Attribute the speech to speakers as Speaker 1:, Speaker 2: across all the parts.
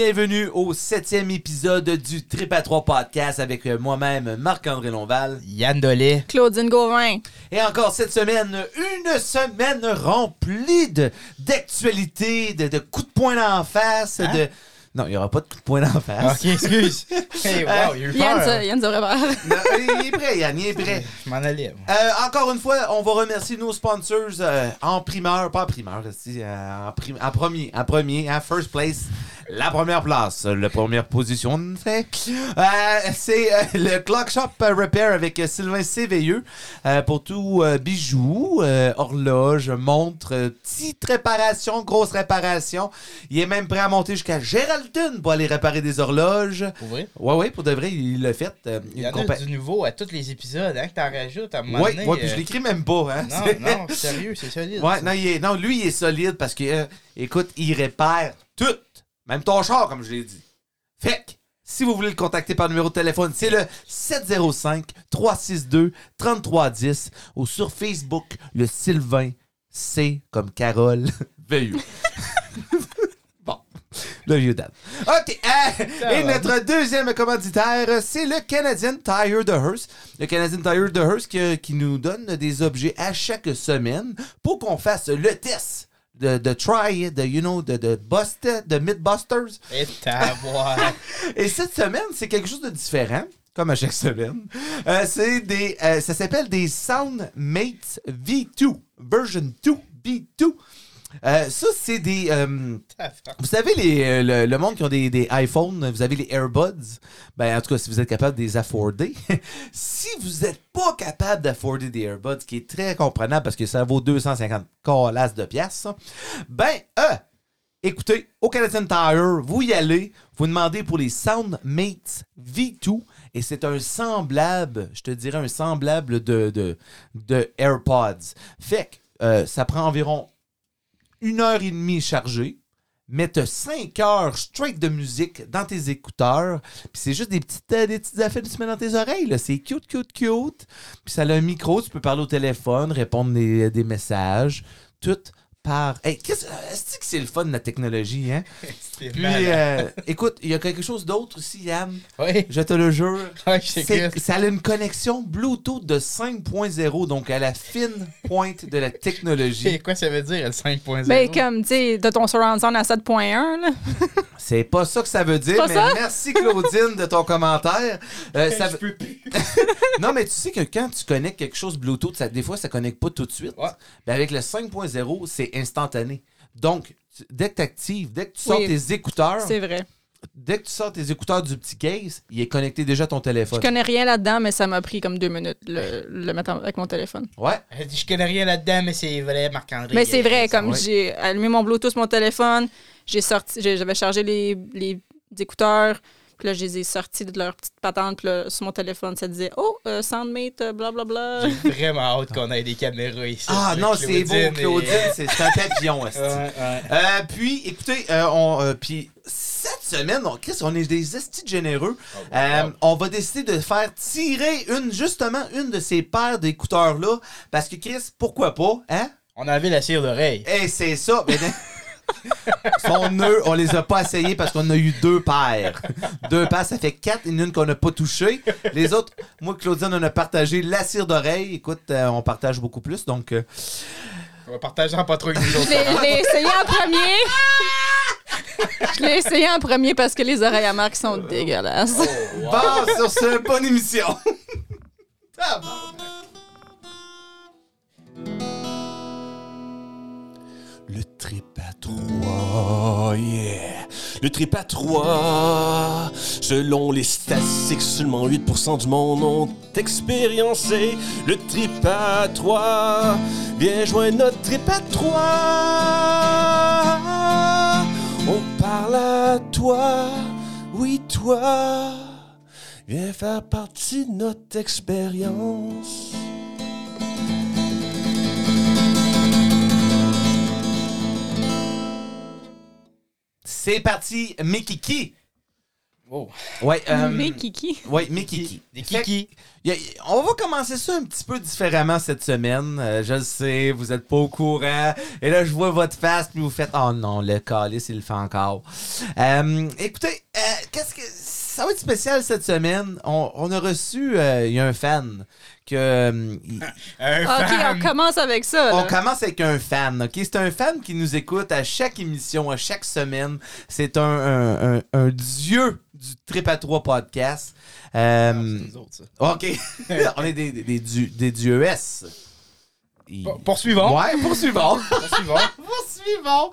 Speaker 1: Bienvenue au septième épisode du Trip à 3 podcast avec euh, moi-même Marc-André Lonval.
Speaker 2: Yann Dolé.
Speaker 3: Claudine Gauvin.
Speaker 1: Et encore cette semaine, une semaine remplie de- d'actualités, de, de coups de poing d'en face,
Speaker 2: Hein?
Speaker 1: de... Non, il n'y aura pas de coups de poing d'en face.
Speaker 2: Ok, excuse. hey, wow,
Speaker 1: Euh,
Speaker 2: il y a eu
Speaker 3: Yann,
Speaker 2: peur. hein.
Speaker 3: se- Yann se rebarre.
Speaker 1: Non, il est prêt, Yann, il est prêt.
Speaker 2: Je m'en allais. moi.
Speaker 1: Euh, encore une fois, on va remercier nos sponsors euh, en primeur, pas en primeur, si, euh, en, prim- en premier, en premier, en first place, la première place, euh, la première position, c'est euh, c'est, euh, le Clock Shop Repair avec euh, Sylvain Séveilleux euh, pour tout euh, bijoux, euh, horloge, montre, euh, petite réparation, grosse réparation. Il est même prêt à monter jusqu'à Geraldton pour aller réparer des horloges.
Speaker 2: Pour vrai?
Speaker 1: Ouais, ouais, pour de vrai, il l'a fait. euh,
Speaker 2: Il y
Speaker 1: une
Speaker 2: en
Speaker 1: compa-
Speaker 2: a du nouveau à tous les épisodes, hein, que t'en rajoutes à un moment
Speaker 1: Ouais,
Speaker 2: donné.
Speaker 1: ouais, puis je
Speaker 2: euh,
Speaker 1: l'écris même pas, hein. C'est-
Speaker 2: Non, non, sérieux, c'est solide.
Speaker 1: Ouais,
Speaker 2: ça.
Speaker 1: non, il est- non, lui, il est solide parce que, euh, écoute, il répare tout. Même ton char, comme je l'ai dit. Fait que, si vous voulez le contacter par numéro de téléphone, c'est le 705-362-3310 ou sur Facebook, le Sylvain C comme Carole Veilleux. bon, le vieux dame. OK, euh,
Speaker 2: Ça
Speaker 1: et
Speaker 2: va.
Speaker 1: notre deuxième commanditaire, euh, c'est le Canadian Tire de Hearst. Le Canadian Tire de Hearst qui, qui nous donne des objets à chaque semaine pour qu'on fasse le test de, de try, de, you know, de, de bust, de Mythbusters.
Speaker 2: Et ta voix.
Speaker 1: Et cette semaine, c'est quelque chose de différent, comme à chaque semaine. Euh, c'est des, euh, ça s'appelle des Soundmates V2, version 2, V2. Euh, ça, c'est des... euh,
Speaker 2: ta voix.
Speaker 1: vous savez, les, euh, le, le monde qui ont des, des iPhones, vous avez les AirBuds. Ben, en tout cas, si vous êtes capable de les afforder. si vous n'êtes pas capable d'afforder des AirBuds, ce qui est très comprenable parce que ça vaut 250 colasses de piastres, ça, ben, euh, écoutez, au Canadian Tire, vous y allez, vous demandez pour les Soundmates V2 et c'est un semblable, je te dirais un semblable de, de, de AirPods. Fait que euh, ça prend environ une heure et demie chargée, mais t'as cinq heures straight de musique dans tes écouteurs, puis c'est juste des petites, euh, des petites affaires que tu mets dans tes oreilles, là. c'est cute, cute, cute, puis ça a un micro, tu peux parler au téléphone, répondre des, des messages, tout par... Hey, qu'est-ce euh, est-ce que c'est le fun de la technologie, hein?
Speaker 2: C'est
Speaker 1: Puis,
Speaker 2: malade.
Speaker 1: euh, écoute, il y a quelque chose d'autre aussi, Yann,
Speaker 2: Ouais.
Speaker 1: je te le jure.
Speaker 2: Ouais, je sais
Speaker 1: C'est-
Speaker 2: que-
Speaker 1: ça a une connexion Bluetooth de 5.0, donc à la fine pointe de la technologie.
Speaker 2: C'est quoi ça veut dire, le 5.0?
Speaker 3: Ben, comme, tu sais, de ton surround sound à 7.1, là.
Speaker 1: C'est pas ça que ça veut dire,
Speaker 3: pas
Speaker 1: mais
Speaker 3: ça?
Speaker 1: merci Claudine de ton commentaire. Euh, ça
Speaker 2: Je
Speaker 1: veut-
Speaker 2: peux plus.
Speaker 1: Non, mais tu sais que quand tu connectes quelque chose Bluetooth, ça, des fois, ça connecte pas tout de suite.
Speaker 2: Ouais.
Speaker 1: Mais avec le 5.0, c'est instantané. Donc, tu- dès que tu actives, dès que tu sors
Speaker 3: Oui.
Speaker 1: tes écouteurs,
Speaker 3: C'est vrai.
Speaker 1: dès que tu sors tes écouteurs du petit case, il est connecté déjà à ton
Speaker 3: Je
Speaker 1: téléphone.
Speaker 3: connais rien là-dedans, mais ça m'a pris comme deux minutes le, le mettre en- avec mon téléphone.
Speaker 1: Ouais.
Speaker 2: Elle dit, Je connais rien là-dedans, mais c'est vrai, Marc-André.
Speaker 3: Mais c'est vrai, comme
Speaker 1: ouais.
Speaker 3: j'ai allumé mon Bluetooth, sur mon téléphone, j'ai sorti, j'ai- j'avais chargé les, les écouteurs, puis là, je les ai sortis de leur petite patente, puis là, sur mon téléphone, ça disait Oh, euh, Soundmate, euh, blablabla.
Speaker 2: J'ai vraiment hâte qu'on ait des caméras ici.
Speaker 1: Ah
Speaker 2: là,
Speaker 1: non, c'est beau,
Speaker 2: et-
Speaker 1: Claudine. C'est c'est un papillon, esti.
Speaker 2: Ouais, ouais.
Speaker 1: Euh, puis, écoutez, euh, on, euh, puis cette semaine, on, Chris, on est des estis de généreux. Euh, On va décider de faire tirer une, justement, une de ces paires d'écouteurs-là. Parce que, Chris, pourquoi pas, hein?
Speaker 2: On avait la cire d'oreille.
Speaker 1: Eh, c'est ça. mais- Son nœud, on les a pas essayés parce qu'on a eu deux paires. Deux paires, ça fait quatre, et une qu'on n'a pas touchée. Les autres, moi, Claudine, on a partagé la cire d'oreille. Écoute, euh, on partage beaucoup plus, donc... euh,
Speaker 2: On va partager en pas trop avec nous
Speaker 3: Je
Speaker 2: autres.
Speaker 3: l'ai je l'ai essayé en premier. Je l'ai essayé en premier parce que les oreilles à marque sont dégueulasses.
Speaker 2: Oh, wow.
Speaker 1: Bon, sur ce, bonne émission.
Speaker 4: Le trip à trois, yeah. Le trip à trois. Selon les statistiques, seulement 8% du monde ont expériencé le trip à trois. Viens joindre notre trip à trois. On parle à toi, oui toi. Viens faire partie de notre expérience.
Speaker 1: C'est parti, Mikiki.
Speaker 2: Oh.
Speaker 1: Ouais, euh,
Speaker 3: Mais Kiki.
Speaker 1: ouais, mais Kiki.
Speaker 2: Des
Speaker 1: Fait que-
Speaker 2: kiki.
Speaker 1: Y a- On va commencer ça un petit peu différemment cette semaine. Euh, je le sais, vous êtes pas au courant. Et là, je vois votre face, puis vous faites Oh non, le calice, il le fait encore. Euh, écoutez, euh, qu'est-ce que. Ça va être spécial cette semaine. On, on a reçu, euh, il y a un fan. Que, euh, il-
Speaker 2: Un
Speaker 3: Ok,
Speaker 2: fan.
Speaker 3: on commence avec ça.
Speaker 1: on
Speaker 3: là.
Speaker 1: commence avec un fan, ok? C'est un fan qui nous écoute à chaque émission, à chaque semaine. C'est un, un- un- un dieu du Trip à 3 podcast. Euh,
Speaker 2: Non, Ah, c'est nous autres, ça.
Speaker 1: OK. On est des, des, des, dieux- des dieuesses. Il-
Speaker 2: Bon, Poursuivons.
Speaker 1: Ouais, poursuivons.
Speaker 2: Poursuivons.
Speaker 1: poursuivons.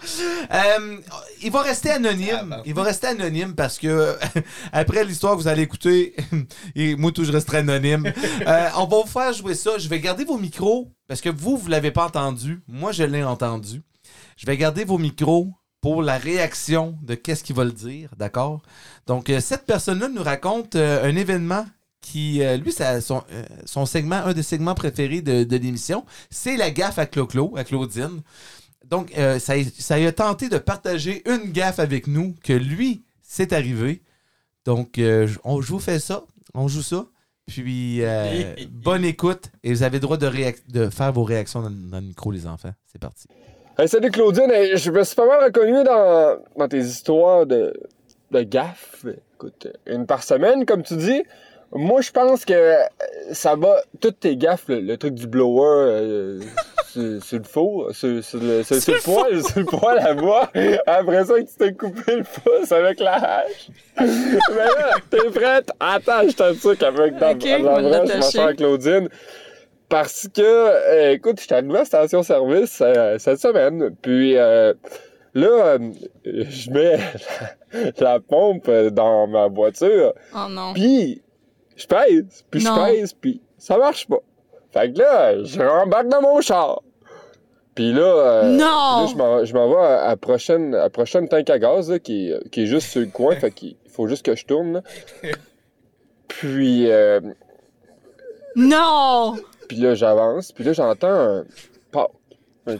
Speaker 1: Euh, il va rester anonyme.
Speaker 2: Ah, bah.
Speaker 1: Il va rester anonyme parce que euh, après l'histoire, vous allez écouter. et moi, tout, je resterai anonyme. Euh, on va vous faire jouer ça. Je vais garder vos micros parce que vous, vous l'avez pas entendu. Moi, je l'ai entendu. Je vais garder vos micros pour la réaction de qu'est-ce qu'il va le dire, d'accord? Donc, euh, cette personne-là nous raconte euh, un événement qui, euh, lui, ça- son, euh, son segment, un des segments préférés de, de l'émission, c'est la gaffe à Clo-Clo, à Claudine. Donc, euh, ça, ça a tenté de partager une gaffe avec nous que lui, c'est arrivé. Donc, euh, je- on, je vous fais ça, on joue ça. Puis, euh, bonne écoute et vous avez le droit de, réac- de faire vos réactions dans, dans le micro, les enfants. C'est parti.
Speaker 5: Hey, salut Claudine, Hey, je me suis pas mal reconnu dans, dans tes histoires de, de gaffe. Écoute, une par semaine, comme tu dis. Moi, je pense que euh, ça va, toutes tes gaffes, le, le truc du blower euh, sur, sur le four, sur, sur le, sur- sur le poêle, sur le poêle à bois, après ça que tu t'es coupé le pouce avec la hache. Mais là, t'es prête? Attends, je t'en truc avec dans,
Speaker 3: Ok,
Speaker 5: dans
Speaker 3: on va
Speaker 5: l'embranche, ma
Speaker 3: l'attacher.
Speaker 5: chère Claudine. Parce que, euh, écoute, j'étais à une nouvelle station-service euh, cette semaine. Puis euh, là, euh, je mets la, la pompe euh, dans ma voiture.
Speaker 3: Oh non.
Speaker 5: Puis je pèse, puis je
Speaker 3: Non.
Speaker 5: pèse, puis ça marche pas. Fait que là, je rembarque dans mon char. Puis là, euh,
Speaker 3: Non!
Speaker 5: là, je m'en- je m'en vais à la prochaine, à prochaine tank à gaz là, qui, est- qui est juste sur le coin. fait qu'il faut juste que je tourne. là. Puis... euh,
Speaker 3: Non!
Speaker 5: Puis là, j'avance. Puis là, j'entends un pow. Un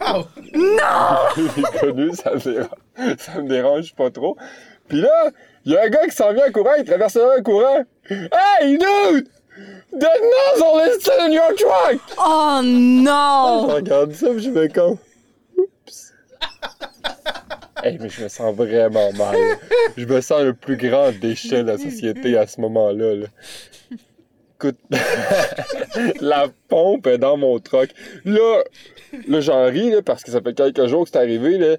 Speaker 2: Ah,
Speaker 5: coup. J'ai connu, ça me, dérange, ça me dérange pas trop. Puis là, il y a un gars qui s'en vient en courant, il traverse là un courant. Hey, dude! Donne-nous on est still in your truck!
Speaker 3: Oh
Speaker 5: Je
Speaker 3: non!
Speaker 5: regarde ça, puis je me con. Oups. Hey, mais je me sens vraiment mal. Je me sens le plus grand déchet de la société à ce moment-là. là. Écoute, la pompe est dans mon truck. Là, là j'en ris là, parce que ça fait quelques jours que c'est arrivé. Là.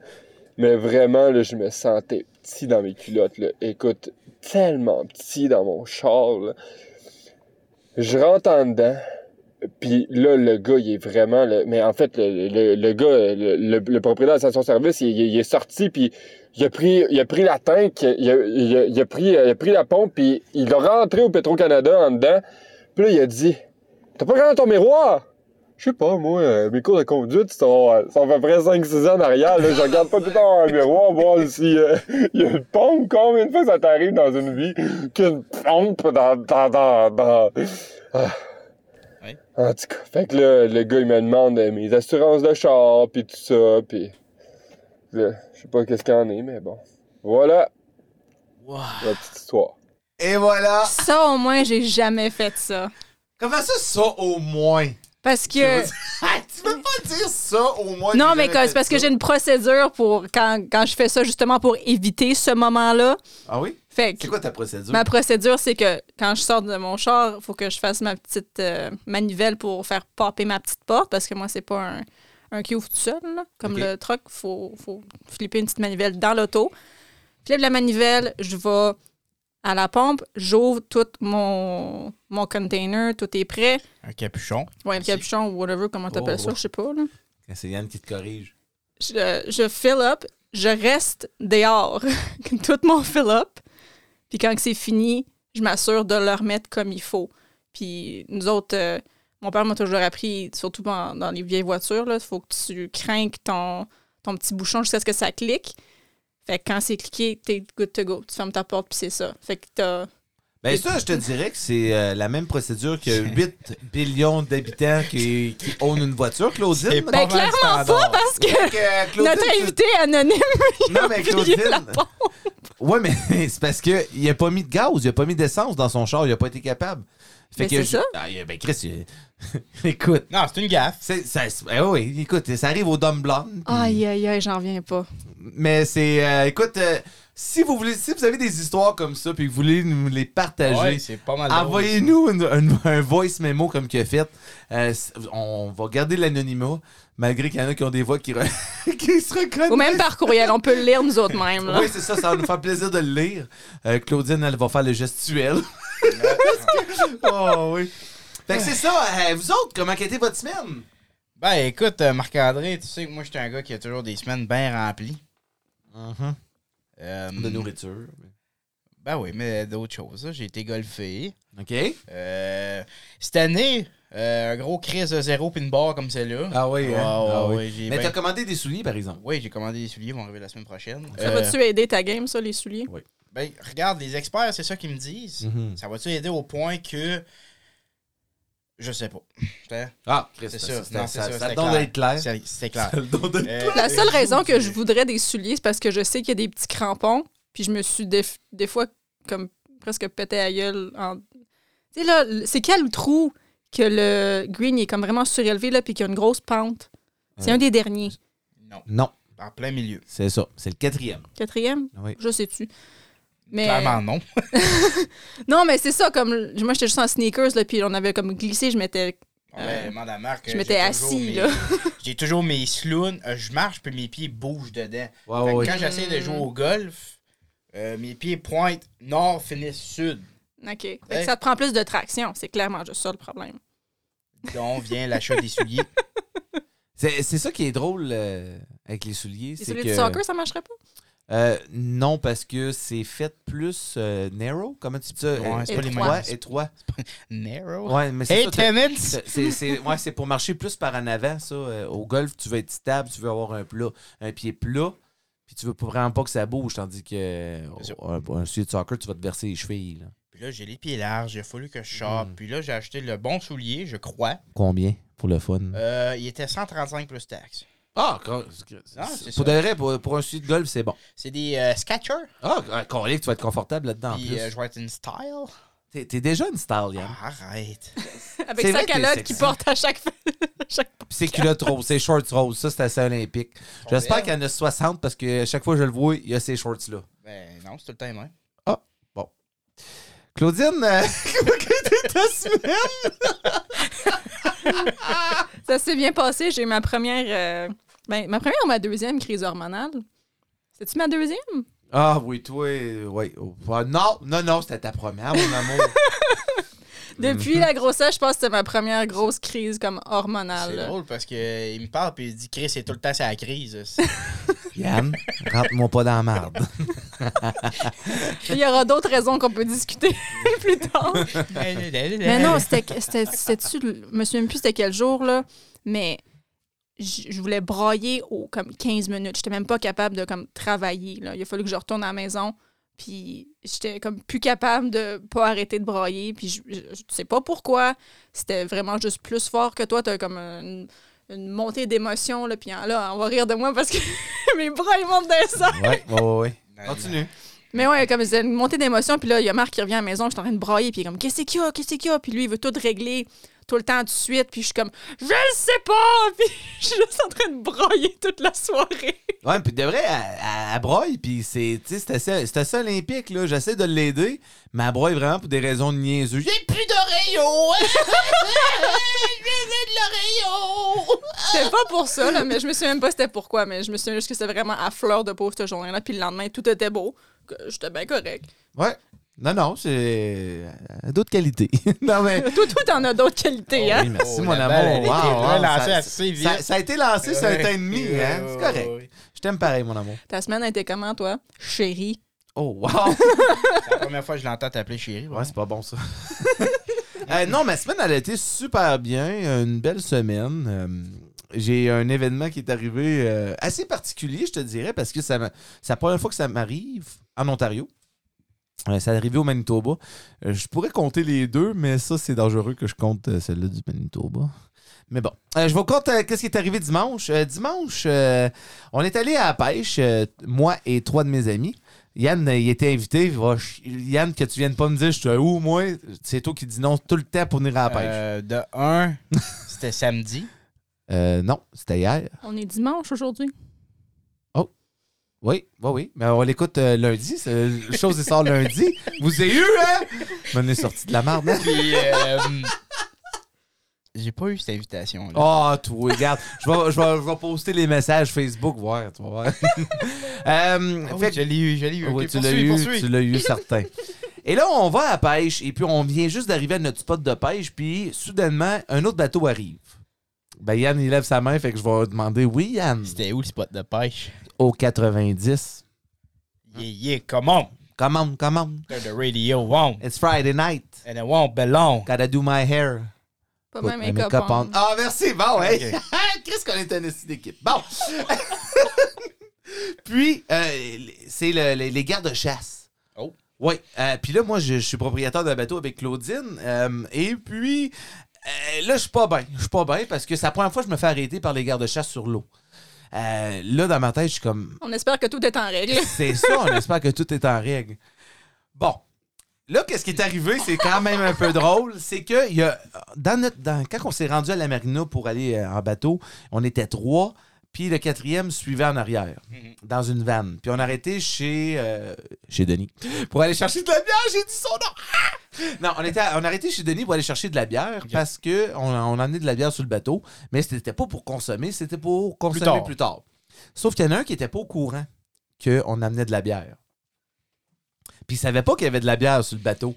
Speaker 5: Mais vraiment, là, je me sentais petit dans mes culottes. Là. Écoute, tellement petit dans mon char. là. Je rentre en dedans. Puis là, le gars, il est vraiment. le- Mais en fait, le, le- le gars, le, le- le propriétaire de la station-service, il, il- il est sorti, puis il a pris, il a pris la tank, il a, il a- il a pris, il a pris la pompe, puis il l'a rentré au Petro-Canada en dedans. Puis là, il a dit T'as pas regardé ton miroir Je sais pas, moi, euh, mes cours de conduite sont, euh, sont à peu près 5-6 ans en arrière. Là. Je regarde pas tout le temps un miroir, voir si euh, il y a une pompe. Combien de fois ça t'arrive dans une vie qu'une pompe dans. dans, dans, dans... Ah. En tout cas, fait que là, le gars, il me demande euh, mes assurances de char, puis tout ça, puis... Là, je sais pas qu'est-ce qu'il y en est, mais bon. Voilà la petite histoire.
Speaker 1: Et voilà.
Speaker 3: Ça, au moins, j'ai jamais fait ça.
Speaker 1: Comment ça, ça au moins?
Speaker 3: Parce que.
Speaker 1: Ah, tu peux pas dire ça au moins.
Speaker 3: Non, mais que- c'est parce que j'ai une procédure pour quand, quand je fais ça, justement, pour éviter ce moment-là.
Speaker 1: Ah oui?
Speaker 3: Fait que
Speaker 1: C'est quoi ta procédure?
Speaker 3: ma procédure, c'est que quand je sors de mon char, faut que je fasse ma petite euh, manivelle pour faire popper ma petite porte, parce que moi, c'est pas un, un qui ouvre tout seul. là. Comme
Speaker 1: Ok.
Speaker 3: le truck, faut, faut flipper une petite manivelle dans l'auto. Flip la manivelle, je vais à la pompe, j'ouvre tout mon, mon container, tout est prêt.
Speaker 2: Un capuchon.
Speaker 3: Ouais, le
Speaker 2: Merci.
Speaker 3: capuchon ou whatever, comment t'appelles
Speaker 1: Oh.
Speaker 3: ça, je sais pas. Là.
Speaker 1: C'est Yann qui te corrige.
Speaker 3: je, je fill up, je reste dehors, tout mon fill up. Puis quand que c'est fini, je m'assure de le remettre comme il faut. Puis nous autres, euh, mon père m'a toujours appris, surtout dans, dans les vieilles voitures, il faut que tu craignes ton, ton petit bouchon jusqu'à ce que ça clique. Fait que quand c'est cliqué, t'es good to go. Tu fermes ta porte, puis c'est ça. Fait que t'as...
Speaker 1: Ben ça, je te dirais que c'est euh, la même procédure que 8 billions d'habitants qui, qui ownent une voiture, Claudine.
Speaker 2: C'est
Speaker 3: Ben
Speaker 2: pas mal
Speaker 3: clairement
Speaker 2: standard.
Speaker 3: pas, parce que
Speaker 1: Donc, euh, Claudine,
Speaker 3: notre
Speaker 1: tu-
Speaker 3: invité anonyme,
Speaker 1: Non, mais
Speaker 3: il a oublié la
Speaker 1: Claudine.
Speaker 3: porte.
Speaker 1: Ouais, mais c'est parce que il a pas mis de gaz, il a pas mis d'essence dans son char, il a pas été capable.
Speaker 3: Mais
Speaker 1: que
Speaker 3: c'est
Speaker 1: je-
Speaker 3: ça.
Speaker 1: Ah, il- ben Chris, il- écoute,
Speaker 2: Non, c'est une gaffe.
Speaker 1: c'est ça eh oui, écoute, ça arrive aux dames blondes. puis-
Speaker 3: Aïe, aïe, aïe, j'en reviens pas.
Speaker 1: Mais c'est euh, écoute, euh, si vous voulez si vous avez des histoires comme ça puis que vous voulez nous les partager,
Speaker 2: Ouais, c'est pas mal. drôle.
Speaker 1: Envoyez-nous une- une- un voice memo comme qu'il a fait. Euh, c- on va garder l'anonymat, malgré qu'il y en a qui ont des voix qui, re- qui se reconnaissent.
Speaker 3: Ou même par courriel, on peut le lire nous autres mêmes. là.
Speaker 1: Oui, c'est ça, ça va nous faire plaisir de le lire. Euh, Claudine, elle va faire le gestuel. oh oui. Fait que c'est ça, Euh, vous autres, comment était votre semaine?
Speaker 2: Ben écoute, euh, Marc-André, tu sais que moi, j'étais un gars qui a toujours des semaines bien remplies. Euh,
Speaker 1: De nourriture.
Speaker 2: Ben oui, mais d'autres choses. là. J'ai été golfé.
Speaker 1: OK?
Speaker 2: Euh, cette année, euh, un gros crise de zéro puis une barre comme celle-là.
Speaker 1: Ah oui, hein?
Speaker 2: Ah,
Speaker 1: Ah
Speaker 2: oui,
Speaker 1: oui.
Speaker 2: j'ai
Speaker 1: Mais
Speaker 2: bien-
Speaker 1: t'as commandé des souliers, par exemple.
Speaker 2: Oui, j'ai commandé des souliers, ils vont arriver la semaine prochaine.
Speaker 3: Ça
Speaker 2: Euh,
Speaker 3: va-tu aider ta game, ça, les souliers?
Speaker 2: ben, regarde, les experts, c'est ça qu'ils me disent.
Speaker 1: Mhm.
Speaker 2: Ça va-tu aider au point que. Je sais pas. Putain,
Speaker 1: Ah, Chris,
Speaker 2: C'est
Speaker 1: ça,
Speaker 2: ça.
Speaker 1: ça, ça,
Speaker 2: Non, c'est ça,
Speaker 1: ça
Speaker 2: c'est
Speaker 1: donne
Speaker 2: clair.
Speaker 1: d'être clair.
Speaker 2: c'est c'est clair.
Speaker 1: Ça donne d'être-
Speaker 2: Euh,
Speaker 3: La seule
Speaker 2: euh,
Speaker 3: raison que je
Speaker 2: j'ai-
Speaker 3: voudrais des souliers, c'est parce que je sais qu'il y a des petits crampons, puis je me suis des, des fois comme presque pété à gueule. En... Tu sais, là, l- c'est quel trou que le green il est comme vraiment surélevé, là, puis qu'il y a une grosse pente? C'est
Speaker 1: Ouais.
Speaker 3: un des derniers.
Speaker 2: Non,
Speaker 1: Non,
Speaker 2: en plein milieu.
Speaker 1: c'est ça. C'est le quatrième.
Speaker 3: Quatrième?
Speaker 1: Oui.
Speaker 3: Je sais-tu. Mais...
Speaker 2: Clairement, non.
Speaker 3: Non, mais c'est ça, comme l- moi j'étais juste en sneakers, là, puis on avait comme glissé, je m'étais.
Speaker 2: Ouais, demande à Marc,
Speaker 3: je
Speaker 2: euh,
Speaker 3: m'étais
Speaker 2: j'ai toujours
Speaker 3: assis,
Speaker 2: mes-
Speaker 3: là.
Speaker 2: J'ai toujours mes slounes. euh, je marche, puis mes pieds bougent dedans.
Speaker 1: Ouais,
Speaker 2: Fait
Speaker 1: ouais,
Speaker 2: que
Speaker 1: ouais.
Speaker 2: Quand j'essaie de jouer au golf, euh, mes pieds pointent nord, finissent sud.
Speaker 3: OK. Fait que Ça te prend plus de traction, c'est clairement juste ça le problème.
Speaker 2: D'où vient l'achat des souliers.
Speaker 1: C'est c'est ça qui est drôle euh, avec les souliers.
Speaker 3: Les
Speaker 1: c'est
Speaker 3: souliers
Speaker 1: que,
Speaker 3: de soccer, ça marcherait pas?
Speaker 1: euh, non, parce que c'est fait plus euh, narrow. Comment tu dis ça?
Speaker 2: Ouais,
Speaker 1: Euh,
Speaker 2: c'est pas les
Speaker 1: étroit,
Speaker 2: mêmes.
Speaker 1: étroit.
Speaker 2: Narrow.
Speaker 1: Ouais, mais c'est
Speaker 2: Hey,
Speaker 1: ça, t'as-
Speaker 2: Clemens!
Speaker 1: c'est- c'est- ouais, c'est pour marcher plus par en avant, ça. Euh, au golf, tu veux être stable, tu veux avoir un plat, un pied plat, puis tu veux pas- vraiment pas que ça bouge, tandis que euh,
Speaker 2: sûr.
Speaker 1: un, un soulier de soccer, tu vas te verser les chevilles. là.
Speaker 2: Puis là, j'ai les pieds larges, il a fallu que je chope.
Speaker 1: Hmm.
Speaker 2: Puis là, j'ai acheté le bon soulier, je crois.
Speaker 1: Combien pour le fun?
Speaker 2: Euh, il était 135 plus taxes.
Speaker 1: ah, quand-
Speaker 2: Ah, c'est
Speaker 1: pour
Speaker 2: ça.
Speaker 1: de vrai, pour, pour un soulier de golf, c'est bon.
Speaker 2: C'est des euh, Skechers.
Speaker 1: Ah, euh, Colin, tu vas être confortable là-dedans. en
Speaker 2: Puis
Speaker 1: plus.
Speaker 2: euh, je vais être une style.
Speaker 1: T'es t'es déjà une star, Yann.
Speaker 2: Ah, arrête.
Speaker 3: Avec
Speaker 1: C'est
Speaker 3: sa
Speaker 1: vrai que t'es
Speaker 3: calotte qu'il
Speaker 1: sexy.
Speaker 3: porte à chaque, à chaque
Speaker 1: Puis ses culottes roses, ses shorts roses, ça c'est assez olympique. J'espère qu'il y en a 60 parce que à chaque fois que je le vois, il y a ces shorts-là.
Speaker 2: Ben non, c'est tout le temps même.
Speaker 1: Claudine, euh, comment était ta semaine?
Speaker 3: Ça s'est bien passé. J'ai eu ma première. euh, ben, ma première ou ma deuxième crise hormonale. C'est-tu ma deuxième?
Speaker 1: Ah oui, toi, euh, oui. Oh, ah, non, non, non, c'était ta première, mon amour. Mhm.
Speaker 3: Depuis la grossesse, je pense que c'était ma première grosse crise comme hormonale.
Speaker 2: C'est
Speaker 3: Ah, là.
Speaker 2: drôle parce qu'il me parle puis il dit Chris, c'est tout le temps c'est la crise.
Speaker 1: Yann, rentre-moi pas dans la marde.
Speaker 3: Il y aura d'autres raisons qu'on peut discuter plus tard. Mais
Speaker 2: Mais
Speaker 3: non, c'était- c'était- c'était-tu. le- Je me souviens plus c'était quel jour, là. Mais j- je voulais broyer au comme 15 minutes. J'étais même pas capable de comme travailler. Là. Il a fallu que je retourne à la maison. Puis j'étais comme plus capable de pas arrêter de broyer. Puis je, je- je sais pas pourquoi. C'était vraiment juste plus fort que toi. T'as comme une, une montée d'émotion. Là, puis en- là, on va rire de moi parce que mes bras, ils montent dans ça.
Speaker 1: Oui, oui, oui.
Speaker 2: Non,
Speaker 1: Continue.
Speaker 3: Mais ouais, comme c'est une montée d'émotion, puis là, il y a Marc qui revient à la maison, je suis en train de brailler, puis il est comme, qu'est-ce qu'il y a, qu'est-ce qu'il y a? Puis lui, il veut tout régler tout le temps tout de suite, puis je suis comme, je le sais pas! Puis je suis juste en train de brailler toute la soirée.
Speaker 1: Ouais, puis de vrai, elle, elle- elle broille, puis c'est tu sais, c'est assez, c'est assez olympique, là. J'essaie de l'aider, mais elle broille vraiment pour des raisons de niaiseux. J'ai plus d'oreillons!
Speaker 3: C'était pas pour ça, là, mais je me souviens même pas c'était pourquoi, mais je me souviens juste que c'était vraiment à fleur de peau cette journée-là, puis le lendemain, tout était beau, que j'étais bien correct.
Speaker 1: Ouais. Non, non, c'est euh, d'autres qualités. non, mais.
Speaker 3: Tout, tout en a d'autres qualités, hein?
Speaker 1: Ah Oui, merci,
Speaker 2: Oh,
Speaker 1: mon
Speaker 2: la
Speaker 1: amour.
Speaker 2: balle, elle était
Speaker 1: Wow,
Speaker 2: vraiment
Speaker 1: wow,
Speaker 2: lancée
Speaker 1: ça-
Speaker 2: assez vite.
Speaker 1: ça- ça a été lancé sur un temps et demi, hein? C'est correct. Je t'aime pareil, mon amour.
Speaker 3: Ta semaine a été comment, toi? Chérie.
Speaker 1: Oh, wow!
Speaker 2: C'est la première fois que je l'entends t'appeler chérie.
Speaker 1: Ouais, c'est pas bon, ça. Euh, non, ma semaine, elle a été super bien. Une belle semaine. Euh, j'ai un événement qui est arrivé euh, assez particulier, je te dirais, parce que ça m'a- c'est la première fois que ça m'arrive en Ontario. Euh, ça arrivé au Manitoba. Euh, je pourrais compter les deux, mais ça, c'est dangereux que je compte euh, celle-là du Manitoba. Mais bon, Euh, je vous compte euh, qu'est-ce qui est arrivé dimanche. Euh, dimanche, euh, on est allé à la pêche, euh, moi et trois de mes amis. Yann, euh, il était invité. il va ch- Yann, que tu viennes pas me dire, je suis à où, moi? C'est toi qui dis non tout le temps pour venir à la pêche.
Speaker 2: Euh, de un, c'était samedi.
Speaker 1: Euh, non, c'était hier.
Speaker 3: On est dimanche aujourd'hui.
Speaker 1: Oui, oui, oui. Mais on l'écoute euh, lundi. C'est- La chose, il sort lundi. Vous avez eu, hein? Mais on est sorti de la marde, hein?
Speaker 2: Puis, euh, j'ai pas eu cette invitation. là
Speaker 1: Ah, toi, regarde. Je vais, je, vais, je vais poster les messages Facebook, voir. Tu vas voir. Euh,
Speaker 2: Ah oui,
Speaker 1: fait que-
Speaker 2: je l'ai eu, je l'ai eu.
Speaker 1: Oui,
Speaker 2: Ok,
Speaker 1: tu l'as
Speaker 2: poursuis,
Speaker 1: eu,
Speaker 2: poursuis.
Speaker 1: tu l'as eu, certain. Et là, on va à la pêche, et puis on vient juste d'arriver à notre spot de pêche, puis soudainement, un autre bateau arrive. Ben, Yann, il lève sa main, fait que je vais demander Oui, Yann,
Speaker 2: C'était où le spot de pêche?
Speaker 1: au 90.
Speaker 2: Yeah, yeah, come on.
Speaker 1: Come on, come on.
Speaker 2: Turn the radio on.
Speaker 1: It's Friday night.
Speaker 2: And it won't belong.
Speaker 1: Gotta do my hair.
Speaker 3: Pas
Speaker 1: Put
Speaker 3: même
Speaker 1: my
Speaker 3: make-up
Speaker 1: makeup
Speaker 3: on.
Speaker 1: on. Ah, merci. Bon, hey.
Speaker 2: Ok.
Speaker 1: Chris, qu'on est un esti d'équipe. Bon. Puis, euh, c'est le- les, les gardes de chasse.
Speaker 2: Oh.
Speaker 1: Oui. Euh, puis là, moi, je, je suis propriétaire d'un bateau avec Claudine. Euh, et puis, euh, là, je suis pas bien. Je suis pas bien parce que c'est la première fois que je me fais arrêter par les gardes de chasse sur l'eau. Euh, là, dans ma tête, je suis comme,
Speaker 3: On espère que tout est en règle.
Speaker 1: c'est ça, on espère que tout est en règle. Bon. Là, qu'est-ce qui est arrivé? C'est quand même un peu drôle. C'est que il y a, dans notre, dans- quand on s'est rendu à la marina pour aller euh, en bateau, on était trois, puis le quatrième suivait en arrière, dans une vanne. Puis on a arrêté chez, euh, chez Denis pour aller chercher de la bière. J'ai dit son nom! Ah! Non, on, était à- on a arrêté chez Denis pour aller chercher de la bière parce que on, a- on a amené de la bière sur le bateau, mais c'était pas pour consommer, c'était pour consommer
Speaker 2: tard.
Speaker 1: plus tard. Sauf qu'il y en a un qui était pas au courant qu'on amenait de la bière. Puis ils savaient pas qu'il y avait de la bière sur le bateau.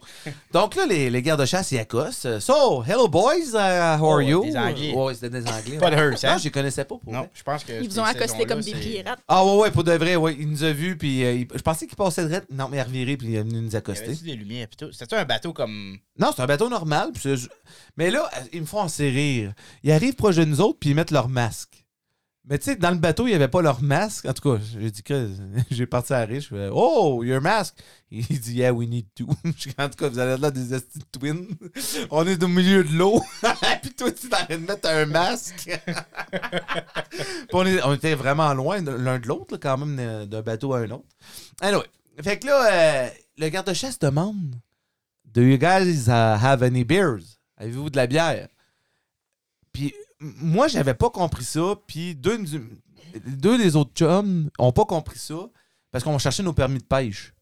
Speaker 1: Donc là, les, les gardes de chasse, ils accostent. Euh, So, hello boys, uh, how
Speaker 2: Oh,
Speaker 1: are you?
Speaker 2: des Anglais.
Speaker 1: Ouais, c'était des Anglais.
Speaker 2: Pas de
Speaker 1: ouais.
Speaker 2: hearse, hein?
Speaker 1: Non, je les connaissais pas. Pour
Speaker 2: Non,
Speaker 1: vrai.
Speaker 2: je pense que.
Speaker 3: Ils vous
Speaker 2: ces
Speaker 3: ont accosté
Speaker 2: saisons-là,
Speaker 3: comme des
Speaker 2: c'est-
Speaker 3: pirates.
Speaker 1: Ah ouais, ouais, pour de vrai, ouais. Il nous a vus, puis euh, il- je pensais qu'il passait de rette. Non, mais il a reviré, puis il est venu nous
Speaker 2: Il y avait
Speaker 1: accoster.
Speaker 2: des lumières pis tout. C'était un bateau comme.
Speaker 1: Non, c'est un bateau normal. puis c'est- Mais là, euh, ils me font en rire. Ils arrivent proche de nous autres, puis ils mettent leur masque. Mais tu sais, dans le bateau, il n'y avait pas leur masque. En tout cas, j'ai dit que j'ai parti à rire. Je fais Oh, your mask. Il dit Yeah, we need to. Je dis, en tout cas, vous allez être là des esti de twins. On est au milieu de l'eau. puis toi, tu t'arrêtes de mettre un masque. Puis on, est- on était vraiment loin de- l'un de l'autre, là, quand même, euh, d'un bateau à un autre. Anyway. Fait que là, euh, le garde-chasse demande Do you guys uh, have any beers? Avez-vous de la bière? Puis m- moi, j'avais pas compris ça. Puis deux, du- deux des autres chums ont pas compris ça parce qu'on cherchait nos permis de pêche.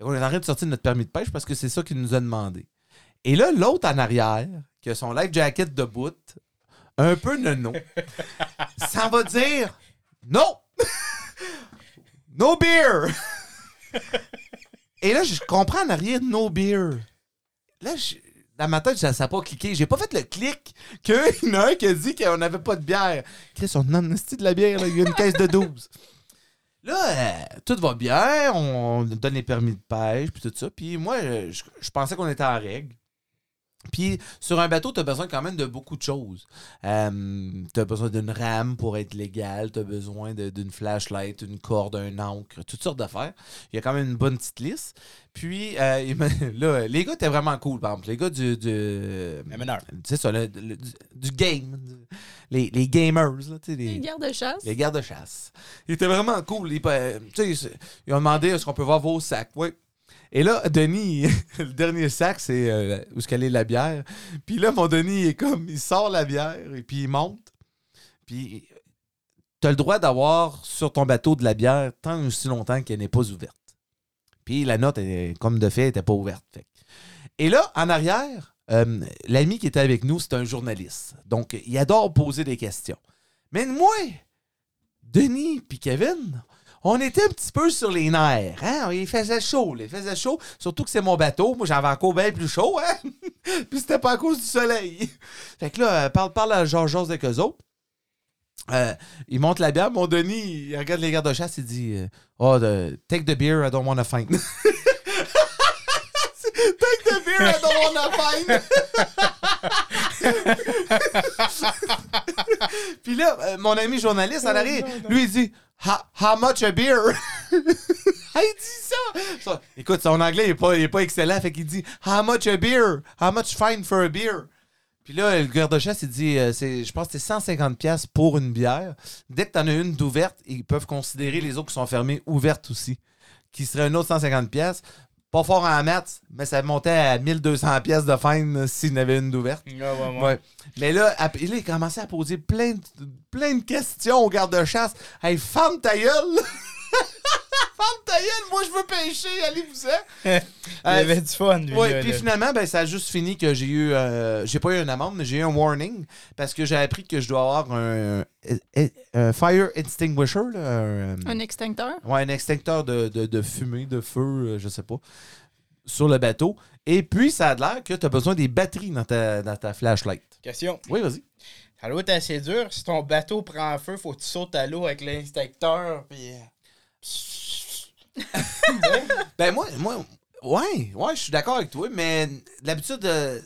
Speaker 1: on est en train de sortir notre permis de pêche parce que c'est ça qu'il nous a demandé. Et là, l'autre en arrière, qui a son life jacket de bout, un peu nono, ça va dire non! no beer! Et là, je comprends en arrière no beer. Là, je- dans ma tête, ça n'a pas cliqué. J'ai pas fait le clic qu'il y en a un qui a dit qu'on n'avait pas de bière. Chris, on en a esti de la bière, là. il y a une caisse de 12. Là, euh, tout va bien, on donne les permis de pêche, puis tout ça. Puis moi, euh, je, je pensais qu'on était en règle. Puis sur un bateau, t'as besoin quand même de beaucoup de choses. Euh, t'as besoin d'une rame pour être légal, t'as besoin de- d'une flashlight, une corde, un ancre, toutes sortes d'affaires. Il y a quand même une bonne petite liste. Puis euh, il me- là, les gars étaient vraiment cool, par exemple. Les gars du. du
Speaker 2: La meneur.
Speaker 1: c'est ça, le- le- du, du game. du- les, les gamers, là, tu sais, les,
Speaker 3: Les gardes de chasse.
Speaker 1: les gardes de chasse. Ils étaient vraiment cool. Ils, pa- tu sais, c'est- ils ont demandé est-ce qu'on peut voir vos sacs. Oui. Et là, Denis, le dernier sac, c'est euh, où est-ce qu'elle est la bière. Puis là, mon Denis, il est comme, il sort la bière et puis il monte. Puis, tu as le droit d'avoir sur ton bateau de la bière tant et aussi longtemps qu'elle n'est pas ouverte. Puis la note, elle, comme de fait, n'était pas ouverte. Fait que- Et là, en arrière, euh, l'ami qui était avec nous, c'est un journaliste. Donc, il adore poser des questions. Mais moi, Denis puis Kevin, on était un petit peu sur les nerfs. Hein? Il faisait chaud, là, il faisait chaud. Surtout que c'est mon bateau. Moi, j'avais encore bien plus chaud. Hein? puis c'était pas à cause du soleil. Fait que là, euh, parle, parle à Georges Georges avec eux autres. Euh, il monte la bière. Mon Denis, il regarde les gardes de chasse. Il dit euh, Oh, the- take the beer, I don't want to faint. take the beer, I don't want to faint. Puis là, euh, mon ami journaliste en arrière, lui, il dit How, how much a beer? il dit ça. Ça, Écoute, son anglais n'est pas, il est pas excellent. Fait qu'il dit How much a beer? How much fine for a beer? Puis là, le garde-chasse, il dit euh, c'est- Je pense que c'est 150$ piastres pour une bière. Dès que tu en as une d'ouverte, ils peuvent considérer les autres qui sont fermées ouvertes aussi. qui serait un autre 150 pièces. Pas fort en maths, mais ça montait à 1200 pièces de fine euh, s'il y en avait une d'ouverte.
Speaker 2: Ouais, ouais, ouais.
Speaker 1: Ouais. Mais là, ap- il a commencé à poser plein de, plein de questions au garde-chasse. Hey, ferme ta gueule! ferme ta gueule! Moi, je veux pêcher! Allez-vous-en! Euh,
Speaker 2: Il avait du fun, lui.
Speaker 1: Ouais,
Speaker 2: là,
Speaker 1: puis
Speaker 2: là.
Speaker 1: finalement, ben, ça a juste fini que j'ai eu. euh, j'ai pas eu une amende, mais j'ai eu un warning parce que j'ai appris que je dois avoir un, un- un fire extinguisher. Là, un, euh,
Speaker 3: Un extincteur.
Speaker 1: ouais, un extincteur de, de- de fumée, de feu, euh, je sais pas, sur le bateau. Et puis, ça a l'air que tu as besoin des batteries dans ta, dans ta flashlight.
Speaker 2: Question.
Speaker 1: Oui, vas-y.
Speaker 2: À l'eau, t'es assez dur. Si ton bateau prend feu, faut que tu sautes à l'eau avec l'inspecteur. euh, Puis.
Speaker 1: Ben, moi, moi ouais, ouais, je suis d'accord avec toi, mais l'habitude, euh,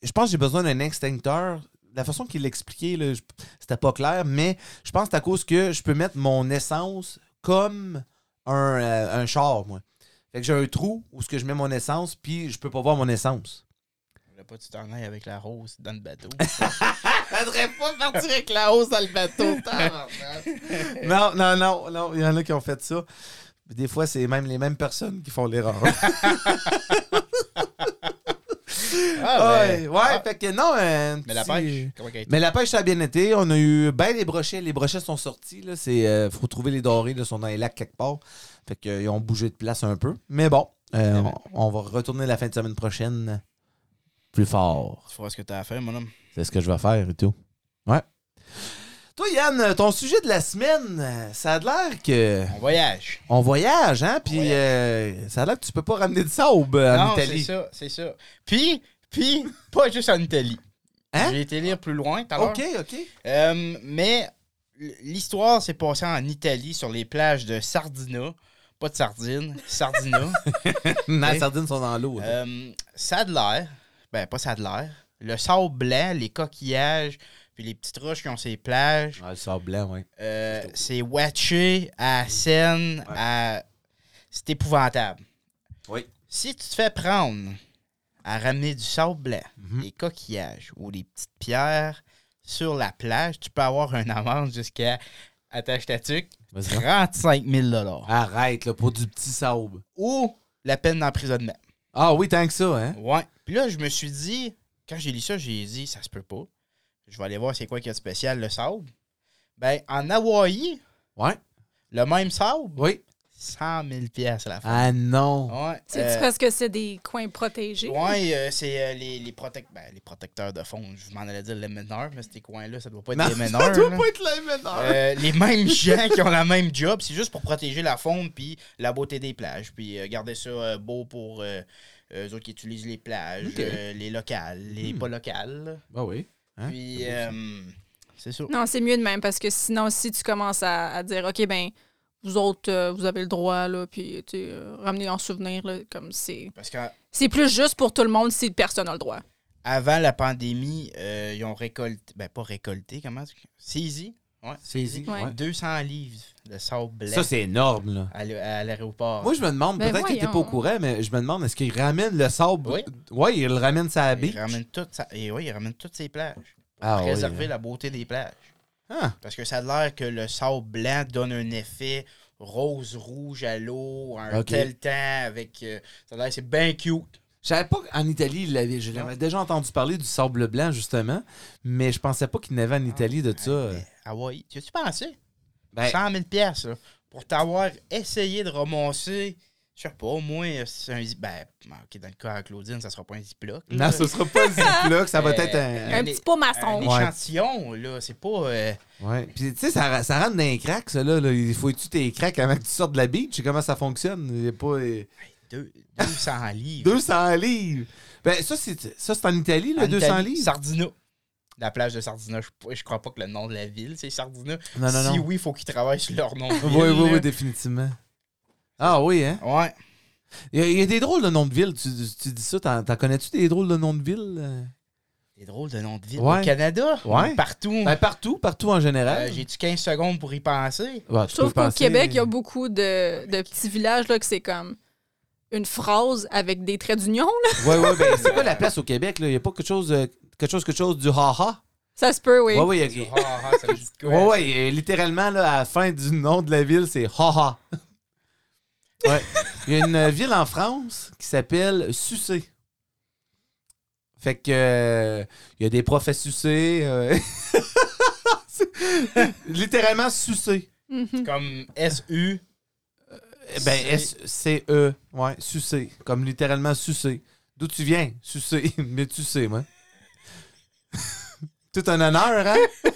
Speaker 1: je pense que j'ai besoin d'un extincteur. La façon qu'il l'expliquait, là, je- c'était pas clair, mais je pense que c'est à cause que je peux mettre mon essence comme un, euh, un char, moi. Fait que j'ai un trou où ce que je mets mon essence, puis je peux pas voir mon essence.
Speaker 2: Là, pas tu t'en ailles avec la rose dans le bateau.
Speaker 1: Ça devrait pas partir
Speaker 2: avec la rose dans le bateau,
Speaker 1: Ah, Non, non, non, non. Il y en a qui ont fait ça. Des fois, c'est même les mêmes personnes qui font l'erreur.
Speaker 2: Ah,
Speaker 1: ouais,
Speaker 2: ben,
Speaker 1: ouais, fait que non. euh,
Speaker 2: Mais la
Speaker 1: si-
Speaker 2: pêche, comment qu'elle est?
Speaker 1: Mais la pêche, ça a bien été. On a eu ben les brochets. Les brochets sont sortis. Il faut trouver les dorés. Ils sont dans les lacs quelque part. Fait qu'ils ont bougé de place un peu. Mais bon, euh, on, on va retourner la fin de semaine prochaine euh, plus fort.
Speaker 2: Tu feras ce que t'as à faire, mon homme.
Speaker 1: C'est ce que je vais faire et tout. Ouais. Toi, Yann, ton sujet de la semaine, euh, ça a l'air que...
Speaker 2: On voyage.
Speaker 1: On voyage, hein? Puis euh, ça a l'air que tu peux pas ramener de sable euh, en
Speaker 2: non, c'est
Speaker 1: Italie.
Speaker 2: ça, c'est ça. Puis, puis, pas juste en Italie.
Speaker 1: Hein?
Speaker 2: J'ai été lire plus loin tout à l'heure.
Speaker 1: OK, OK.
Speaker 2: Euh, mais l'histoire s'est passée en Italie sur les plages de Sardina. Pas de sardine, Sardina.
Speaker 1: Non,
Speaker 2: Ok.
Speaker 1: les sardines sont dans l'eau. là.
Speaker 2: Euh, ça a de l'air. Ben, pas ça a de l'air. Le sable blanc, les coquillages, puis les petites roches qui ont ces plages,
Speaker 1: Ah, le sable blanc, oui.
Speaker 2: euh, c'est watché à la Seine. à- C'est épouvantable.
Speaker 1: Oui.
Speaker 2: Si tu te fais prendre à ramener du sable blanc, des coquillages ou des petites pierres sur la plage, tu peux avoir une amende jusqu'à, attache ta tuque,
Speaker 1: Vas-y.
Speaker 2: 35 000
Speaker 1: Arrête, là, pour du petit sable.
Speaker 2: Ou la peine d'emprisonnement.
Speaker 1: Ah oui, tant que ça, hein?
Speaker 2: Ouais. Puis là, je me suis dit, quand j'ai lu ça, j'ai dit, ça se peut pas. Je vais aller voir c'est quoi qui est spécial, le sable. Ben, en Hawaï,
Speaker 1: Ouais.
Speaker 2: le même sable,
Speaker 1: Oui.
Speaker 2: 100 000 pièces à la fin.
Speaker 1: Ah non.
Speaker 2: Ouais.
Speaker 3: C'est
Speaker 2: euh,
Speaker 3: parce que c'est des coins protégés.
Speaker 2: ouais, euh, c'est euh, les, les, protec- ben, les protecteurs de fond. Je m'en allais dire les meneurs, mais ces coins-là, ça doit pas être
Speaker 1: Non,
Speaker 2: les meneurs.
Speaker 1: ça doit Ah,
Speaker 2: là.
Speaker 1: pas être la meneur.
Speaker 2: Euh, les mêmes gens qui ont la même job, c'est juste pour protéger la faune puis la beauté des plages. Puis euh, garder ça euh, beau pour euh, eux autres qui utilisent les plages,
Speaker 1: Ok.
Speaker 2: euh, les locales, les pas locales.
Speaker 1: Ah oui. Hein?
Speaker 2: Puis,
Speaker 1: C'est beau, ça.
Speaker 2: euh, c'est ça.
Speaker 3: Non, c'est mieux de même parce que sinon, si tu commences à, à dire, OK, ben, vous autres, euh, vous avez le droit, là, puis, tu sais, euh, ramener en souvenir, là, comme c'est.
Speaker 2: Parce qu'avant
Speaker 3: C'est plus juste pour tout le monde si personne a le droit.
Speaker 2: la pandémie, euh, ils ont récolté, ben pas récolté, comment tu Saisi. Ouais, saisi.
Speaker 3: Ouais.
Speaker 2: 200 livres de sable blanc
Speaker 1: Ça, c'est énorme, là.
Speaker 2: à l'- à l'aéroport.
Speaker 1: Moi, je me demande,
Speaker 3: Ben
Speaker 1: peut-être que t'es pas
Speaker 3: voyons.
Speaker 1: au courant, mais je me demande, est-ce qu'ils ramènent le sable?
Speaker 2: Oui.
Speaker 1: Ouais, ils le ramènent ça à la
Speaker 2: Ils
Speaker 1: beach.
Speaker 2: ramènent, toutes sa- et ouais, ils ramènent toutes ces plages.
Speaker 1: Ah oui.
Speaker 2: Préserver la beauté des plages.
Speaker 1: Ah,
Speaker 2: Parce que ça a l'air que le sable blanc donne un effet rose-rouge à l'eau à un
Speaker 1: Ok.
Speaker 2: tel temps avec. euh, ça a l'air que c'est bien cute.
Speaker 1: Je savais pas qu'en Italie, il l'avait. Je l'avais déjà entendu parler du sable blanc, justement, mais je pensais pas qu'il n'avait en Italie
Speaker 2: Ah,
Speaker 1: de ça. euh.
Speaker 2: Hawaii. Tu as-tu pensé?
Speaker 1: Ben,
Speaker 2: 100 000 pièces pour t'avoir essayé de ramasser. Je sais pas, au moins, euh, c'est un. zip- Ben, ok, dans le cas à Claudine, ça sera pas un ziploc. là.
Speaker 1: non, ce sera pas un ziploc, ça va
Speaker 2: Euh,
Speaker 1: être un.
Speaker 3: Un
Speaker 2: é-
Speaker 3: petit pot maçon.
Speaker 2: Un
Speaker 1: Ouais.
Speaker 2: échantillon, là. C'est pas. euh,
Speaker 1: Ouais. Puis, tu sais, ça, ça rentre dans les cracks, ça, là. là. Il faut tu tes cracks avant que tu sortes de la beach. C'est Comment ça fonctionne? Il y a pas. euh,
Speaker 2: deux- 200 livres.
Speaker 1: 200 livres! Ben, ça, c'est ça, c'est en Italie, là,
Speaker 2: En
Speaker 1: 200
Speaker 2: Italie,
Speaker 1: livres?
Speaker 2: Sardina. La plage de Sardina, je, je crois pas que le nom de la ville, c'est Sardina.
Speaker 1: Non, non, non.
Speaker 2: Si oui, il faut qu'ils travaillent sur leur nom. de
Speaker 1: Oui,
Speaker 2: ville,
Speaker 1: oui, oui,
Speaker 2: là.
Speaker 1: définitivement. Ah oui, hein?
Speaker 2: Ouais.
Speaker 1: Il y, a- il y a des drôles de noms de villes. Tu, tu dis ça, t'en t'en connais-tu des drôles de noms de villes? euh?
Speaker 2: Des drôles de noms de ville
Speaker 1: Ouais.
Speaker 2: au Canada.
Speaker 1: Ouais.
Speaker 2: Partout.
Speaker 1: Ben, partout, partout en général.
Speaker 2: Euh, J'ai-tu 15 secondes pour y penser?
Speaker 1: Ouais, tu
Speaker 3: Je
Speaker 1: peux
Speaker 3: trouve qu'au
Speaker 1: penser- euh,
Speaker 3: Québec, il y a beaucoup de, de petits villages là, que c'est comme une phrase avec des traits d'union. là.
Speaker 1: Ouais, ouais, ben, c'est quoi la place au Québec, là? Il n'y a pas quelque chose, euh, quelque chose, quelque chose du ha-ha?
Speaker 3: Ça se peut, oui.
Speaker 1: Ouais, ouais, il y
Speaker 2: Ah,
Speaker 1: a-
Speaker 2: ah, ça me dit de
Speaker 1: ouais,
Speaker 2: quoi?
Speaker 1: ouais, euh, littéralement, là, à la fin du nom de la ville, c'est ha-ha. Ouais. Il y a une euh, ville en France qui s'appelle Sucé. Fait que euh, il y a des profs à sucer. euh, c'est- littéralement sucer.
Speaker 3: Mhm.
Speaker 2: Comme SU.
Speaker 1: Eh Ben S-C-E. Ouais, sucer. Comme littéralement sucer. D'où tu viens? Sucer. Mais tu sais, moi. Tout un honneur, hein?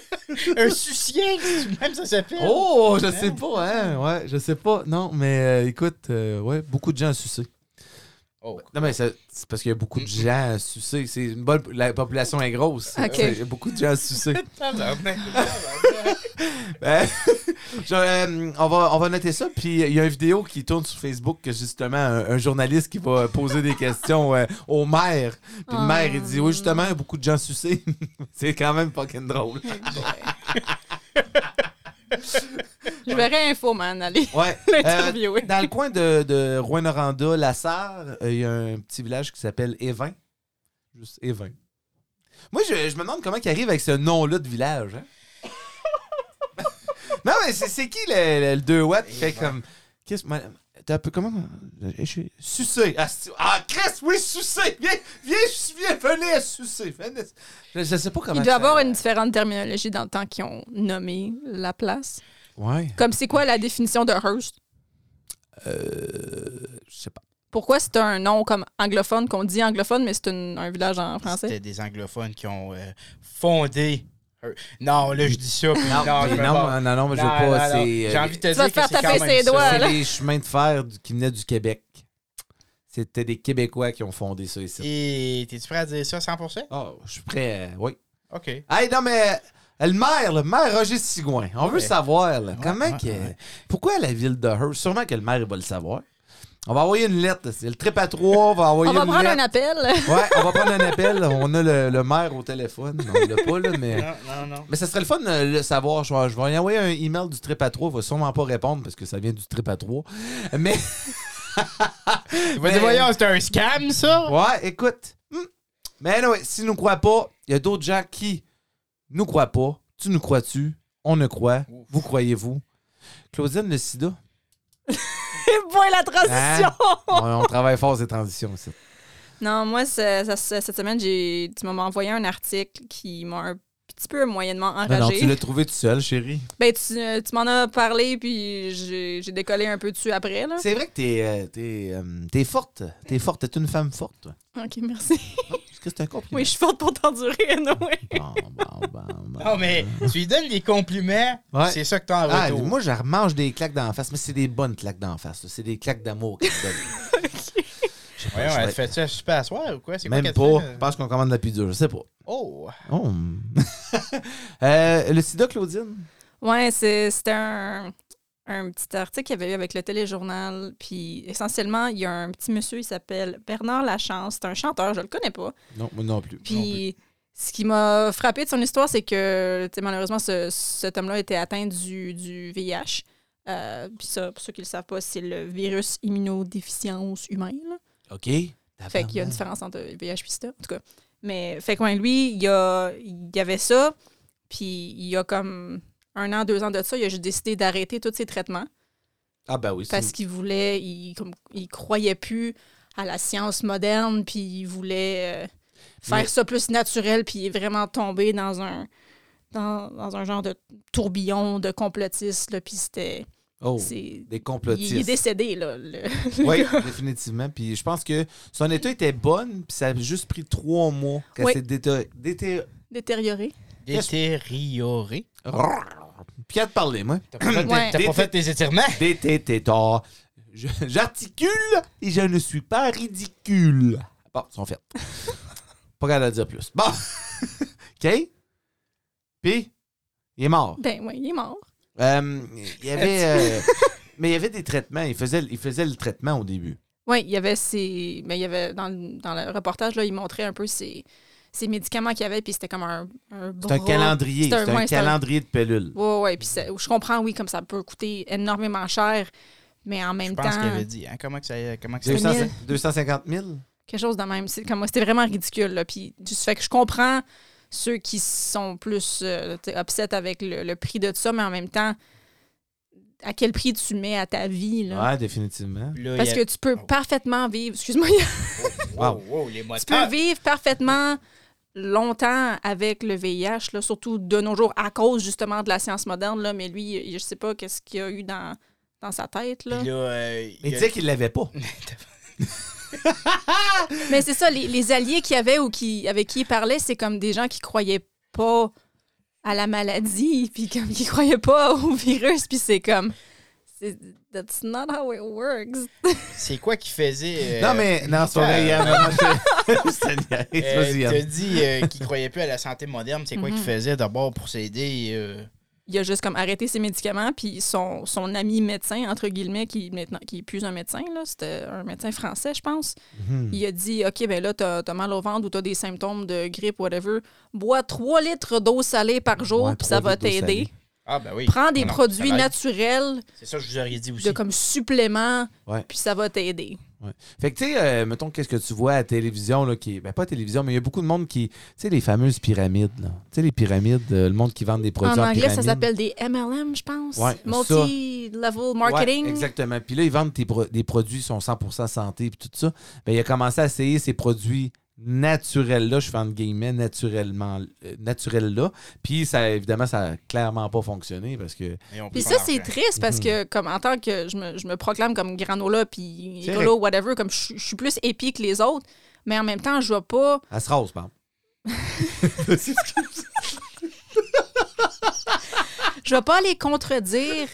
Speaker 2: Un sucien, même ça s'appelle.
Speaker 1: Oh, je sais pas, hein? Ouais, je sais pas. Non, mais euh, écoute, euh, ouais, beaucoup de gens sucer.
Speaker 2: Oh.
Speaker 1: Non, mais ça- c'est parce qu'il y a beaucoup de gens à sucer. C'est une bonne... La population est grosse.
Speaker 3: Ok.
Speaker 1: C'est- Il y a beaucoup de gens à sucer.
Speaker 2: Tabarnak.
Speaker 1: Ben, je- euh, on, va, on va noter ça. Puis il y a une vidéo qui tourne sur Facebook que justement un, un journaliste qui va poser des questions euh, au maire. Puis le maire, il dit Oui, justement, il y a beaucoup de gens sucés. C'est quand même fucking drôle.
Speaker 3: Je verrais Infoman aller
Speaker 1: Ouais. Euh,
Speaker 3: l'interviewer.
Speaker 1: dans le coin de, de Rouen-Noranda, La Sarre, euh, il y a un petit village qui s'appelle Évin. Juste Évin. Moi, je, je me demande comment il arrive avec ce nom-là de village. hein. non, mais c'est, c'est qui le, le, 2 watts qui fait comme. Qu'est-ce que. T'as un peu comment. Je suis. Sucé. Ah, c'est- ah, Chris, oui, sucé. Viens, viens, viens, venez à sucer. Venez. Je, je sais pas comment.
Speaker 3: Il doit
Speaker 1: ça-
Speaker 3: avoir une différente terminologie dans le temps qu'ils ont nommé la place.
Speaker 1: Ouais.
Speaker 3: Comme c'est quoi la définition de Hearst?
Speaker 1: Euh, je sais pas.
Speaker 3: Pourquoi c'est un nom comme anglophone qu'on dit anglophone, mais c'est une- un village en français?
Speaker 2: C'était des anglophones qui ont euh, fondé. Hearst. Non, là, je dis ça. puis
Speaker 1: Non,
Speaker 2: non,
Speaker 1: mais
Speaker 2: je me
Speaker 1: Ah, non,
Speaker 2: barre.
Speaker 1: non, non, mais je veux
Speaker 2: Non,
Speaker 1: pas.
Speaker 2: non, non.
Speaker 1: c'est, euh,
Speaker 2: J'ai envie de te
Speaker 3: Tu
Speaker 2: dire
Speaker 3: vas te
Speaker 2: que
Speaker 3: faire
Speaker 2: c'est quand
Speaker 3: taper
Speaker 2: même
Speaker 3: ses
Speaker 2: ça.
Speaker 3: doigts,
Speaker 1: C'est
Speaker 3: là.
Speaker 1: les chemins de fer du- qui venaient du Québec. C'était des Québécois qui ont fondé ça ici.
Speaker 2: Et t'es-tu prêt à dire ça 100%?
Speaker 1: Oh, je suis prêt, euh, oui.
Speaker 2: OK.
Speaker 1: Hey, non, mais euh, le maire, le maire Roger Sigouin, on veut
Speaker 2: Ouais.
Speaker 1: savoir, là, comment
Speaker 2: ouais,
Speaker 1: que-
Speaker 2: ouais.
Speaker 1: Pourquoi la ville de Hearst? Sûrement que le maire, il va le savoir. On va envoyer une lettre. C'est le trip à trois, on va envoyer
Speaker 3: On va
Speaker 1: une
Speaker 3: prendre un
Speaker 1: lettre.
Speaker 3: appel.
Speaker 1: Ouais, on va prendre un appel. On a le, le maire au téléphone. On l'a pas, là, mais...
Speaker 2: Non, non, non.
Speaker 1: Mais ça serait le fun de le savoir. Je vais, je vais lui envoyer un email du trip à 3. Il va sûrement pas répondre parce que ça vient du trip à 3. Mais,
Speaker 2: Il va dire, voyons, c'est un scam, ça?
Speaker 1: ouais, écoute. Hmm. Mais anyway, s'il nous croit pas, il y a d'autres gens qui nous croient pas. Tu nous crois-tu? On ne croit.
Speaker 2: Ouf.
Speaker 1: Vous croyez-vous? Claudine, le sida.
Speaker 3: Et voilà la transition!
Speaker 1: on, on travaille fort ces transitions. Ça.
Speaker 3: Ah. Non, moi, ce- ça- ce- cette semaine, j'ai, tu m'as envoyé un article qui m'a un petit peu moyennement
Speaker 1: Non,
Speaker 3: enragé.
Speaker 1: non, tu l'as trouvé tout seul, chérie.
Speaker 3: Ben, tu, euh, tu m'en as parlé, puis j'ai, j'ai décollé un peu dessus après. Là.
Speaker 1: C'est vrai que t'es euh, t'es, euh, t'es forte. T'es forte. T'es une femme forte. toi.
Speaker 3: Ok, merci.
Speaker 1: Est-ce que c'est un compliment?
Speaker 3: Oui, je suis forte pour t'endurer, anyway.
Speaker 1: Bon, bon, bon, bon.
Speaker 2: Non, mais tu lui donnes des compliments,
Speaker 1: Ouais.
Speaker 2: c'est ça que t'as en
Speaker 1: Ah,
Speaker 2: retour.
Speaker 1: moi, je remange des claques d'en face, mais c'est des bonnes claques d'en face. là. C'est des claques d'amour qu'elle me donne. Je sais pas,
Speaker 2: Voyons,
Speaker 1: je
Speaker 2: elle
Speaker 1: vais-
Speaker 2: te fait ça super à soir ou quoi? C'est quoi
Speaker 1: Même
Speaker 2: qu'elle te
Speaker 1: pas.
Speaker 2: fait,
Speaker 1: Je
Speaker 2: euh?
Speaker 1: pense qu'on commande la plus dure. Je sais pas.
Speaker 2: Oh!
Speaker 1: Oh. Euh, le sida, Claudine.
Speaker 3: Ouais, c'est- c'était un, un petit article qu'il y avait eu avec le téléjournal. Puis essentiellement, il y a un petit monsieur, il s'appelle Bernard Lachance. C'est un chanteur, je le connais pas.
Speaker 1: Non, moi non plus.
Speaker 3: Puis ce qui m'a frappé de son histoire, c'est que tu sais, malheureusement, ce, cet homme-là était atteint du, du VIH. Euh, puis ça, pour ceux qui le savent pas, c'est le virus immunodéficience humaine. là.
Speaker 1: OK.
Speaker 3: Fait qu'il y a une différence entre VIH et sida, en tout cas. Mais, fait que, ouais, lui, il y a, il y avait ça, puis il y a comme un an, deux ans de ça, il a juste décidé d'arrêter tous ses traitements
Speaker 1: Ah, ben oui. c'est-
Speaker 3: parce qu'il voulait, il, comme, il croyait plus à la science moderne, puis il voulait euh, faire
Speaker 1: Mais-
Speaker 3: ça plus naturel, puis il est vraiment tombé dans un, dans, dans un genre de tourbillon de complotistes, là, puis c'était...
Speaker 1: Oh,
Speaker 3: c'est-
Speaker 1: des
Speaker 3: il,
Speaker 1: complotistes.
Speaker 3: il est décédé, là. le-
Speaker 1: Oui, définitivement. Puis je pense que son état était bonne, puis ça a juste pris trois mois qu'elle
Speaker 3: Oui.
Speaker 1: s'est déta- dété-
Speaker 3: détérioré.
Speaker 2: Détérioré.
Speaker 1: Puis elle te parlait, moi.
Speaker 2: T'as pas, fait tes-
Speaker 3: Ouais.
Speaker 2: t'as pas fait tes étirements?
Speaker 1: DTTR. Je- J'articule et je ne suis pas ridicule. Bon, ils sont faits. pas capable de dire plus. Bon. OK? Puis, il est mort.
Speaker 3: Ben oui, il est mort.
Speaker 1: Euh, il y avait... euh, mais il y avait des traitements. Il faisait, il faisait le traitement au début.
Speaker 3: Oui, il y avait ces. Mais il y avait dans, le- dans le reportage, là, il montrait un peu ces, ces médicaments qu'il y avait, puis c'était comme un. un
Speaker 1: C'est un
Speaker 3: bras.
Speaker 1: calendrier.
Speaker 3: Oh. c'est un-
Speaker 1: C'est un
Speaker 3: ouais, c'est un-
Speaker 1: calendrier de pellules.
Speaker 3: Ouais, ouais, puis ça- je comprends, oui, comme ça peut coûter énormément cher, mais en
Speaker 2: Je
Speaker 3: même temps.
Speaker 2: pense qu'il avait dit, hein, comment que ça... Comment que ça...
Speaker 1: 200 250 000?
Speaker 3: Quelque chose de même. C'est comme- C'était vraiment ridicule, là. Puis du fait que je comprends ceux qui sont plus euh, tu sais, upset avec le, le prix de ça, mais en même temps, à quel prix tu mets à ta vie. Là.
Speaker 1: Ouais, définitivement.
Speaker 2: Là,
Speaker 3: Parce
Speaker 2: il y
Speaker 3: que
Speaker 2: a-
Speaker 3: tu peux
Speaker 2: Oh.
Speaker 3: parfaitement vivre. Excuse-moi,
Speaker 2: Wow, wow, les mots de
Speaker 3: tu peux vivre parfaitement longtemps avec le VIH, là, surtout de nos jours, à cause justement de la science moderne. Là, mais lui, il- je sais pas qu'est-ce qu'il a eu dans, dans sa tête. Là.
Speaker 2: Puis là, euh, il
Speaker 1: Mais
Speaker 2: y
Speaker 1: tu
Speaker 2: a-
Speaker 1: disais qu'il l'avait pas.
Speaker 3: Mais c'est ça, les, les alliés qu'il y avait ou qui, avec qui il parlait, c'est comme des gens qui croyaient pas à la maladie, puis comme qui croyaient pas au virus, puis c'est comme. c'est- That's not how it works.
Speaker 2: C'est quoi qui faisait. euh,
Speaker 1: non, mais non, c'est pas vrai,
Speaker 2: euh,
Speaker 1: Yann. non, non, je- je te niaise.
Speaker 2: Euh,
Speaker 1: Vas-y,
Speaker 2: t'as
Speaker 1: Yann.
Speaker 2: dit euh, qu'il croyait plus à la santé moderne. C'est quoi qu'il faisait d'abord pour s'aider? euh,
Speaker 3: Il a juste comme arrêté ses médicaments, puis son, son ami médecin, entre guillemets, qui maintenant qui est plus un médecin, là, c'était un médecin français, je pense.
Speaker 1: Mhm.
Speaker 3: Il a dit OK, ben là, t'as as mal au ventre ou t'as des symptômes de grippe, whatever. Bois 3 litres d'eau salée par jour,
Speaker 1: Ouais,
Speaker 3: puis
Speaker 1: trois
Speaker 3: ça va
Speaker 1: litres d'eau
Speaker 3: t'aider.
Speaker 1: salée.
Speaker 2: Ah, ben oui.
Speaker 3: Prends des
Speaker 2: Non, non,
Speaker 3: produits
Speaker 2: ça l'aide.
Speaker 3: naturels
Speaker 2: C'est ça que je vous aurais dit aussi.
Speaker 3: de comme supplément,
Speaker 1: Ouais.
Speaker 3: puis ça va t'aider.
Speaker 1: Fait que, tu sais, euh, mettons, qu'est-ce que tu vois à la télévision, là, qui... Ben, pas à la télévision, mais il y a beaucoup de monde qui... Tu sais, les fameuses pyramides, là. Tu sais, les pyramides, euh, le monde qui vend des produits
Speaker 3: En
Speaker 1: en,
Speaker 3: anglais, ça
Speaker 1: pyramide.
Speaker 3: s'appelle des MLM, je pense.
Speaker 1: Ouais,
Speaker 3: Multi-level marketing.
Speaker 1: Ouais, exactement. Puis là, ils vendent tes pro- des produits qui sont 100% santé puis tout ça. Ben, il a commencé à essayer ces produits naturels-là, je fais entre guillemets, naturellement, euh, naturels-là. Puis ça, évidemment, ça a clairement pas fonctionné parce que...
Speaker 2: Et on prend
Speaker 3: Puis ça,
Speaker 2: l'argent.
Speaker 3: c'est triste parce
Speaker 1: Mm-hmm.
Speaker 3: que, comme en tant que je me, je me proclame comme granola, puis
Speaker 1: C'est
Speaker 3: écolo, whatever, comme je suis- je suis plus épi que les autres, mais en même temps, je vois pas.
Speaker 1: Elle se rase, par Ah exemple.
Speaker 3: Je vais pas aller contredire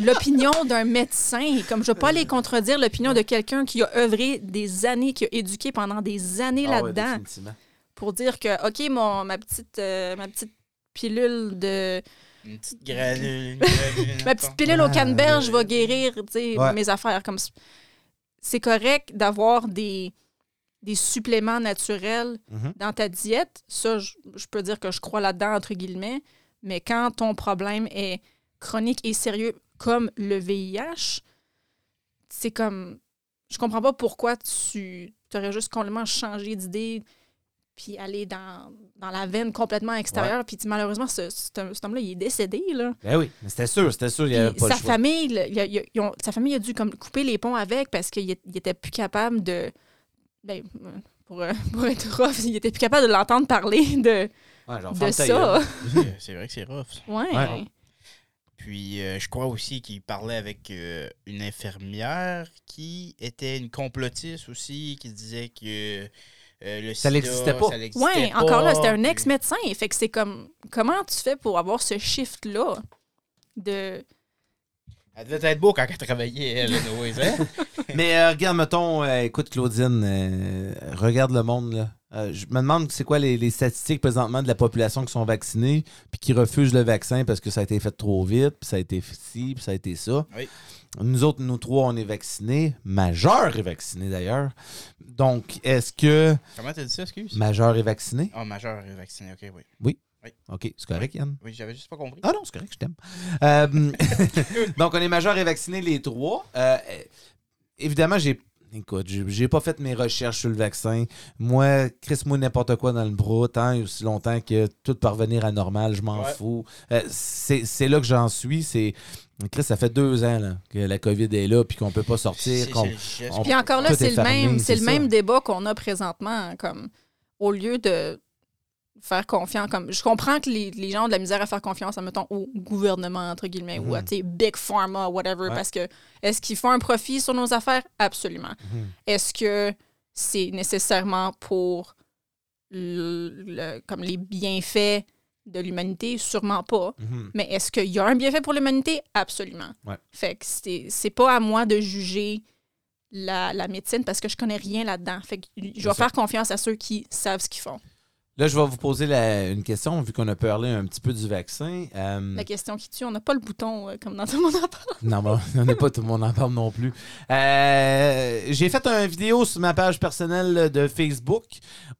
Speaker 3: l'opinion d'un médecin, comme je vais pas aller contredire l'opinion de quelqu'un qui a œuvré des années, qui a éduqué pendant des années
Speaker 1: Ah ouais,
Speaker 3: là-dedans,
Speaker 1: définitivement.
Speaker 3: pour dire que, OK, mon, ma, petite, euh, ma petite pilule de...
Speaker 2: Une petite granule.
Speaker 3: Ma petite pilule au canneberge va guérir tu sais,
Speaker 1: Ouais.
Speaker 3: mes affaires. comme c- C'est correct d'avoir des, des suppléments naturels
Speaker 1: Mhm.
Speaker 3: dans ta diète. Ça, je je peux dire que je crois là-dedans, entre guillemets. Mais quand ton problème est chronique et sérieux, comme le VIH, c'est comme. Je comprends pas pourquoi tu aurais juste complètement changé d'idée puis aller dans, dans la veine complètement extérieure. Puis tu- malheureusement, ce- cet homme- cet homme-là, il est décédé. Là.
Speaker 1: Ben oui, mais c'était sûr, c'était sûr, il n'y avait
Speaker 3: Puis
Speaker 1: euh, pas le
Speaker 3: sa
Speaker 1: choix.
Speaker 3: famille, le- il a- il a- ils ont- sa famille a dû comme couper les ponts avec parce qu'il est- il était plus capable de. ben, pour, euh, pour être rough, il était plus capable de l'entendre parler de,
Speaker 1: Ouais, genre,
Speaker 3: de
Speaker 1: ferme ta
Speaker 3: ça.
Speaker 1: gueule.
Speaker 2: C'est- C'est vrai que c'est rough. ça.
Speaker 3: Ouais.
Speaker 1: Ouais.
Speaker 2: Puis euh, je crois aussi qu'il parlait avec euh, une infirmière qui était une complotiste aussi, qui disait que euh, le
Speaker 1: Ça
Speaker 2: sida,
Speaker 1: n'existait pas.
Speaker 2: ça n'existait
Speaker 3: Ouais,
Speaker 2: pas.
Speaker 3: encore là, c'était un
Speaker 2: Puis-
Speaker 3: ex-médecin. Fait que c'est comme. Comment tu fais pour avoir ce shift-là de.
Speaker 2: Elle devait être beau quand elle travaillait, elle, anyways, hein?
Speaker 1: Mais euh, regarde, mettons, euh, écoute, Claudine, euh, regarde le monde, là. Euh, je me demande c'est quoi les, les statistiques présentement de la population qui sont vaccinées puis qui refusent le vaccin parce que ça a été fait trop vite, puis ça a été ci, puis ça a été ça.
Speaker 2: Oui.
Speaker 1: Nous autres, nous trois, on est vaccinés. Majeur est vacciné, d'ailleurs. Donc, est-ce que
Speaker 2: Comment t'as dit ça, excuse?
Speaker 1: Majeur est vacciné?
Speaker 2: Oh, majeur est vacciné, ok, oui.
Speaker 1: OK, c'est correct, Yann?
Speaker 2: Oui, j'avais juste pas compris.
Speaker 1: Ah non, c'est correct, je t'aime. Euh, donc, on est majeur et vacciné les trois. Euh, euh, évidemment, j'ai. Écoute, j'ai j'ai pas fait mes recherches sur le vaccin. Moi, Chris moi n'importe quoi dans le hein, bras, tant et aussi longtemps que tout parvenir à normal, je m'en
Speaker 2: Ouais.
Speaker 1: fous. Euh, c'est c'est là que j'en suis. C'est Chris, ça fait deux ans là, que la COVID est là, puis qu'on peut pas sortir.
Speaker 2: C'est-
Speaker 1: qu'on-
Speaker 2: c'est le geste
Speaker 1: on-
Speaker 3: Puis encore là,
Speaker 1: Tout
Speaker 3: c'est
Speaker 1: est
Speaker 3: le
Speaker 1: fermé,
Speaker 3: même, c'est
Speaker 1: c'est
Speaker 3: le
Speaker 1: ça.
Speaker 3: même débat qu'on a présentement, comme au lieu de faire confiance, comme je comprends que les, les gens ont de la misère à faire confiance, mettons, au gouvernement, entre guillemets, ou à tu sais, Big Pharma, whatever,
Speaker 1: Mhm. Ouais.
Speaker 3: parce que est-ce qu'ils font un profit sur nos affaires? Absolument.
Speaker 1: Mhm.
Speaker 3: Est-ce que c'est nécessairement pour le- le- comme les bienfaits de l'humanité? Sûrement pas.
Speaker 1: Mhm.
Speaker 3: Mais est-ce qu'il y a un bienfait pour l'humanité? Absolument.
Speaker 1: Ouais.
Speaker 3: Fait que c'est c'est pas à moi de juger la, la médecine parce que je connais rien là-dedans. Fait que je vais
Speaker 1: ça.
Speaker 3: faire confiance à ceux qui savent ce qu'ils font.
Speaker 1: Là, je vais vous poser la- une question, vu qu'on a parlé un petit peu du vaccin. Euh,
Speaker 3: La question qui tue, on n'a pas le bouton euh, comme dans tout le monde en parle.
Speaker 1: Non, mais on n'est pas tout le monde en parle non plus. Euh, j'ai fait une vidéo sur ma page personnelle de Facebook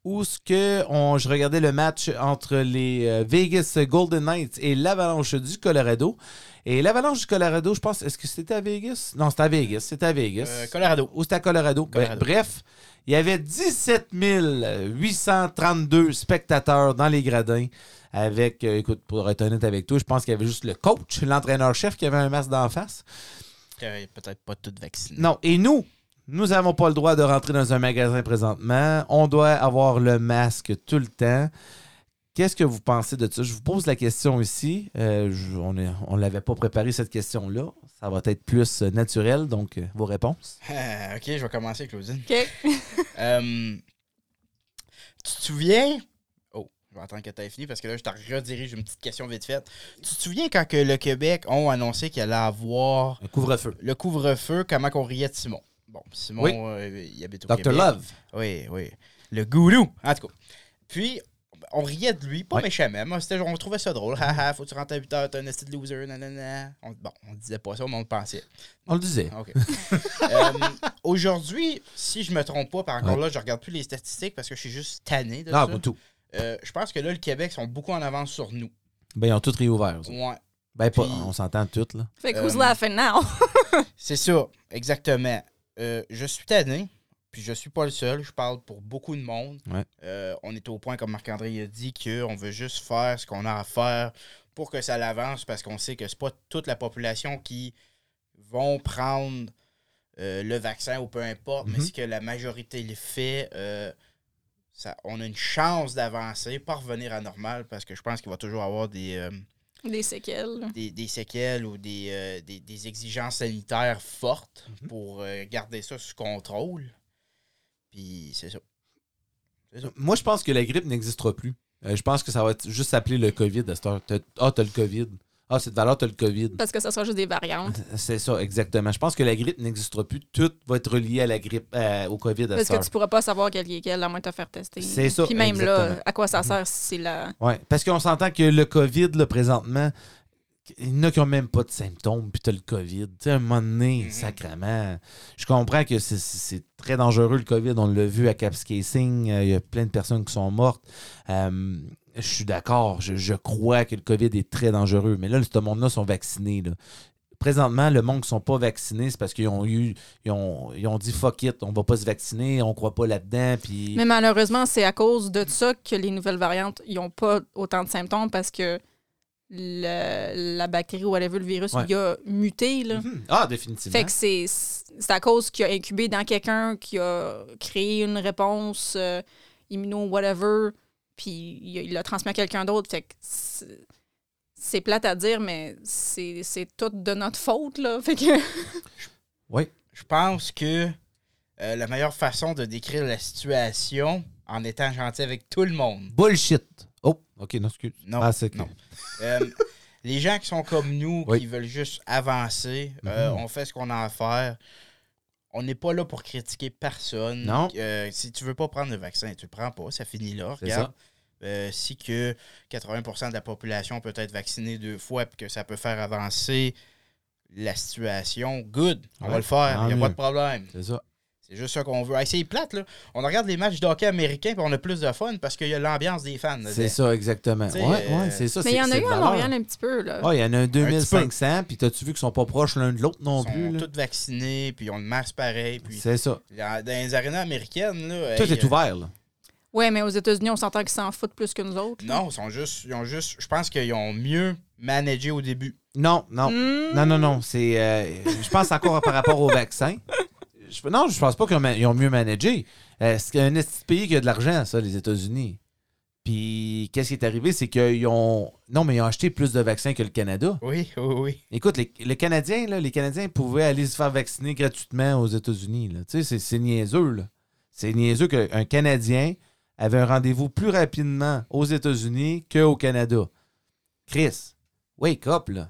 Speaker 1: où ce que on- je regardais le match entre les euh, Vegas Golden Knights et l'Avalanche du Colorado. Et l'Avalanche du Colorado, je pense, est-ce que c'était à Vegas? Non, c'était à Vegas. C'était à Vegas.
Speaker 2: Euh, Colorado.
Speaker 1: Ou c'était à Colorado.
Speaker 2: Colorado.
Speaker 1: Ben, bref, Il y avait 17 832 spectateurs dans les gradins. Avec, euh, écoute, pour être honnête avec toi, je pense qu'il y avait juste le coach, l'entraîneur-chef qui avait un masque d'en face.
Speaker 2: T'aurais peut-être pas tout vacciné.
Speaker 1: Non, et nous, nous n'avons pas le droit de rentrer dans un magasin présentement. On doit avoir le masque tout le temps. Qu'est-ce que vous pensez de ça? Je vous pose la question ici. Euh, je- on ne l'avait pas préparé, cette question-là. Ça va être plus euh, naturel, donc euh, vos réponses.
Speaker 2: Ah, ok, je vais commencer, Claudine.
Speaker 3: OK.
Speaker 2: Euh, tu te souviens. Oh, je vais attendre que tu aies fini parce que là, je te redirige une petite question vite faite. Tu te souviens quand que le Québec ont annoncé qu'il allait avoir
Speaker 1: Un couvre-feu.
Speaker 2: le couvre-feu, comment qu'on riait de Simon? Bon, Simon,
Speaker 1: Oui.
Speaker 2: euh, il habite au
Speaker 1: Dr.
Speaker 2: Québec.
Speaker 1: Love.
Speaker 2: Oui, oui. Le gourou, en tout cas. Puis, on riait de lui, pas
Speaker 1: Ouais.
Speaker 2: méchamment. mais c'était genre, on trouvait ça drôle. Haha, faut que tu rentres à 8 heures, t'es un esti de loser, nanana. On- bon, on disait pas ça, mais on le pensait.
Speaker 1: On le disait.
Speaker 2: OK. Euh, Aujourd'hui, si je me trompe pas, par encore là, je regarde plus les statistiques parce que je suis juste tanné de
Speaker 1: Ah,
Speaker 2: ça.
Speaker 1: pas tout.
Speaker 2: Euh, je pense que là, le Québec sont beaucoup en avance sur nous.
Speaker 1: Ben, ils ont tous réouvert. eux autres.
Speaker 2: Ouais.
Speaker 1: Ben, pas,
Speaker 2: Puis-
Speaker 1: on s'entend toutes, là.
Speaker 3: Fait que who's
Speaker 2: Euh,
Speaker 3: laughing now?
Speaker 2: C'est ça, exactement. Euh, je suis tanné, puis je suis pas le seul. Je parle pour beaucoup de monde.
Speaker 1: Ouais.
Speaker 2: Euh, on est au point, comme Marc-André a dit, qu'on veut juste faire ce qu'on a à faire pour que ça l'avance parce qu'on sait que c'est pas toute la population qui vont prendre euh, le vaccin ou peu importe, mais
Speaker 1: Mhm.
Speaker 2: c'est que la majorité le fait. euh, ça, on a une chance d'avancer, pas revenir à normal parce que je pense qu'il va toujours avoir des. euh,
Speaker 3: Des séquelles.
Speaker 2: des, des séquelles ou des, euh, des, des exigences sanitaires fortes
Speaker 1: Mhm.
Speaker 2: pour euh, garder ça sous contrôle. Puis c'est ça.
Speaker 1: Moi, je pense que la grippe n'existera plus. Euh, je pense que ça va être juste s'appeler le COVID à cette heure. T'as- Ah, t'as le COVID. Ah, cette valeur, t'as le COVID.
Speaker 3: Parce que ça sera juste des variantes.
Speaker 1: C'est ça, exactement. Je pense que la grippe n'existera plus. Tout va être relié à la grippe, euh, au COVID à
Speaker 3: Parce
Speaker 1: cette
Speaker 3: que
Speaker 1: heure.
Speaker 3: tu pourras pas savoir quel est quel, à moins de te faire tester.
Speaker 1: C'est ça,
Speaker 3: Puis même là,
Speaker 1: exactement. Mm-hmm.
Speaker 3: à quoi ça sert si c'est la.
Speaker 1: Ouais, parce qu'on s'entend que le COVID, là, présentement, il y en a qui n'ont même pas de symptômes, puis t'as le COVID. Tu sais, à un moment donné,
Speaker 2: Mhm.
Speaker 1: sacrement. Je comprends que c'est- c'est c'est très dangereux, le COVID. On l'a vu à Capscasing. Il y a plein de personnes qui sont mortes. Euh, je suis d'accord. Je, je crois que le COVID est très dangereux. Mais là, ce monde-là sont vaccinés, là. Présentement, le monde qui sont pas vaccinés, c'est parce qu'ils ont eu, ils ont, ils ont dit fuck it, on va pas se vacciner, on croit pas là-dedans, puis
Speaker 3: Mais malheureusement, c'est à cause de ça que les nouvelles variantes n'ont pas autant de symptômes parce que le- la bactérie ou whatever, le virus,
Speaker 1: Ouais.
Speaker 3: il a muté. Là.
Speaker 1: Mhm. ah définitivement.
Speaker 3: Fait que c'est c'est à cause qu'il a incubé dans quelqu'un, qui a créé une réponse euh, immuno-whatever, puis il a- il l'a transmis à quelqu'un d'autre. Fait que c'est- c'est plate à dire, mais c'est c'est tout de notre faute. Là. Fait que
Speaker 2: Je pense que euh, la meilleure façon de décrire la situation en étant gentil avec tout le monde.
Speaker 1: Bullshit. Oh, ok, non, excuse.
Speaker 2: Non,
Speaker 1: Ah, c'est que-
Speaker 2: non. Euh, les gens qui sont comme nous,
Speaker 1: Oui.
Speaker 2: qui veulent juste avancer, euh,
Speaker 1: Mhm.
Speaker 2: on fait ce qu'on a à faire. On n'est pas là pour critiquer personne.
Speaker 1: Non.
Speaker 2: Euh, si tu veux pas prendre le vaccin, tu le prends pas, ça finit là.
Speaker 1: C'est
Speaker 2: Regarde. Euh, si que 80% de la population peut être vaccinée deux fois et que ça peut faire avancer la situation, good, on va
Speaker 1: Ouais,
Speaker 2: le faire,
Speaker 1: tant
Speaker 2: il n'y a
Speaker 1: mieux.
Speaker 2: pas de problème.
Speaker 1: C'est ça.
Speaker 2: C'est juste ça qu'on veut. Hey, c'est plate, là. On regarde les matchs de hockey américains puis on a plus de fun parce qu'il y a l'ambiance des fans. là,
Speaker 1: C'est
Speaker 2: dedans.
Speaker 1: ça, exactement.
Speaker 2: T'sais,
Speaker 1: Ouais,
Speaker 2: euh,
Speaker 1: ouais, c'est ça.
Speaker 3: mais
Speaker 1: c'est-
Speaker 3: il y en a
Speaker 1: c'est
Speaker 3: eu
Speaker 1: de
Speaker 3: à
Speaker 1: valeur.
Speaker 3: Montréal euh. un petit peu. Là.
Speaker 1: Ah, il y en a un
Speaker 2: peu.
Speaker 1: 2500, puis t'as-tu vu qu'ils sont pas proches l'un de l'autre non
Speaker 2: Ils
Speaker 1: plus?
Speaker 2: sont
Speaker 1: là?
Speaker 2: tous vaccinés, puis on le masse pareil. Puis
Speaker 1: C'est ça.
Speaker 2: dans dans les arénas américaines, là,
Speaker 1: Tout
Speaker 2: hey, euh.
Speaker 1: est ouvert, là.
Speaker 3: Ouais, mais aux États-Unis, on s'entend qu'ils s'en foutent plus que nous autres.
Speaker 2: euh, non, ils sont juste, ils ont juste, je pense qu'ils ont mieux managé au début.
Speaker 1: Non, non.
Speaker 3: Hmm.
Speaker 1: Non, non, non. C'est, euh, je pense encore par rapport au vaccin. Je- non, je pense pas qu'ils ont, ma- ils ont mieux managé. Euh, c'est un esti de pays qui a de l'argent, ça, les États-Unis. Puis, qu'est-ce qui est arrivé? C'est qu'ils ont. Non, mais ils ont acheté plus de vaccins que le Canada.
Speaker 2: Oui, oui, oui.
Speaker 1: Écoute, les, les Canadiens, là, les Canadiens pouvaient aller se faire vacciner gratuitement aux États-Unis. là. Tu sais, c'est- c'est niaiseux. là. C'est niaiseux qu'un Canadien avait un rendez-vous plus rapidement aux États-Unis qu'au Canada. Chris, wake up, là.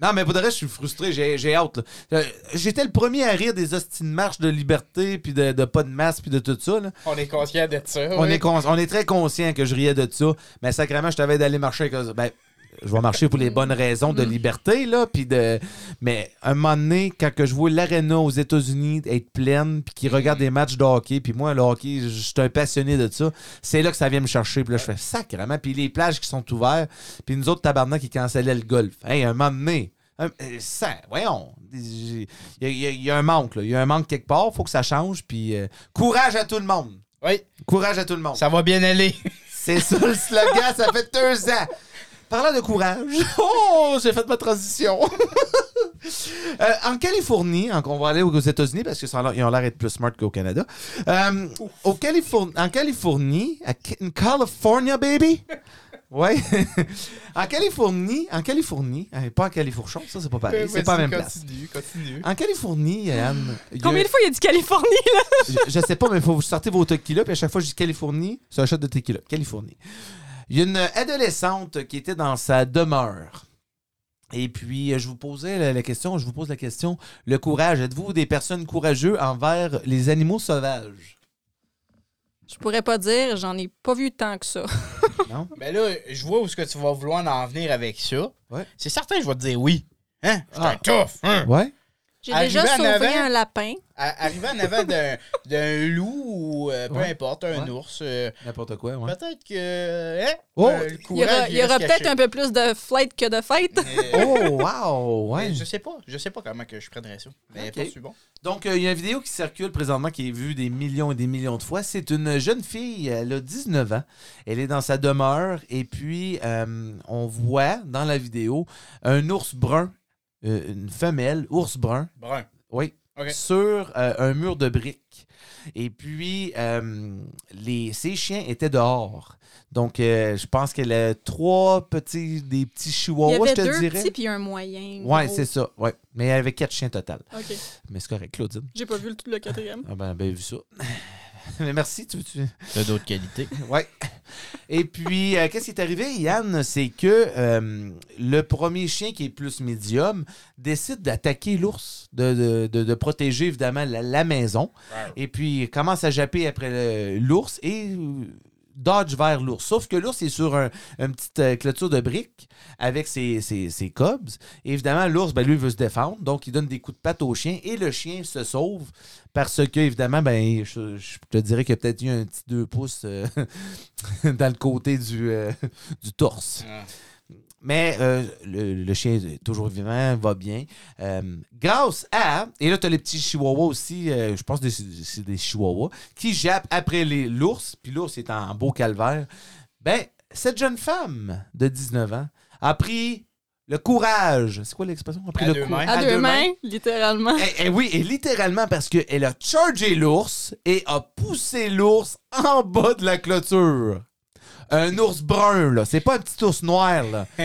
Speaker 1: Non, mais pour le reste, je suis frustré, j'ai j'ai hâte. là. Euh, J'étais le premier à rire des hostines marches de liberté, puis de, de pas de masque, puis de tout ça. là.
Speaker 2: On est conscient de ça.
Speaker 1: On,
Speaker 2: oui.
Speaker 1: est cons- on est très conscient que je riais de ça, mais sacrément, je t'avais d'aller marcher avec eux. Ben, je vais marcher pour les bonnes raisons de liberté, là, puis de... Mais un moment donné, quand que je vois l'aréna aux États-Unis être pleine, puis qu'ils regardent des matchs de hockey, puis moi, le hockey, je suis un passionné de ça, c'est là que ça vient me chercher, puis là, je fais sacrément. Puis les plages qui sont ouvertes, puis nous autres, tabarnak, qui cancellaient le golf. Hey, un moment donné... un- euh, ça, voyons, j'ai- Il y, a- il y a- il y a un manque, là. Il y a un manque quelque part. faut que ça change. Puis euh, courage à tout le monde.
Speaker 2: Oui,
Speaker 1: Courage à tout le monde.
Speaker 2: ça va bien aller.
Speaker 1: C'est ça le slogan. ça fait deux ans. Parlant de courage, oh, j'ai fait ma transition. Euh, en Californie, en- on va aller aux États-Unis parce qu'ils ont l'air d'être plus smart qu'au Canada. Euh, au Californ- en Californie, à Ca- in California, baby. Ouais. en Californie, en Californie, eh, pas en Califourchon, ça c'est pas pareil, c'est pas la même place.
Speaker 2: Ben, Continue, continue.
Speaker 1: En Californie, Yann, il y a-
Speaker 3: Combien de fois il a dit Californie, là?
Speaker 1: je, je sais pas, mais faut vous sortez vos tequila, puis à chaque fois que je dis Californie, c'est un shot de tequila. Californie. Il y a une adolescente qui était dans sa demeure. Et puis, euh, je vous posais la, la question, je vous pose la question, le courage, êtes-vous des personnes courageuses envers les animaux sauvages?
Speaker 3: Je pourrais pas dire, j'en ai pas vu tant que ça.
Speaker 1: Non?
Speaker 2: Ben là, je vois où ce que tu vas vouloir en venir avec ça.
Speaker 1: Ouais.
Speaker 2: C'est certain, que je vais te dire oui. Hein? Je suis
Speaker 1: Ah.
Speaker 2: un tough. Hein?
Speaker 1: Ouais?
Speaker 3: J'ai
Speaker 2: Arrivé
Speaker 3: déjà
Speaker 2: en
Speaker 3: sauvé
Speaker 2: avant?
Speaker 3: un lapin.
Speaker 2: À- Arriver en avant d'un- d'un loup ou euh, peu
Speaker 1: Ouais.
Speaker 2: importe, un
Speaker 1: Ouais.
Speaker 2: ours, euh,
Speaker 1: N'importe quoi, ouais.
Speaker 2: peut-être que. Hein?
Speaker 1: Oh!
Speaker 2: Euh, le
Speaker 3: Il y aura,
Speaker 2: courage,
Speaker 3: il y aura
Speaker 2: reste
Speaker 3: peut-être
Speaker 2: caché.
Speaker 3: un peu plus de flight que de fight.
Speaker 2: Mais-
Speaker 1: Oh, wow! Ouais.
Speaker 2: mais Je sais pas. Je sais pas comment que je prendrais ça. Mais
Speaker 1: Ok.
Speaker 2: pas si bon.
Speaker 1: Donc, euh, il y a une vidéo qui circule présentement qui est vue des millions et des millions de fois. C'est une jeune fille, elle a 19 ans. Elle est dans sa demeure et puis euh, on voit dans la vidéo un ours brun, euh, une femelle, ours brun,
Speaker 2: Brun.
Speaker 1: oui,
Speaker 2: Ok.
Speaker 1: sur euh, un mur de briques. Et puis, euh, les, ces chiens étaient dehors. Donc, euh, je pense qu'elle a trois petits, des petits
Speaker 3: Il y
Speaker 1: chihuahuas,
Speaker 3: avait
Speaker 1: je te
Speaker 3: deux
Speaker 1: dirais.
Speaker 3: petits puis un moyen.
Speaker 1: Ouais,
Speaker 3: gros.
Speaker 1: c'est ça. Ouais. Mais elle avait quatre chiens total.
Speaker 3: OK.
Speaker 1: Mais c'est correct, Claudine.
Speaker 3: J'ai pas vu le, le quatrième.
Speaker 1: Ah ben, ben vu ça. Mais merci, tu, tu...
Speaker 2: De d'autres qualités.
Speaker 1: Ouais. Et puis, euh, qu'est-ce qui est arrivé, Yann? C'est que euh, le premier chien qui est plus médium décide d'attaquer l'ours, de, de- de- de protéger évidemment la, la maison. Et puis, il commence à japper après le- l'ours et euh, dodge vers l'ours. Sauf que l'ours est sur un, une petite euh, clôture de briques avec ses, ses, ses cobs. Et évidemment, l'ours, ben, lui, veut se défendre. Donc, il donne des coups de patte au chien et le chien se sauve parce que, évidemment, ben, je, je te dirais qu'il y a peut-être eu un petit deux pouces euh, dans le côté du, euh, du torse.
Speaker 2: Ah.
Speaker 1: Mais euh, le, le chien est toujours vivant, va bien. Euh, grâce à. Et là, tu as les petits chihuahuas aussi, euh, je pense que c'est c'est des chihuahuas, qui jappent après les- l'ours, puis l'ours est en beau calvaire. Ben, cette jeune femme de 19 ans a pris le courage. C'est quoi l'expression? A pris
Speaker 2: À
Speaker 1: le
Speaker 2: deux
Speaker 1: cou-
Speaker 2: mains.
Speaker 3: À, deux mains, littéralement.
Speaker 1: et, et Eh, oui, et littéralement parce qu'elle a chargé l'ours et a poussé l'ours en bas de la clôture. Un ours brun, là. C'est pas un petit ours noir, là.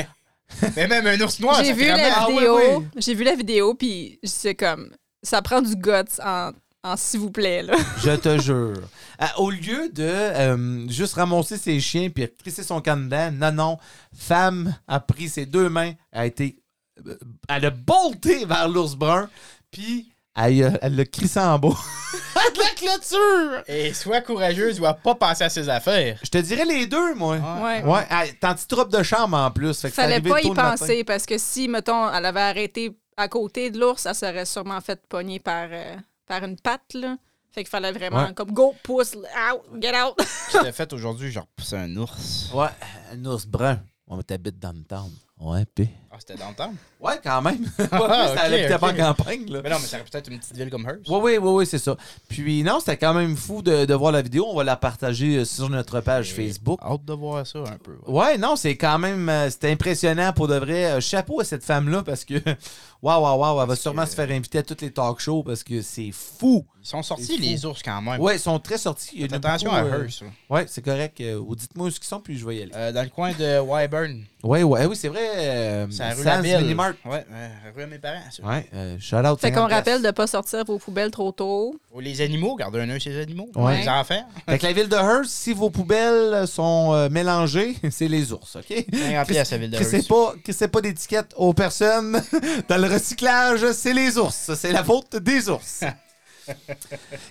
Speaker 2: Mais même un ours noir,
Speaker 3: j'ai
Speaker 2: ça
Speaker 3: vu
Speaker 2: fait
Speaker 3: la
Speaker 1: ah oui,
Speaker 3: vidéo.
Speaker 1: oui.
Speaker 3: J'ai vu la vidéo puis c'est comme ça prend du guts en, en s'il vous plaît là.
Speaker 1: Je te jure. À- au lieu de euh, juste ramasser ses chiens puis trisser son camp dedans, non, non, femme a pris ses deux mains, a été. euh, Elle a bolté vers l'ours brun, puis elle a- elle l'a crissé en bas. de la clôture!
Speaker 2: Et soit courageuse, doit pas penser à ses affaires.
Speaker 1: Je te dirais les deux, moi.
Speaker 3: Ouais.
Speaker 1: Ouais, elle- t'es en petite troupe de charme en plus. Fait que c'est
Speaker 3: Fallait
Speaker 1: arrivé
Speaker 3: pas
Speaker 1: tôt
Speaker 3: y
Speaker 1: le matin.
Speaker 3: penser parce que si mettons elle avait arrêté à côté de l'ours, ça serait sûrement fait pogner par euh, par une patte là. Fait qu'il fallait vraiment
Speaker 1: Ouais.
Speaker 3: comme go pousse out get out.
Speaker 2: Tu l'as fait aujourd'hui, genre, c'est un ours.
Speaker 1: Ouais, un ours brun. On t'habite dans le town. Ouais, pis.
Speaker 2: Ah, c'était dans le temps.
Speaker 1: Ouais, quand même. Ouais,
Speaker 2: Ah,
Speaker 1: ça allait
Speaker 2: ok,
Speaker 1: peut-être pas
Speaker 2: ok.
Speaker 1: en campagne, là.
Speaker 2: Mais non, mais ça aurait peut-être une petite ville comme Hearst.
Speaker 1: Oui, oui, oui, oui, c'est ça. Puis non, c'était quand même fou de, de voir la vidéo. On va la partager euh, sur notre page Facebook.
Speaker 2: Hâte de voir ça un peu.
Speaker 1: Ouais, non, c'est quand même euh, c'était impressionnant pour de vrai. Euh, chapeau à cette femme-là parce que waouh, waouh, waouh, elle va sûrement
Speaker 2: que-
Speaker 1: se faire inviter à toutes les talk shows parce que c'est fou.
Speaker 2: Ils sont
Speaker 1: C'est
Speaker 2: sortis
Speaker 1: fou.
Speaker 2: les ours quand même.
Speaker 1: Ouais, ils sont très sortis. Il y en
Speaker 2: Faites
Speaker 1: a
Speaker 2: attention
Speaker 1: beaucoup,
Speaker 2: à
Speaker 1: euh,
Speaker 2: Hearst. là.
Speaker 1: Ouais, c'est correct. Euh, ou dites-moi où ils sont, puis je vais y aller.
Speaker 2: Euh, dans le coin de Wyburn.
Speaker 1: Ouais, ouais, oui, c'est vrai. euh,
Speaker 2: C'est la rue
Speaker 1: Sam's
Speaker 2: La Belle.
Speaker 1: Minimart.
Speaker 2: Ouais, euh, rue à mes parents. ça.
Speaker 1: Ouais, euh, shout out.
Speaker 3: Fait qu'on
Speaker 1: 50
Speaker 3: rappelle de pas sortir vos poubelles trop tôt.
Speaker 2: Oh, les animaux, gardez un œil sur les animaux.
Speaker 1: Ouais.
Speaker 2: Les enfants.
Speaker 1: Fait que la ville de Hearst, si vos poubelles sont euh, mélangées, c'est les ours, OK?
Speaker 2: 50 pièces à Ville de
Speaker 1: Que c'est
Speaker 2: Hearst.
Speaker 1: pas, que c'est pas d'étiquette aux personnes. Dans le recyclage, c'est les ours. C'est la faute des ours.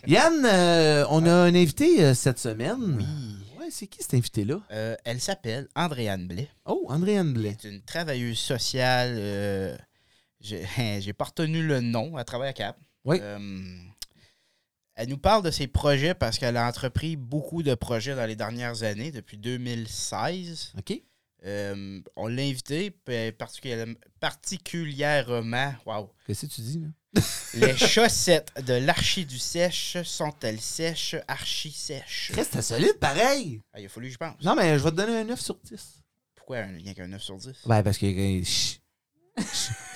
Speaker 1: Yann, euh, on a un invité euh, cette semaine. Ouais, c'est qui cet invité-là?
Speaker 2: Euh, elle s'appelle Andréane Blais.
Speaker 1: Oh, André Blais.
Speaker 2: C'est une travailleuse sociale. euh, j'ai j'ai pas retenu le nom. Elle travaille à Cap.
Speaker 1: Oui.
Speaker 2: Euh, elle nous parle de ses projets parce qu'elle a entrepris beaucoup de projets dans les dernières années, depuis 2016.
Speaker 1: OK?
Speaker 2: Euh, Euh, on l'a invité puis particulièrement, particulièrement wow,
Speaker 1: Qu'est-ce que tu dis, là?
Speaker 2: les chaussettes de l'archiduchesse sont-elles sèches, archi-sèches?
Speaker 1: Chris, c'était solide, pareil!
Speaker 2: Ah, il a fallu que je pense.
Speaker 1: Non, mais je vais te donner un 9 sur 10.
Speaker 2: Pourquoi un lien qu'un 9 sur 10?
Speaker 1: Ouais, parce que. euh, chut. T'as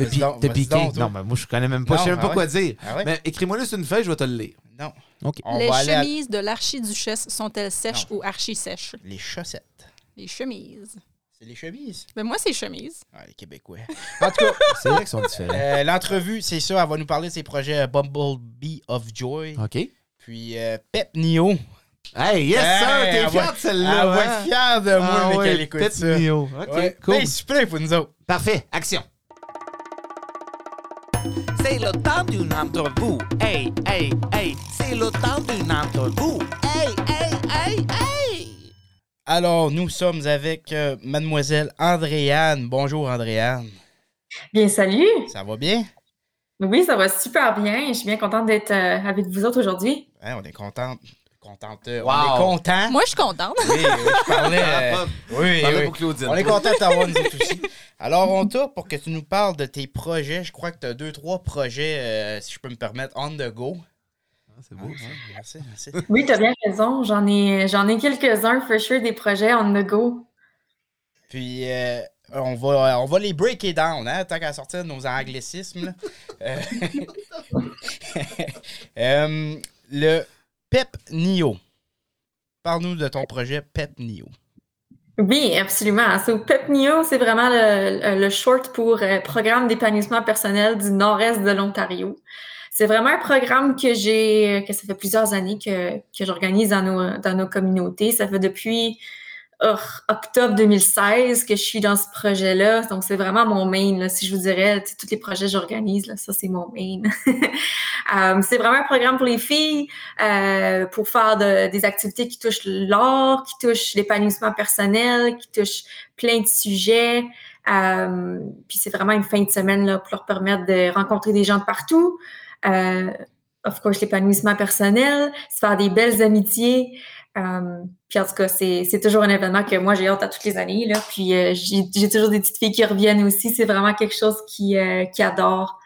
Speaker 2: Vas-y
Speaker 1: pi-
Speaker 2: donc,
Speaker 1: t'as
Speaker 2: vas-y
Speaker 1: piqué.
Speaker 2: donc, toi.
Speaker 1: non, mais moi, je connais même pas.
Speaker 2: Non,
Speaker 1: je sais même
Speaker 2: ah
Speaker 1: pas
Speaker 2: ouais.
Speaker 1: quoi dire.
Speaker 2: Ah ouais?
Speaker 1: Mais écris-moi-le sur une feuille, je vais te le lire.
Speaker 2: Non.
Speaker 1: OK.
Speaker 2: On
Speaker 3: Les
Speaker 2: va aller à-
Speaker 3: chemises de l'archiduchesse sont-elles sèches ou archi-sèches?
Speaker 2: Les chaussettes.
Speaker 3: Les chemises.
Speaker 2: C'est les chemises.
Speaker 3: Ben moi, c'est chemises.
Speaker 2: Ah, les Québécois. En tout cas,
Speaker 1: C'est vrai qu'ils sont différents.
Speaker 2: euh, l'entrevue, c'est ça. Elle va nous parler de ses projets euh, Bumblebee of Joy,
Speaker 1: OK.
Speaker 2: puis euh, Pep Nio.
Speaker 1: Hey, yes, sir!
Speaker 2: Hey,
Speaker 1: T'es fier
Speaker 2: elle va-
Speaker 1: de
Speaker 2: Elle
Speaker 1: celle-là!
Speaker 2: va
Speaker 1: hein?
Speaker 2: être fière Ah de moi,
Speaker 1: Ah
Speaker 2: mais
Speaker 1: ouais,
Speaker 2: qu'elle écoute
Speaker 1: Pet
Speaker 2: ça.
Speaker 1: Mio. OK,
Speaker 2: Ouais.
Speaker 1: cool.
Speaker 2: Ben, s'il vous plaît, pour nous autres.
Speaker 1: Parfait, action.
Speaker 6: C'est le temps d'une entrevue. Hey, hey, hey. C'est le temps d'une entrevue. Hey, hey, hey, hey.
Speaker 2: Alors, nous sommes avec euh, Mademoiselle Andréane. Bonjour, Andréane.
Speaker 7: Bien, salut!
Speaker 2: Ça va bien?
Speaker 7: Oui, ça va super bien. Je suis bien contente d'être euh, avec vous autres aujourd'hui.
Speaker 2: Hein, on est contente. Contente. euh, On
Speaker 1: Wow.
Speaker 2: est content.
Speaker 3: Moi, je suis contente.
Speaker 2: Oui, oui, je parlais. euh, oui,
Speaker 1: Parlez
Speaker 2: oui.
Speaker 1: pour Claudine.
Speaker 2: On est content de t'avoir nous autres aussi. Alors, on t'a pour que tu nous parles de tes projets. Je crois que tu as deux, trois projets, euh, si je peux me permettre, on the go.
Speaker 1: Ah, C'est beau.
Speaker 2: Ah, Merci, merci.
Speaker 7: Oui, tu as bien raison. J'en ai, j'en ai quelques-uns, for sure, des projets on the go.
Speaker 2: Puis, euh, on, va, on va les breaker down, hein, tant qu'à sortir de nos anglicismes. là. Euh, euh, le Pep Nio. Parle-nous de ton projet Pep Nio.
Speaker 7: Oui, absolument. So, PEPNIO, c'est vraiment le, le short pour euh, Programme d'épanouissement personnel du Nord-Est de l'Ontario. C'est vraiment un programme que j'ai, euh, que ça fait plusieurs années que, que j'organise dans nos, dans nos communautés. Ça fait depuis oh, octobre 2016 que je suis dans ce projet-là. Donc, c'est vraiment mon main, là, si je vous dirais, tu sais, tous les projets que j'organise, là, ça, c'est mon main. Euh, c'est vraiment un programme pour les filles euh, pour faire de- des activités qui touchent l'art, qui touchent l'épanouissement personnel, qui touchent plein de sujets. Euh, puis c'est vraiment une fin de semaine là, pour leur permettre de rencontrer des gens de partout. Euh, of course, l'épanouissement personnel, se faire des belles amitiés. Euh, puis en tout cas, c'est c'est toujours un événement que moi j'ai hâte à toutes les années. Là. Puis euh, j'ai j'ai toujours des petites filles qui reviennent aussi. C'est vraiment quelque chose qui, euh, qui adore.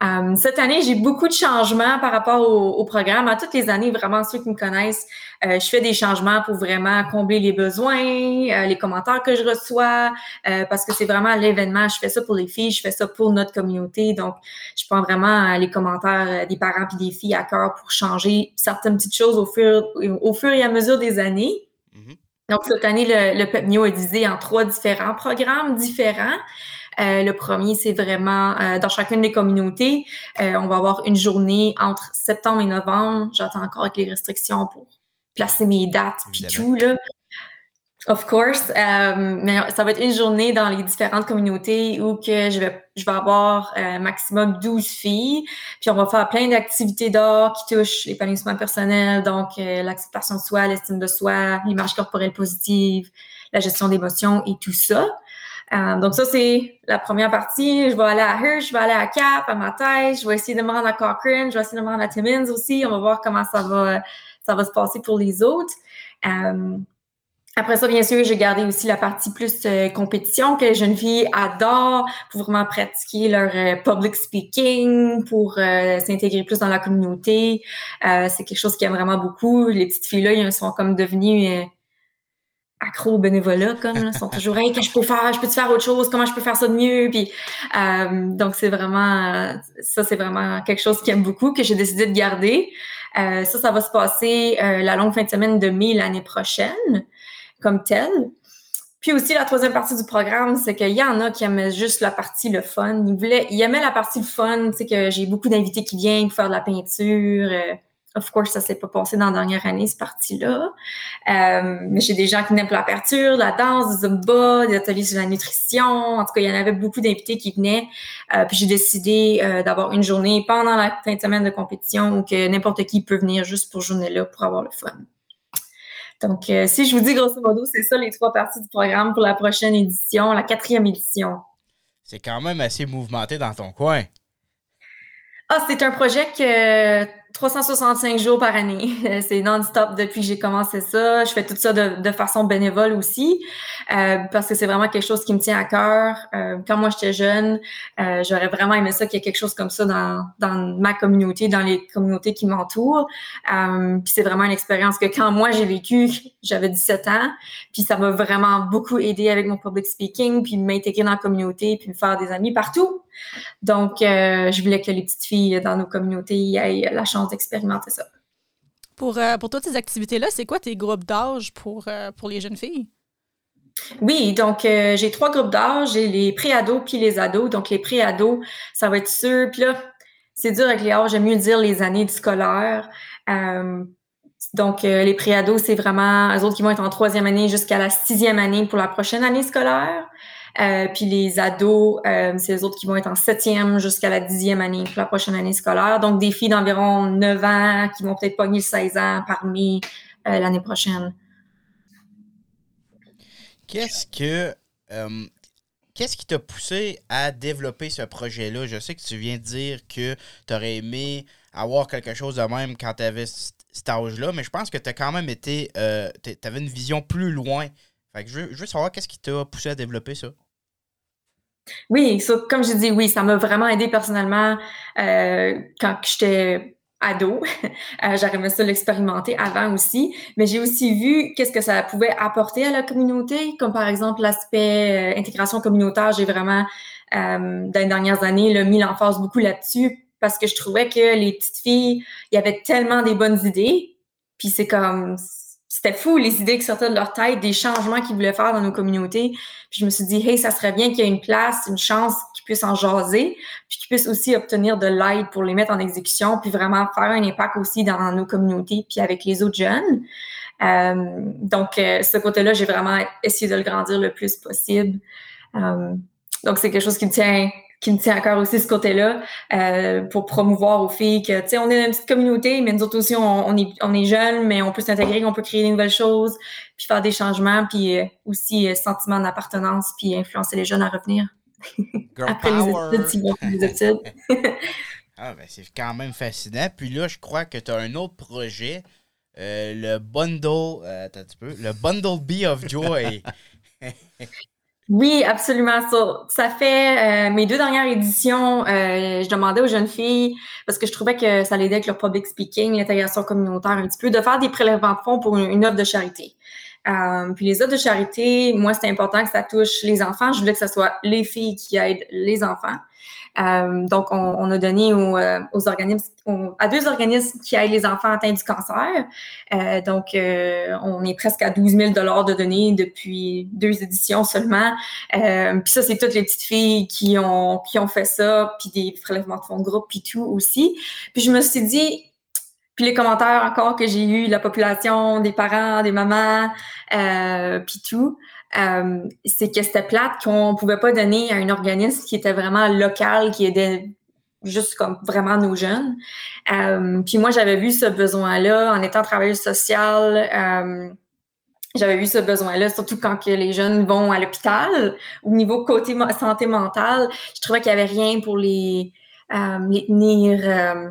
Speaker 7: Um, cette année, j'ai beaucoup de changements par rapport au, au programme. À toutes les années, vraiment, ceux qui me connaissent, euh, je fais des changements pour vraiment combler les besoins, euh, les commentaires que je reçois, euh, parce que c'est vraiment l'événement. Je fais ça pour les filles, je fais ça pour notre communauté. Donc, je prends vraiment euh, les commentaires euh, des parents puis des filles à cœur pour changer certaines petites choses au fur, au fur et à mesure des années.
Speaker 2: Mhm.
Speaker 7: Donc, cette année, le, le PEPNIO est divisé en trois différents programmes différents. Euh, le premier, c'est vraiment euh, dans chacune des communautés. Euh, on va avoir une journée entre septembre et novembre. J'attends encore avec les restrictions pour placer mes dates puis
Speaker 2: Évidemment.
Speaker 7: tout. Là. Of course. Euh, mais ça va être une journée dans les différentes communautés où que je vais, je vais avoir euh, maximum 12 filles. Puis on va faire plein d'activités d'art qui touchent l'épanouissement personnel, donc euh, l'acceptation de soi, l'estime de soi, l'image corporelle positive, la gestion d'émotions et tout ça. Euh, donc ça, c'est la première partie. Je vais aller à Hirsch, je vais aller à Cap, à Matai, je vais essayer de me rendre à Cochrane, je vais essayer de me rendre à Timmins aussi. On va voir comment ça va, ça va se passer pour les autres. Euh, après ça, bien sûr, j'ai gardé aussi la partie plus euh, compétition que les jeunes filles adorent pour vraiment pratiquer leur euh, public speaking, pour euh, s'intégrer plus dans la communauté. Euh, c'est quelque chose qu'ils aiment vraiment beaucoup. Les petites filles-là, ils sont comme devenues euh, accros au bénévolat, comme là. Ils sont toujours Hey, qu'est-ce que je peux faire? Je peux-tu faire autre chose? Comment je peux faire ça de mieux? Puis, euh, donc, c'est vraiment euh, ça, c'est vraiment quelque chose qu'ils aiment beaucoup, que j'ai décidé de garder. Euh, ça, ça va se passer euh, la longue fin de semaine de mai l'année prochaine comme tel. Puis aussi, la troisième partie du programme, c'est qu'il y en a qui aimaient juste la partie le fun. Ils, voulaient, ils aimaient la partie le fun, tu sais, que j'ai beaucoup d'invités qui viennent faire de la peinture. Euh, of course, ça s'est pas passé dans la dernière année, cette partie-là. Euh, mais j'ai des gens qui n'aiment pas la peinture, la danse, du zumba, des ateliers sur la nutrition. En tout cas, il y en avait beaucoup d'invités qui venaient. Euh, puis j'ai décidé euh, d'avoir une journée pendant la fin de semaine de compétition où que n'importe qui peut venir juste pour journée-là pour avoir le fun. Donc, euh, si je vous dis grosso modo, c'est ça les trois parties du programme pour la prochaine édition, la quatrième édition.
Speaker 2: C'est quand même assez mouvementé dans ton coin.
Speaker 7: Ah, c'est un projet que 365 jours par année. C'est non-stop depuis que j'ai commencé ça. Je fais tout ça de, de façon bénévole aussi, euh, parce que c'est vraiment quelque chose qui me tient à cœur. Euh, quand moi, j'étais jeune, euh, j'aurais vraiment aimé ça qu'il y ait quelque chose comme ça dans, dans ma communauté, dans les communautés qui m'entourent. Euh, Puis c'est vraiment une expérience que quand moi, j'ai vécu, j'avais 17 ans, puis ça m'a vraiment beaucoup aidé avec mon public speaking, puis m'intégrer dans la communauté, puis me faire des amis partout. Donc, euh, je voulais que les petites filles dans nos communautés aient la chance d'expérimenter ça.
Speaker 3: Pour, euh, pour toutes ces activités-là, c'est quoi tes groupes d'âge pour, euh, pour les jeunes filles?
Speaker 7: Oui, donc euh, j'ai trois groupes d'âge. J'ai les pré-ados puis les ados. Donc, les pré-ados, ça va être sûr. Puis là, c'est dur avec les âges, j'aime mieux dire les années du scolaire. Euh, donc, euh, les pré-ados, c'est vraiment eux autres qui vont être en troisième année jusqu'à la sixième année pour la prochaine année scolaire. Euh, puis les ados, euh, c'est les autres qui vont être en septième jusqu'à la dixième année pour la prochaine année scolaire. Donc, des filles d'environ 9 ans qui vont peut-être pogner 16 ans parmi euh, l'année prochaine.
Speaker 2: Qu'est-ce que... euh, Qu'est-ce qui t'a poussé à développer ce projet-là? Je sais que tu viens de dire que tu aurais aimé avoir quelque chose de même quand tu avais cet âge-là, mais je pense que tu as quand même été. tu avais une vision plus loin. Fait que je, veux, je veux savoir qu'est-ce qui t'a poussé à développer ça?
Speaker 7: Oui, ça, comme je dis, oui, ça m'a vraiment aidé personnellement euh, quand j'étais ado. Euh, J'arrivais ça l'expérimenter avant aussi, mais j'ai aussi vu qu'est-ce que ça pouvait apporter à la communauté, comme par exemple l'aspect euh, intégration communautaire. J'ai vraiment, euh, dans les dernières années, là, mis l'emphase beaucoup là-dessus parce que je trouvais que les petites filles, il y avait tellement des bonnes idées, puis c'est comme c'était fou les idées qui sortaient de leur tête, des changements qu'ils voulaient faire dans nos communautés. Puis je me suis dit, hey, ça serait bien qu'il y ait une place, une chance qu'ils puissent en jaser, puis qu'ils puissent aussi obtenir de l'aide pour les mettre en exécution, puis vraiment faire un impact aussi dans nos communautés, puis avec les autres jeunes. Euh, donc, euh, ce côté-là, j'ai vraiment essayé de le grandir le plus possible. Euh, donc, c'est quelque chose qui me tient qui me tient à cœur aussi ce côté-là, euh, pour promouvoir aux filles que, tu sais, on est une petite communauté, mais nous autres aussi, on, on est, on est jeunes, mais on peut s'intégrer, on peut créer des nouvelles choses, puis faire des changements, puis euh, aussi euh, sentiment d'appartenance, puis influencer les jeunes à revenir.
Speaker 1: Girl
Speaker 7: Après
Speaker 1: power.
Speaker 7: les études, s'ils vont faire les études.
Speaker 2: Ah, ben c'est quand même fascinant. Puis là, je crois que tu as un autre projet, euh, le Bundle. euh, attends un petit peu. Le Bundle Bee of Joy.
Speaker 7: Oui, absolument ça. Ça fait euh, mes deux dernières éditions, euh, je demandais aux jeunes filles, parce que je trouvais que ça l'aidait avec leur public speaking, l'intégration communautaire un petit peu, de faire des prélèvements de fonds pour une, une œuvre de charité. Euh, puis les œuvres de charité, moi, c'est important que ça touche les enfants. Je voulais que ce soit les filles qui aident les enfants. Euh, donc, on, on a donné aux, euh, aux organismes, aux- à deux organismes qui aident les enfants atteints du cancer. Euh, donc, euh, on est presque à 12 000 de données depuis deux éditions seulement. Euh, puis ça, c'est toutes les petites filles qui ont, qui ont fait ça, puis des prélèvements de fonds de groupe, puis tout aussi. Puis je me suis dit, puis les commentaires encore que j'ai eu, la population, des parents, des mamans, euh, puis tout, euh, c'est que c'était plate qu'on pouvait pas donner à un organisme qui était vraiment local, qui aidait juste comme vraiment nos jeunes. Euh, puis moi, j'avais vu ce besoin-là en étant travailleuse sociale. euh, j'avais vu ce besoin-là, surtout quand que les jeunes vont à l'hôpital. Au niveau côté mo- santé mentale, je trouvais qu'il n'y avait rien pour les, euh, les tenir euh,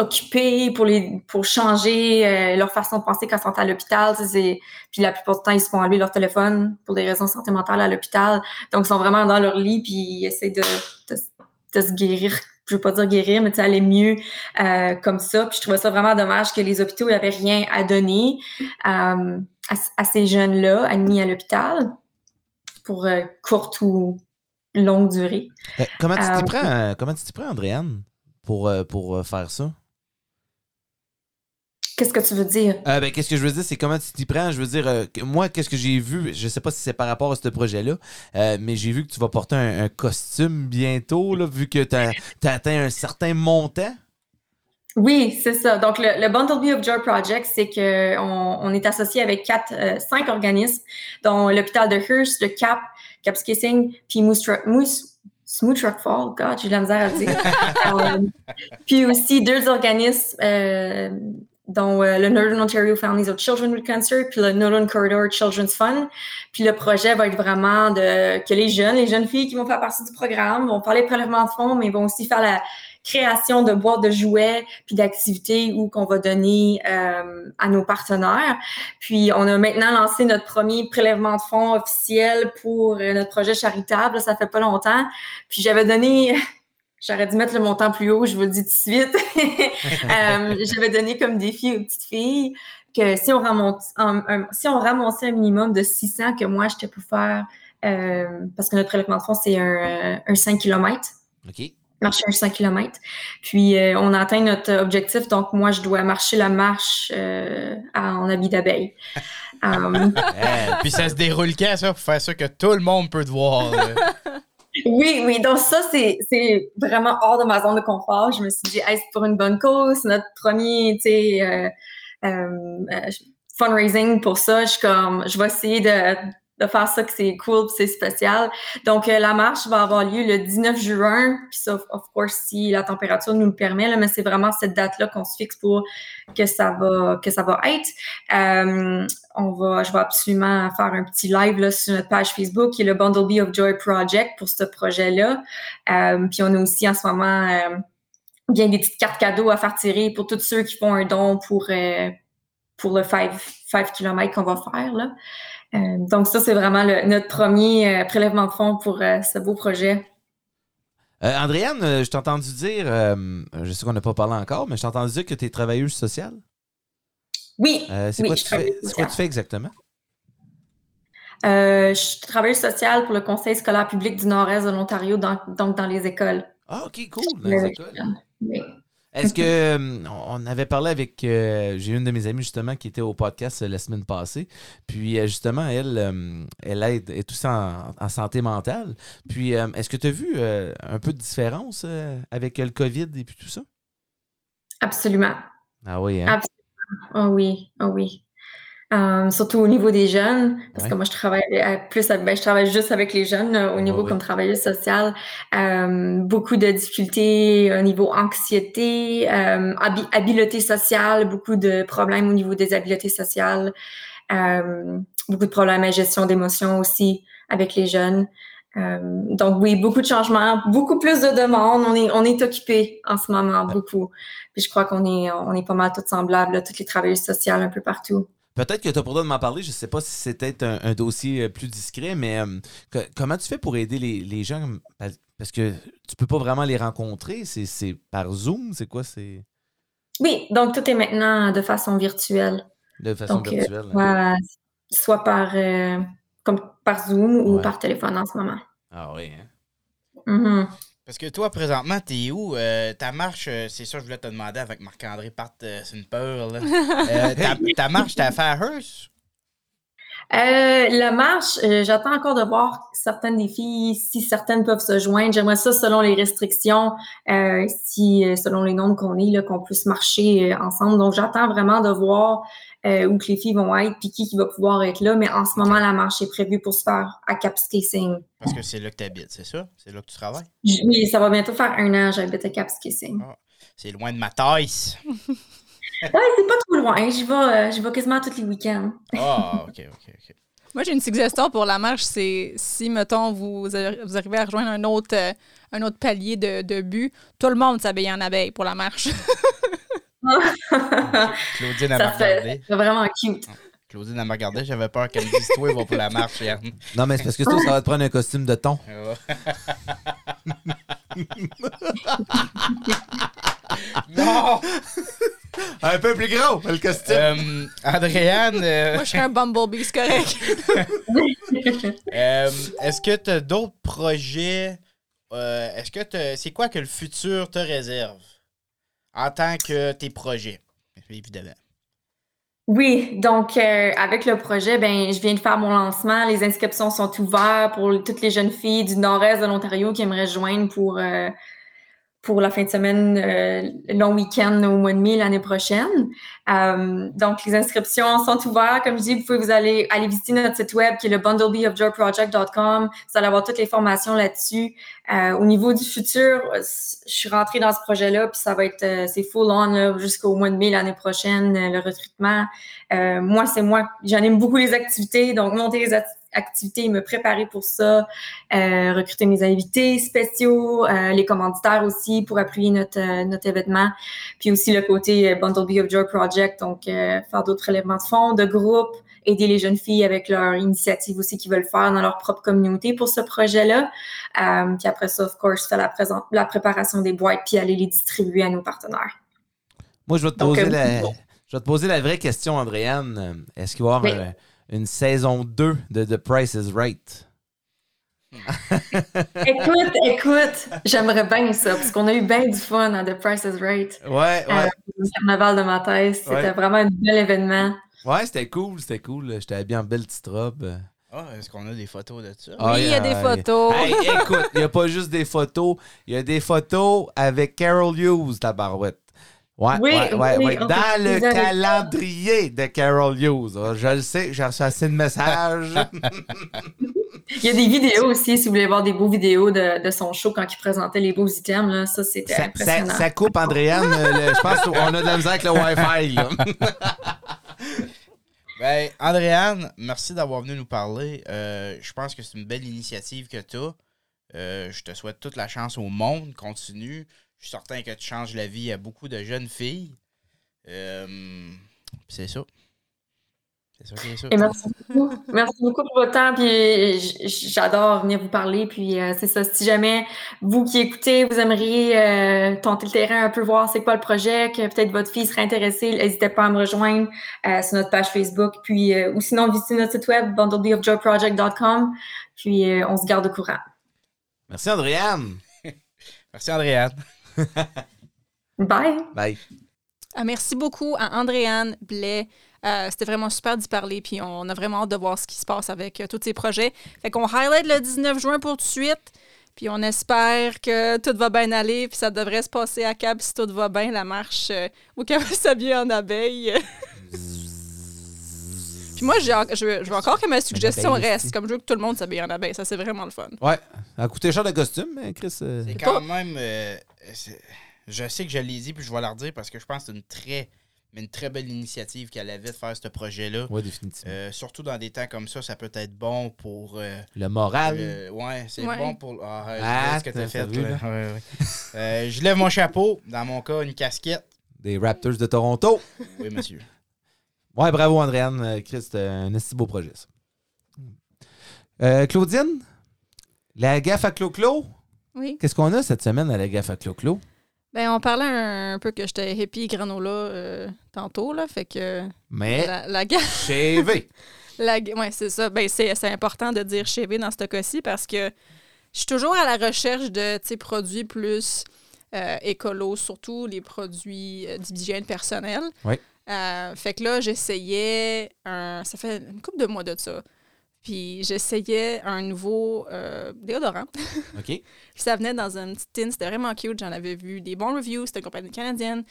Speaker 7: occupés, pour les pour changer euh, leur façon de penser quand ils sont à l'hôpital. Tu sais, c'est- Puis la plupart du temps, ils se font enlever leur téléphone pour des raisons de santé mentale à l'hôpital. Donc, ils sont vraiment dans leur lit, puis ils essaient de, de, de se guérir. Je veux pas dire guérir, mais tu sais, aller mieux euh, comme ça. Puis je trouvais ça vraiment dommage que les hôpitaux n'avaient rien à donner euh, à, à ces jeunes-là admis à l'hôpital pour euh, courte ou longue durée.
Speaker 1: Euh, comment tu
Speaker 7: Euh,
Speaker 1: t'y prends, euh, comment tu t'y prends, Andréane, pour, euh, pour euh, faire ça?
Speaker 7: Qu'est-ce que tu veux dire?
Speaker 1: Euh, ben, qu'est-ce que je veux dire, c'est comment tu t'y prends. Je veux dire, euh, que- moi, qu'est-ce que j'ai vu, je sais pas si c'est par rapport à ce projet-là, euh, mais j'ai vu que tu vas porter un, un costume bientôt, là, vu que tu as, atteint un certain montant.
Speaker 7: Oui, c'est ça. Donc, le, le Bundle Bee of Joy Project, c'est que on, on est associé avec quatre, euh, cinq organismes, dont l'hôpital de Hearst, le CAP, Capskissing, puis Moose Truck, Moose, Smooth Truck Fall. God, j'ai de la misère à le dire. Euh, puis aussi deux organismes, euh, dont euh, le Northern Ontario Families of Children with Cancer, puis le Northern Corridor Children's Fund. Puis le projet va être vraiment de que les jeunes, les jeunes filles qui vont faire partie du programme vont faire les prélèvements de fonds, mais vont aussi faire la création de boîtes de jouets puis d'activités où qu'on va donner euh, à nos partenaires. Puis on a maintenant lancé notre premier prélèvement de fonds officiel pour euh, notre projet charitable. Ça fait pas longtemps. Puis j'avais donné J'aurais dû mettre le montant plus haut, je vous le dis tout de suite. Euh, J'avais donné comme défi aux petites filles que si on, ramasse- un- un- si on ramassait un minimum de 600 que moi, j'étais pour faire, euh, parce que notre prélèvement de fonds, c'est un, euh, un 5 km,
Speaker 1: OK.
Speaker 7: marcher un 5 km. Puis, euh, on a atteint notre objectif, donc moi, je dois marcher la marche euh, à- en habit d'abeille. Euh,
Speaker 2: Puis ça se déroule quand, ça, pour faire sûr que tout le monde peut te voir. là?
Speaker 7: Oui, oui. Donc, ça, c'est c'est vraiment hors de ma zone de confort. Je me suis dit, hey, c'est pour une bonne cause. C'est Notre premier, tu sais, euh, euh, euh, fundraising pour ça. Je suis comme, je vais essayer de, de faire ça que c'est cool puis c'est spécial. Donc, euh, la marche va avoir lieu le 19 juin. Puis ça, of course, si la température nous le permet, là, mais c'est vraiment cette date-là qu'on se fixe pour que ça va, que ça va être. Euh, on va, je vais absolument faire un petit live là, sur notre page Facebook qui est le Bundle Bee of Joy Project pour ce projet-là. Euh, puis on a aussi en ce moment euh, bien des petites cartes cadeaux à faire tirer pour tous ceux qui font un don pour, euh, pour le 5 km qu'on va faire. Là. Euh, donc ça, c'est vraiment le- notre premier euh, prélèvement de fonds pour euh, ce beau projet.
Speaker 1: Euh, Andréane, euh, je t'ai entendu dire, euh, je sais qu'on n'a pas parlé encore, mais je t'ai entendu dire que tu es travailleuse sociale.
Speaker 7: Oui,
Speaker 1: Euh, c'est
Speaker 7: Oui,
Speaker 1: quoi,
Speaker 7: je
Speaker 1: tu
Speaker 7: travaille
Speaker 1: fais- c'est quoi
Speaker 7: sociale.
Speaker 1: tu fais exactement?
Speaker 7: euh, je suis travailleuse sociale pour le Conseil scolaire public du Nord-Est de l'Ontario, dans- donc dans les écoles.
Speaker 1: Ah, OK, cool. dans les
Speaker 7: Oui.
Speaker 1: écoles.
Speaker 7: Oui.
Speaker 1: Est-ce que euh, on avait parlé avec euh, j'ai une de mes amies justement qui était au podcast euh, la semaine passée. Puis euh, justement elle euh, elle aide est tout ça en, en santé mentale. Puis euh, est-ce que tu as vu euh, un peu de différence euh, avec euh, le Covid et puis tout ça
Speaker 7: Absolument.
Speaker 1: Ah oui hein?
Speaker 7: Ah. Ah oui, ah oui. Euh, surtout au niveau des jeunes, parce
Speaker 1: Ouais.
Speaker 7: que moi, je travaille euh, plus, avec- ben, je travaille juste avec les jeunes euh, au
Speaker 1: Ouais,
Speaker 7: niveau
Speaker 1: ouais.
Speaker 7: comme travailleuse sociale. Euh, beaucoup de difficultés au niveau anxiété, euh, habi- habileté sociale, beaucoup de problèmes au niveau des habiletés sociales, euh, beaucoup de problèmes à gestion d'émotions aussi avec les jeunes. Euh, donc oui, beaucoup de changements, beaucoup plus de demandes. On est, on est occupé en ce moment, beaucoup. Puis je crois qu'on est, on est pas mal toutes semblables, là, toutes les travailleuses sociales un peu partout.
Speaker 1: Peut-être que tu as pour droit de m'en parler, je sais pas si c'était un, un dossier euh, plus discret, mais euh, que- comment tu fais pour aider les, les gens Pa- parce que tu peux pas vraiment les rencontrer, c'est- c'est par Zoom, c'est quoi c'est
Speaker 7: Oui, donc tout est maintenant de façon virtuelle.
Speaker 1: de façon
Speaker 7: Donc, euh,
Speaker 1: virtuelle. hein?
Speaker 7: Soit, soit par, euh, comme par Zoom ou
Speaker 1: Ouais.
Speaker 7: par téléphone en ce moment.
Speaker 1: Ah oui. hein?
Speaker 7: Mhm.
Speaker 2: Parce que toi, présentement, t'es où? Euh, ta marche, euh, c'est ça que je voulais te demander avec Marc-André, parte, euh, c'est une peur, là. Euh, ta, ta marche, t'as fait à Hearst?
Speaker 7: Euh, la marche, euh, j'attends encore de voir certaines des filles, si certaines peuvent se joindre. J'aimerais ça selon les restrictions, euh, si euh, selon les nombres qu'on est, là, qu'on puisse marcher euh, ensemble. Donc j'attends vraiment de voir euh, où que les filles vont être, puis qui, qui va pouvoir être là. Mais en ce moment, la marche est prévue pour se faire à Cap Skissing.
Speaker 2: Parce que c'est là que t'habites, c'est ça? C'est là que tu travailles?
Speaker 7: J- Oui, ça va bientôt faire un an, j'habite à Cap Skissing.
Speaker 2: C'est loin de ma taille.
Speaker 7: Ouais, c'est pas trop loin. J'y vais, euh, j'y vais quasiment tous les week-ends.
Speaker 2: Ah, ok, ok, ok.
Speaker 3: Moi, j'ai une suggestion pour la marche, c'est si, mettons, vous, vous arrivez à rejoindre un autre, euh, un autre palier de, de but, tout le monde s'habille en abeille pour la marche.
Speaker 2: Claudine, elle m'a
Speaker 7: ça
Speaker 2: regardé.
Speaker 7: fait c'est vraiment cute.
Speaker 2: Claudine, elle m'a regardé. J'avais peur qu'elle me dise Toi, va pour la marche, Yann. Ah.
Speaker 1: Non, mais c'est parce que toi, ça va te prendre un costume de ton.
Speaker 2: non!
Speaker 1: Un peu plus gros, le costume.
Speaker 2: Euh, Adriane, euh,
Speaker 3: Moi, je suis un bumblebee, c'est correct.
Speaker 2: euh, est-ce que tu as d'autres projets? Euh, est-ce que t'as- c'est quoi que le futur te réserve en tant que tes projets? Évidemment.
Speaker 7: Oui, donc euh, avec le projet, ben je viens de faire mon lancement. Les inscriptions sont ouvertes pour toutes les jeunes filles du nord-est de l'Ontario qui aimeraient se joindre pour, euh, pour la fin de semaine, euh, le long week-end au mois de mai l'année prochaine. Euh, donc les inscriptions sont ouvertes. Comme je dis, vous pouvez vous aller, aller visiter notre site web qui est le bundlebeofjoyproject.com. Vous allez avoir toutes les formations là-dessus. Euh, au niveau du futur, euh, c- je suis rentrée dans ce projet-là, puis ça va être euh, c'est full on là, jusqu'au mois de mai l'année prochaine, euh, le recrutement. Euh, moi, c'est moi. J'anime beaucoup les activités, donc monter les at- activités, me préparer pour ça, euh, recruter mes invités spéciaux, euh, les commanditaires aussi pour appuyer notre, euh, notre événement. Puis aussi le côté euh, Bundle Bee of Joy Project, donc euh, faire d'autres relèvements de fonds, de groupes, aider les jeunes filles avec leur initiative aussi qu'ils veulent faire dans leur propre communauté pour ce projet-là. Euh, puis après ça, of course, faire la, présent- la préparation des boîtes puis aller les distribuer à nos partenaires.
Speaker 1: Moi, je vais te
Speaker 7: Donc,
Speaker 1: poser,
Speaker 7: euh,
Speaker 1: la...
Speaker 7: bon.
Speaker 1: je vais te poser la vraie question, Andréane. Est-ce qu'il va y avoir
Speaker 7: Oui.
Speaker 1: euh, une saison 2 de The Price is Right?
Speaker 7: Écoute, écoute, j'aimerais bien ça parce qu'on a eu bien du fun dans The Price is Right.
Speaker 1: Ouais, ouais.
Speaker 7: Euh, le carnaval de Mathèse, c'était
Speaker 1: Ouais.
Speaker 7: vraiment un bel événement.
Speaker 1: Ouais, c'était cool, c'était cool. J'étais habillé en belle petite robe.
Speaker 2: Ah, est-ce qu'on a des photos de ça?
Speaker 1: Ah,
Speaker 3: oui, il y a des
Speaker 1: aïe.
Speaker 3: photos.
Speaker 1: Hey, écoute, il n'y a pas juste des photos, il y a des photos avec Carol Hughes, la barouette. Ouais,
Speaker 7: Oui,
Speaker 1: ouais, ouais,
Speaker 7: oui,
Speaker 1: ouais.
Speaker 7: on
Speaker 1: Dans
Speaker 7: peut
Speaker 1: le
Speaker 7: utiliser avec-
Speaker 1: calendrier de Carol Hughes. Ah, Je le sais, j'ai reçu assez de messages.
Speaker 7: Il y a des vidéos aussi, si vous voulez voir des beaux vidéos de, de son show quand il présentait les beaux items, là, ça c'était
Speaker 1: ça, ça-
Speaker 7: impressionnant.
Speaker 1: ça coupe, Andréane. euh, le- Je pense qu'on a de la misère avec le Wi-Fi. là.
Speaker 2: Ben, Andréane, merci d'avoir venu nous parler. Euh, je pense que c'est une belle initiative que tu as. Euh, je te souhaite toute la chance au monde. Continue. Je suis certain que tu changes la vie à beaucoup de jeunes filles. Euh, pis c'est ça. C'est ça qui est ça.
Speaker 7: Et merci beaucoup. Merci beaucoup pour votre temps. Puis j- j- j'adore venir vous parler. Puis euh, c'est ça. Si jamais vous qui écoutez, vous aimeriez euh, tenter le terrain un peu, voir c'est quoi le projet, que peut-être votre fille serait intéressée, n'hésitez pas à me rejoindre euh, sur notre page Facebook. Puis euh, ou sinon visitez notre site web bundlebeofjoyproject.com. Puis euh, on se garde au courant.
Speaker 1: Merci, Andréane.
Speaker 2: Merci, Andréane.
Speaker 7: Bye.
Speaker 1: Bye.
Speaker 3: Ah, merci beaucoup à Andréane Blais. Euh, C'était vraiment super d'y parler, puis on a vraiment hâte de voir ce qui se passe avec euh, tous ces projets. Fait qu'on highlight le 19 juin pour tout de suite, puis on espère que tout va bien aller, puis ça devrait se passer à Cab si tout va bien, la marche euh, au Cab s'habiller en abeille. puis moi, j'ai en- je veux, je veux encore que ma suggestion
Speaker 1: abeille,
Speaker 3: reste,
Speaker 1: c'est-
Speaker 3: comme je veux que tout le monde s'habille en abeille. Ça, c'est vraiment le fun.
Speaker 1: Ouais, ça a coûté cher le costume, mais Chris. euh,
Speaker 2: C'est
Speaker 3: pas-
Speaker 2: quand même. euh, c'est- je sais que je l'ai dit, puis je vais la redire parce que je pense que c'est une très, mais une très belle initiative qu'elle avait de faire ce projet-là.
Speaker 1: Ouais, définitivement.
Speaker 2: Euh, surtout dans des temps comme ça, ça peut être bon pour. euh,
Speaker 1: le moral.
Speaker 2: Euh, ouais, c'est
Speaker 3: Ouais.
Speaker 2: bon pour. Ah, ouais, je
Speaker 1: Ah,
Speaker 2: vois ce que t'as
Speaker 1: t'as
Speaker 2: fait.
Speaker 1: vu,
Speaker 2: là.
Speaker 1: là.
Speaker 2: Ouais, ouais. Euh, je lève mon chapeau. Dans mon cas, une casquette.
Speaker 1: Des Raptors de Toronto.
Speaker 2: Oui, monsieur.
Speaker 1: Ouais, bravo, Andréane. Euh, Chris, c'était un assez beau projet, ça. Euh, Claudine, la gaffe à Clo-Clo.
Speaker 3: Oui.
Speaker 1: Qu'est-ce qu'on a cette semaine à la gaffe à Clo-Clo?
Speaker 3: Ben, on parlait un, un peu que j'étais hippie granola euh, tantôt, là, fait que
Speaker 1: Mais
Speaker 3: la, la
Speaker 1: CV.
Speaker 3: La, ouais, c'est ça. Ben, c'est c'est important de dire chez V dans ce cas-ci parce que je suis toujours à la recherche de tu sais, produits plus euh, écolos, surtout les produits euh, d'hygiène personnelle.
Speaker 1: Ouais.
Speaker 3: Euh, fait que là, j'essayais un. Ça fait une couple de mois de ça. Puis j'essayais un nouveau euh, déodorant.
Speaker 1: OK.
Speaker 3: Puis ça venait dans une petite tin, c'était vraiment cute. J'en avais vu des bons reviews, c'était une compagnie canadienne.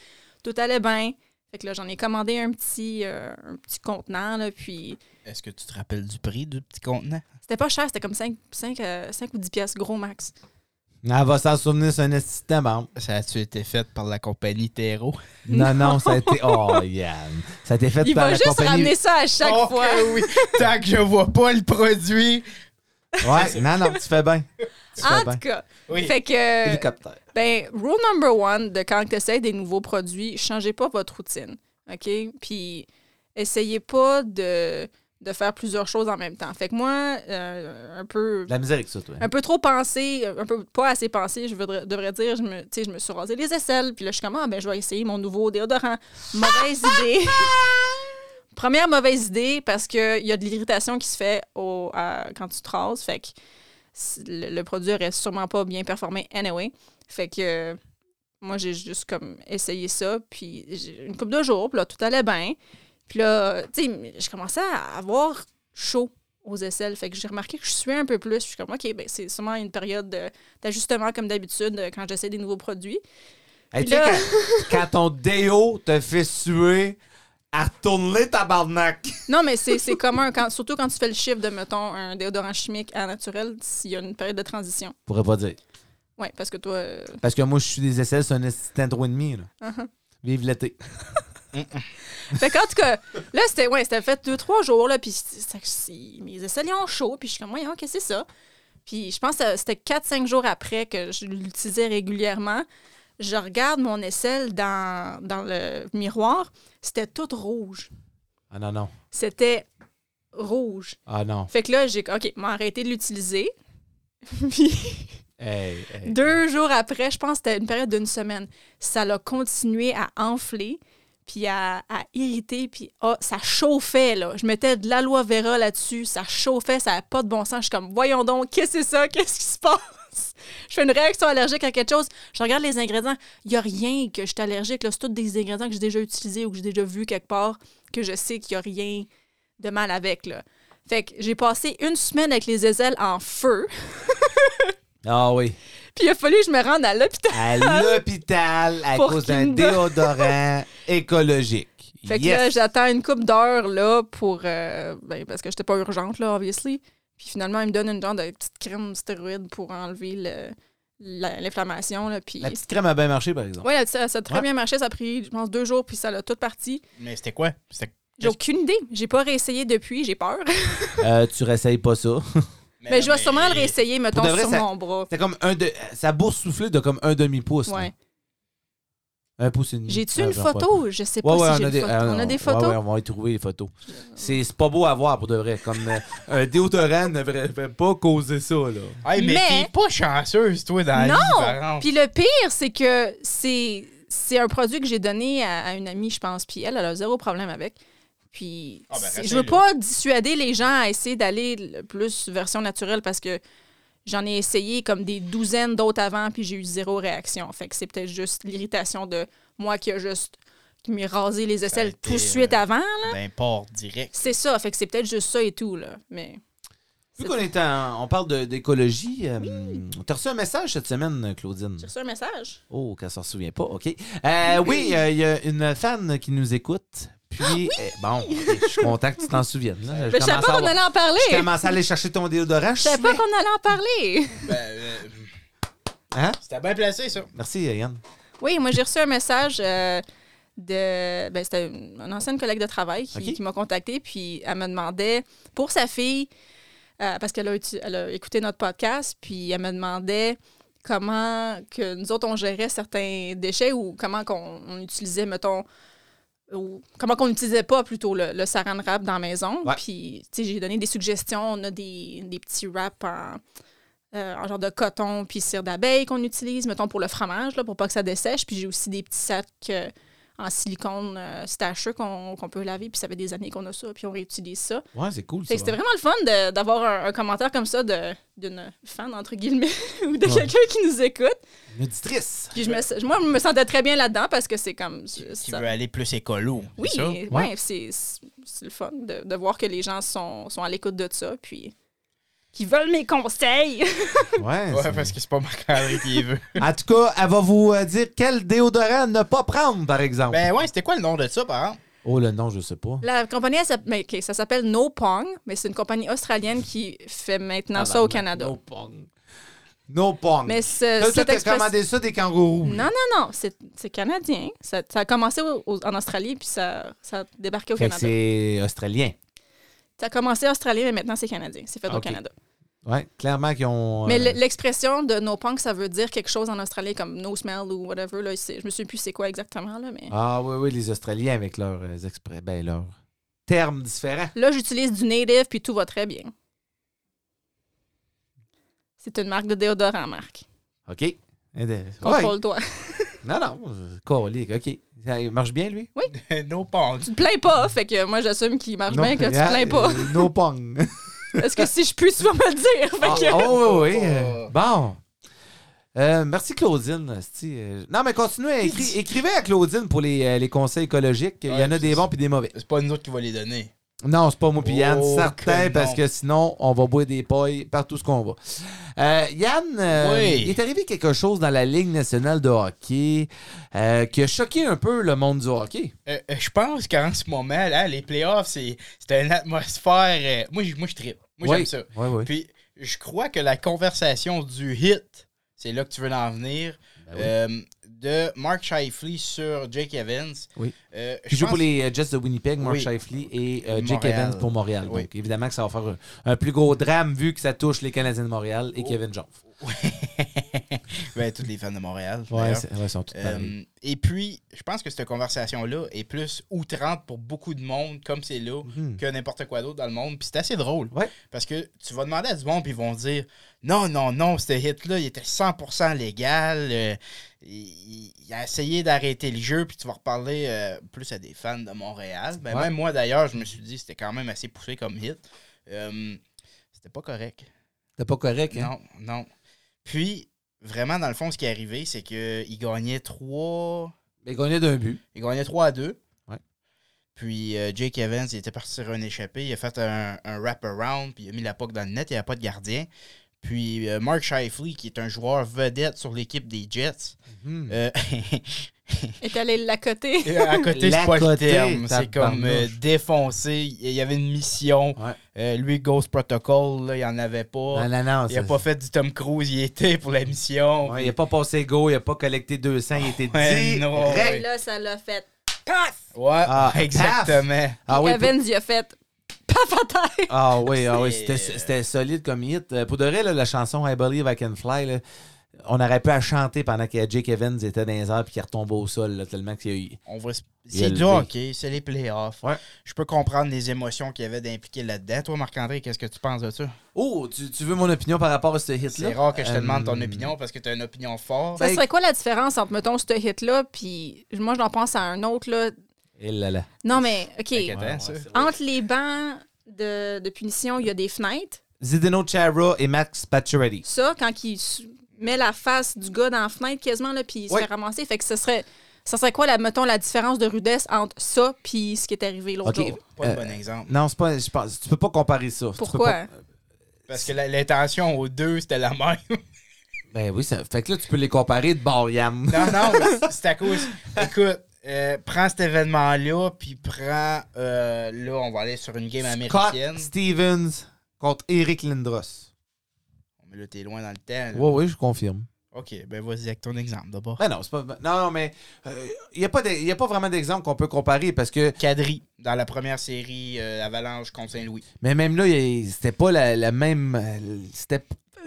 Speaker 3: Tout allait bien. Fait que là, j'en ai commandé un petit, euh, un petit contenant, là, puis
Speaker 2: Est-ce que tu te rappelles du prix du petit contenant?
Speaker 3: c'était pas cher, c'était comme 5, ou 10 pièces gros max.
Speaker 1: Elle va s'en souvenir, c'est un assistant, bon.
Speaker 2: Ça a-tu été fait par la compagnie Terreau?
Speaker 1: Non, non, ça a été. Oh, Yann. Ça a été fait
Speaker 3: Il
Speaker 1: par
Speaker 3: va
Speaker 1: la
Speaker 3: juste
Speaker 1: compagnie.
Speaker 3: ramener ça à chaque
Speaker 2: Oh,
Speaker 3: fois.
Speaker 2: que oui! Tant que je vois pas le produit.
Speaker 1: Ouais, non, non, tu fais bien. Tu
Speaker 3: En
Speaker 1: fais
Speaker 3: tout
Speaker 1: bien.
Speaker 3: cas,
Speaker 2: Oui.
Speaker 3: fait que,
Speaker 1: Hélicoptère.
Speaker 3: ben, rule number one de quand tu essayes des nouveaux produits, changez pas votre routine, OK? Puis, essayez pas de, de faire plusieurs choses en même temps. Fait que moi, euh, un peu...
Speaker 1: De La misère avec ça, toi.
Speaker 3: un peu trop pensé, euh, un peu pas assez pensé, je voudrais- devrais dire. Je me, tu sais, je me suis rasé les aisselles, puis là, je suis comme, ah, ben, je vais essayer mon nouveau déodorant. Mauvaise idée. Première mauvaise idée, parce qu'il y a de l'irritation qui se fait au, à- quand tu te rases, fait que c- le, le produit aurait sûrement pas bien performé anyway. Fait que euh, moi, j'ai juste comme essayé ça, puis j'ai- une couple de jours, puis là, tout allait bien. Puis là, tu sais, je commençais à avoir chaud aux aisselles. Fait que j'ai remarqué que je suais un peu plus. Je suis comme, OK, ben, c'est sûrement une période de- d'ajustement, comme d'habitude, euh, quand j'essaie des nouveaux produits.
Speaker 1: Hey, tu
Speaker 3: Là-
Speaker 1: sais, quand, quand ton déo te fait suer, à retourner ta barnaque.
Speaker 3: Non, mais c'est c'est commun, quand, surtout quand tu fais le chiffre de, mettons, un déodorant chimique à naturel, s'il y a une période de transition.
Speaker 1: Je pourrais pas dire.
Speaker 3: Oui, parce que toi, euh, Uh-huh.
Speaker 1: Parce que moi, je suis des aisselles, c'est un assistant 3,5. là. Vive l'été.
Speaker 3: Fait qu'en tout cas, là, c'était ouais, c'était fait deux, trois jours, là, puis c- ça- c- mes aisselles ont chaud, puis je suis comme, ouais, ok, c'est ça. Puis je pense que ça- c'était quatre, cinq jours après que je l'utilisais régulièrement. Je regarde mon aisselle dans, dans le miroir, c'était toute rouge.
Speaker 1: Ah non, non.
Speaker 3: C'était rouge.
Speaker 1: Ah non.
Speaker 3: Fait que là, j'ai OK, m'a arrêté de l'utiliser. Puis
Speaker 1: Hey, hey.
Speaker 3: deux jours après, je pense que c'était une période d'une semaine, ça l'a continué à enfler, puis à, à irriter, puis ah, ça chauffait, là. Je mettais de l'aloe vera là-dessus, ça chauffait, ça n'avait pas de bon sens. Je suis comme, voyons donc, qu'est-ce que c'est ça? Qu'est-ce qui se passe? Je fais une réaction allergique à quelque chose. Je regarde les ingrédients. Il n'y a rien que je suis allergique. là. C'est tous des ingrédients que j'ai déjà utilisés ou que j'ai déjà vus quelque part, que je sais qu'il n'y a rien de mal avec, là. Fait que j'ai passé une semaine avec les aisselles en feu,
Speaker 1: Ah oui.
Speaker 3: puis il a fallu que je me rende à l'hôpital.
Speaker 1: À l'hôpital à
Speaker 3: Pour
Speaker 1: cause
Speaker 3: qu'il
Speaker 1: d'un
Speaker 3: me-
Speaker 1: déodorant écologique.
Speaker 3: Fait que là,
Speaker 1: yes.
Speaker 3: j'attends une coupe d'heure là pour euh, ben, parce que j'étais pas urgente là, obviously. Puis finalement, il me donne une genre de petite crème stéroïde pour enlever le- la- l'inflammation là. Puis
Speaker 1: La petite crème a bien marché, par exemple.
Speaker 3: ouais, la petite- ça, ça a très
Speaker 1: Ouais.
Speaker 3: bien marché. Ça a pris, je pense, deux jours puis ça l'a toute partie.
Speaker 2: Mais c'était quoi? C'était-
Speaker 3: J'ai aucune idée. J'ai pas réessayé depuis. J'ai peur.
Speaker 1: Euh, tu réessayes pas ça.
Speaker 3: mais je vais
Speaker 2: non,
Speaker 3: sûrement le réessayer, mettons,
Speaker 1: Pour de vrai,
Speaker 3: sur
Speaker 1: ça-
Speaker 3: mon bras.
Speaker 1: C'était comme un de. Ça boursouflait de comme un demi-pouce. là.
Speaker 3: Ouais.
Speaker 1: Un pouce et demi.
Speaker 3: J'ai-tu
Speaker 1: Ah,
Speaker 3: une
Speaker 1: j'en crois
Speaker 3: photo? Je sais
Speaker 1: pas.
Speaker 3: pas
Speaker 1: Ouais, ouais,
Speaker 3: si
Speaker 1: on,
Speaker 3: j'ai
Speaker 1: a
Speaker 3: une
Speaker 1: des,
Speaker 3: photo.
Speaker 1: ah,
Speaker 3: on a des
Speaker 1: ouais,
Speaker 3: photos.
Speaker 1: ouais, on va y trouver les photos. C'est c'est pas beau à voir pour de vrai. Comme euh, un déodorant ne devrait pas causer ça. Là.
Speaker 2: Hey, mais,
Speaker 3: Mais-
Speaker 2: t'es pas chanceuse, toi, dans la
Speaker 3: Non!
Speaker 2: vie, par exemple.
Speaker 3: Puis le pire, c'est que c'est c'est un produit que j'ai donné à, à une amie, je pense, puis elle, elle a zéro problème avec. Puis
Speaker 2: Ah ben,
Speaker 3: c'est- je
Speaker 2: restez
Speaker 3: veux
Speaker 2: là.
Speaker 3: pas dissuader les gens à essayer d'aller le plus version naturelle parce que j'en ai essayé comme des douzaines d'autres avant, puis j'ai eu zéro réaction. Fait que c'est peut-être juste l'irritation de moi qui a juste qui m'ai rasé les
Speaker 2: a
Speaker 3: aisselles
Speaker 2: été,
Speaker 3: tout de suite
Speaker 2: euh,
Speaker 3: avant.
Speaker 1: Ben,
Speaker 2: D'un port direct.
Speaker 3: C'est ça, fait que c'est peut-être juste ça et tout, là. Mais
Speaker 1: Vu qu'on est en- on parle de- d'écologie, euh, t'as reçu un message cette semaine, Claudine?
Speaker 3: j'ai reçu un message.
Speaker 1: Oh, qu'elle s'en souvient pas, OK. Euh, oui, euh, il y a une fan qui nous écoute. Puis, euh, bon, ok, je suis content que tu t'en souviennes. là.
Speaker 3: Ah Mais Ben, je savais
Speaker 1: commence à
Speaker 3: pas qu'on
Speaker 1: avoir-
Speaker 3: allait en parler.
Speaker 1: je commence à aller chercher ton déodorant.
Speaker 3: Je savais pas qu'on allait en parler.
Speaker 2: Ben, euh,
Speaker 1: Hein?
Speaker 2: C'était bien placé, ça.
Speaker 1: Merci, euh, Yann.
Speaker 3: Oui, moi j'ai reçu un message euh, de ben, c'était une une ancienne collègue de travail qui,
Speaker 1: Ok.
Speaker 3: qui m'a contactée puis elle me demandait pour sa fille euh, parce qu'elle a, uti- elle a écouté notre podcast puis elle me demandait comment que nous autres on gérait certains déchets ou comment qu'on on utilisait mettons ou comment qu'on n'utilisait pas plutôt le, le saran wrap dans la maison.
Speaker 1: Ouais.
Speaker 3: Puis, tu sais, j'ai donné des suggestions. On a des, des petits wraps en, euh, en genre de coton puis cire d'abeille qu'on utilise, mettons, pour le fromage, là, pour pas que ça dessèche. Puis j'ai aussi des petits sacs euh, en silicone euh, stacheux qu'on qu'on peut laver. Puis ça fait des années qu'on a ça, puis on réutilise ça.
Speaker 1: Ouais, c'est cool.
Speaker 3: Fait que
Speaker 1: ça.
Speaker 3: c'était vraiment le fun de- d'avoir un, un commentaire comme ça de- d'une fan, entre guillemets, ou de
Speaker 1: Ouais.
Speaker 3: quelqu'un qui nous écoute.
Speaker 1: Une auditrice.
Speaker 3: Puis je me, moi, je me sentais très bien là-dedans parce que c'est comme...
Speaker 2: Qui
Speaker 3: ça-
Speaker 2: veut aller plus écolo.
Speaker 3: oui,
Speaker 2: c'est ça?
Speaker 3: ouais. c'est c'est le fun de, de voir que les gens sont, sont à l'écoute de ça, puis qui veulent mes conseils.
Speaker 1: Ouais, c'est-
Speaker 2: Ouais, parce que c'est pas Marc-André qui y veut.
Speaker 1: En tout cas, elle va vous euh, dire quel déodorant ne pas prendre, par exemple.
Speaker 2: ben ouais, c'était quoi le nom de ça, par exemple?
Speaker 1: Oh, le nom, je sais pas.
Speaker 3: La compagnie, elle s'appelle- mais, ok, ça s'appelle No Pong, mais c'est une compagnie australienne qui fait maintenant ça au Canada.
Speaker 1: Ah, No pong. No pong.
Speaker 3: Mais ce-
Speaker 1: Là, toi,
Speaker 3: cette
Speaker 1: t'as
Speaker 3: express-
Speaker 1: commandé ça des kangourous.
Speaker 3: Non, non, non, c'est c'est canadien. Ça, ça a commencé au- au- en Australie, puis ça, ça a débarqué au
Speaker 1: Fait que
Speaker 3: Canada.
Speaker 1: c'est australien.
Speaker 3: Ça a commencé en Australie, mais maintenant c'est canadien. C'est fait au
Speaker 1: Ok.
Speaker 3: Canada.
Speaker 1: Ouais, clairement qu'ils ont.
Speaker 3: Mais
Speaker 1: euh,
Speaker 3: l- l'expression de no punk, ça veut dire quelque chose en Australie comme no smell ou whatever. Là, C'est- je me souviens plus c'est quoi exactement. Là, mais...
Speaker 1: Ah oui, oui, les Australiens avec leurs euh, exprès, ben, leurs termes différents.
Speaker 3: là j'utilise du native puis tout va très bien. C'est une marque de déodorant, Marc.
Speaker 1: OK? Inté- Ouais.
Speaker 3: Contrôle-toi.
Speaker 1: Non, non, colique, OK. Ça, il marche bien, lui?
Speaker 2: no pong.
Speaker 3: Tu te plains pas, fait que moi j'assume qu'il marche bien que tu te plains pas.
Speaker 1: no pong.
Speaker 3: Parce que si je puis, tu vas me le dire.
Speaker 1: Ah,
Speaker 3: Fait que...
Speaker 1: oh, oui, oui.
Speaker 2: Faut
Speaker 1: euh,
Speaker 2: pas-
Speaker 1: Bon. Euh, merci Claudine. asti, euh, Non, mais continuez à écrire. Écrivez à Claudine pour les, euh, les conseils écologiques. Il y
Speaker 2: Ouais,
Speaker 1: en a des
Speaker 2: c'est-
Speaker 1: bons puis des mauvais.
Speaker 2: C'est pas nous autres qui va les donner.
Speaker 1: Non, c'est pas moi puis Yann,
Speaker 2: Oh,
Speaker 1: certain,
Speaker 2: que
Speaker 1: parce
Speaker 2: non.
Speaker 1: que sinon, on va boire des pailles partout ce qu'on va. Euh, Yann, euh,
Speaker 2: Oui.
Speaker 1: il est arrivé quelque chose dans la Ligue nationale de hockey euh, qui a choqué un peu le monde du hockey.
Speaker 2: Euh, euh, je pense qu'en ce moment, là, les playoffs, c'est c'est une atmosphère. euh, moi, je moi, je trippe. Moi,
Speaker 1: Oui,
Speaker 2: j'aime ça.
Speaker 1: Oui, oui.
Speaker 2: Puis, je crois que la conversation du hit, c'est là que tu veux en venir,
Speaker 1: Ben oui.
Speaker 2: euh, de Mark Shifley sur Jake Evans.
Speaker 1: Oui.
Speaker 2: Euh, je
Speaker 1: Qui joue
Speaker 2: pense-
Speaker 1: pour les euh, Jets de Winnipeg, Mark
Speaker 2: Oui.
Speaker 1: Shifley et euh, Jake
Speaker 2: Montréal.
Speaker 1: Evans pour Montréal.
Speaker 2: Oui.
Speaker 1: Donc, évidemment que ça va faire un, un plus gros drame vu que ça touche les Canadiens de Montréal et
Speaker 2: Oh.
Speaker 1: Kevin Jonf.
Speaker 2: ben, tous les fans de Montréal.
Speaker 1: Ouais,
Speaker 2: d'ailleurs.
Speaker 1: c'est- ouais, ils sont tous pareils.
Speaker 2: Euh, et puis, je pense que cette conversation-là est plus outrante pour beaucoup de monde, comme c'est là,
Speaker 1: Mhm.
Speaker 2: que n'importe quoi d'autre dans le monde. Puis c'est assez drôle.
Speaker 1: Ouais.
Speaker 2: Parce que tu vas demander à du monde, puis ils vont dire Non, non, non, ce hit-là, il était 100% légal. euh, il, il a essayé d'arrêter le jeu, puis tu vas reparler euh, plus à des fans de Montréal. Ben,
Speaker 1: Ouais.
Speaker 2: Même moi, d'ailleurs, je me suis dit C'était quand même assez poussé comme hit. Euh, c'était pas correct.
Speaker 1: T'es pas correct, hein?
Speaker 2: Non, non. Puis, vraiment, dans le fond, ce qui est arrivé, c'est qu'il gagnait 3.
Speaker 1: Mais qu'on est d'un but.
Speaker 2: Il gagnait 3 à 2.
Speaker 1: Ouais.
Speaker 2: Puis euh, Jake Evans, il était parti sur un échappé. Il a fait un, un wrap-around, puis il a mis la puck dans le net. Il n'y a pas de gardien. Puis euh, Mark Shifley, qui est un joueur vedette sur l'équipe des Jets,
Speaker 1: Mhm.
Speaker 2: euh,
Speaker 3: Est allé la côté.
Speaker 2: à côté,
Speaker 1: La
Speaker 2: c'est pas le
Speaker 1: côté,
Speaker 2: terme. C'est comme euh,
Speaker 1: tabarnouche.
Speaker 2: défoncé. Il y avait une mission.
Speaker 1: Ouais. Ben
Speaker 2: Euh, lui, Ghost Protocol, là, il n'y en avait pas.
Speaker 1: Euh, Non, non, non,
Speaker 2: il n'a
Speaker 1: ça-
Speaker 2: pas fait du Tom Cruise, il était pour la mission.
Speaker 1: Ouais, il n'a pas passé go, il n'a pas collecté 200, il était
Speaker 2: Ouais,
Speaker 1: dit.
Speaker 2: non,
Speaker 3: Et
Speaker 2: ouais.
Speaker 3: là, ça l'a fait. Paf!
Speaker 2: Ouais,
Speaker 1: Ah,
Speaker 2: exactement.
Speaker 1: Ah oui, pour-
Speaker 3: Evans, il a fait. Paf à terre!
Speaker 1: ah oui, ah oui,
Speaker 2: C'est-
Speaker 1: c'était c'était solide comme hit. Euh, Pour de vrai, là, la chanson I Believe I Can Fly, là, on aurait pu la chanter pendant que Jake Evans était dans les airs et qu'il retombait au sol, là, tellement qu'il y a eu.
Speaker 2: On va se-
Speaker 1: Il a
Speaker 2: C'est du
Speaker 1: levé.
Speaker 2: hockey, c'est les playoffs.
Speaker 1: Ouais.
Speaker 2: Je peux comprendre les émotions qu'il y avait d'impliquer là-dedans. Toi, Marc-André, qu'est-ce que tu penses de ça?
Speaker 1: Oh, tu, tu veux mon opinion par rapport à ce hit-là?
Speaker 2: C'est rare que je te
Speaker 1: Euh,
Speaker 2: demande ton opinion parce que tu as une opinion forte.
Speaker 1: Ben,
Speaker 3: Ça serait quoi la différence entre, mettons, ce hit-là, puis moi, je l'en pense à un autre, là.
Speaker 1: Eh là là.
Speaker 3: Non, mais, OK.
Speaker 2: Inquiétant, ça.
Speaker 3: Entre les bancs de, de punition, il y a des fenêtres.
Speaker 1: Zdeno Chara et Max Pacioretty.
Speaker 3: Ça, quand il s- met la face du gars dans la fenêtre quasiment, là, puis il se
Speaker 1: Ouais.
Speaker 3: fait ramasser, fait que ce serait... Ça serait quoi, la, mettons, la différence de rudesse entre ça puis ce qui est arrivé l'autre
Speaker 1: OK.
Speaker 3: jour?
Speaker 2: Pas
Speaker 1: Euh,
Speaker 2: de bon exemple.
Speaker 1: Non, c'est pas. Je pense, tu peux pas comparer ça. Tu peux pas-
Speaker 3: Pourquoi? hein?
Speaker 2: Parce que la- l'intention aux deux, c'était la même.
Speaker 1: Ben oui, ça fait que là, tu peux les comparer de bord, Yann.
Speaker 2: non, non, mais c'est à cause. Écoute, euh, prends cet événement-là, puis prends. euh, là, on va aller sur une game
Speaker 1: Scott
Speaker 2: américaine.
Speaker 1: Stevens contre Eric Lindros.
Speaker 2: Mais là, t'es loin dans le temps. là.
Speaker 1: Oui, oui, je confirme.
Speaker 2: Ok, ben vas-y avec ton exemple d'abord.
Speaker 1: Ben non, c'est pas. Non, non, mais il n'y a, pas de- y a pas vraiment d'exemple qu'on peut comparer parce que.
Speaker 2: Cadri, dans la première série euh, Avalanche contre Saint-Louis.
Speaker 1: Mais même là, y a- c'était pas la, la même. euh, C'était.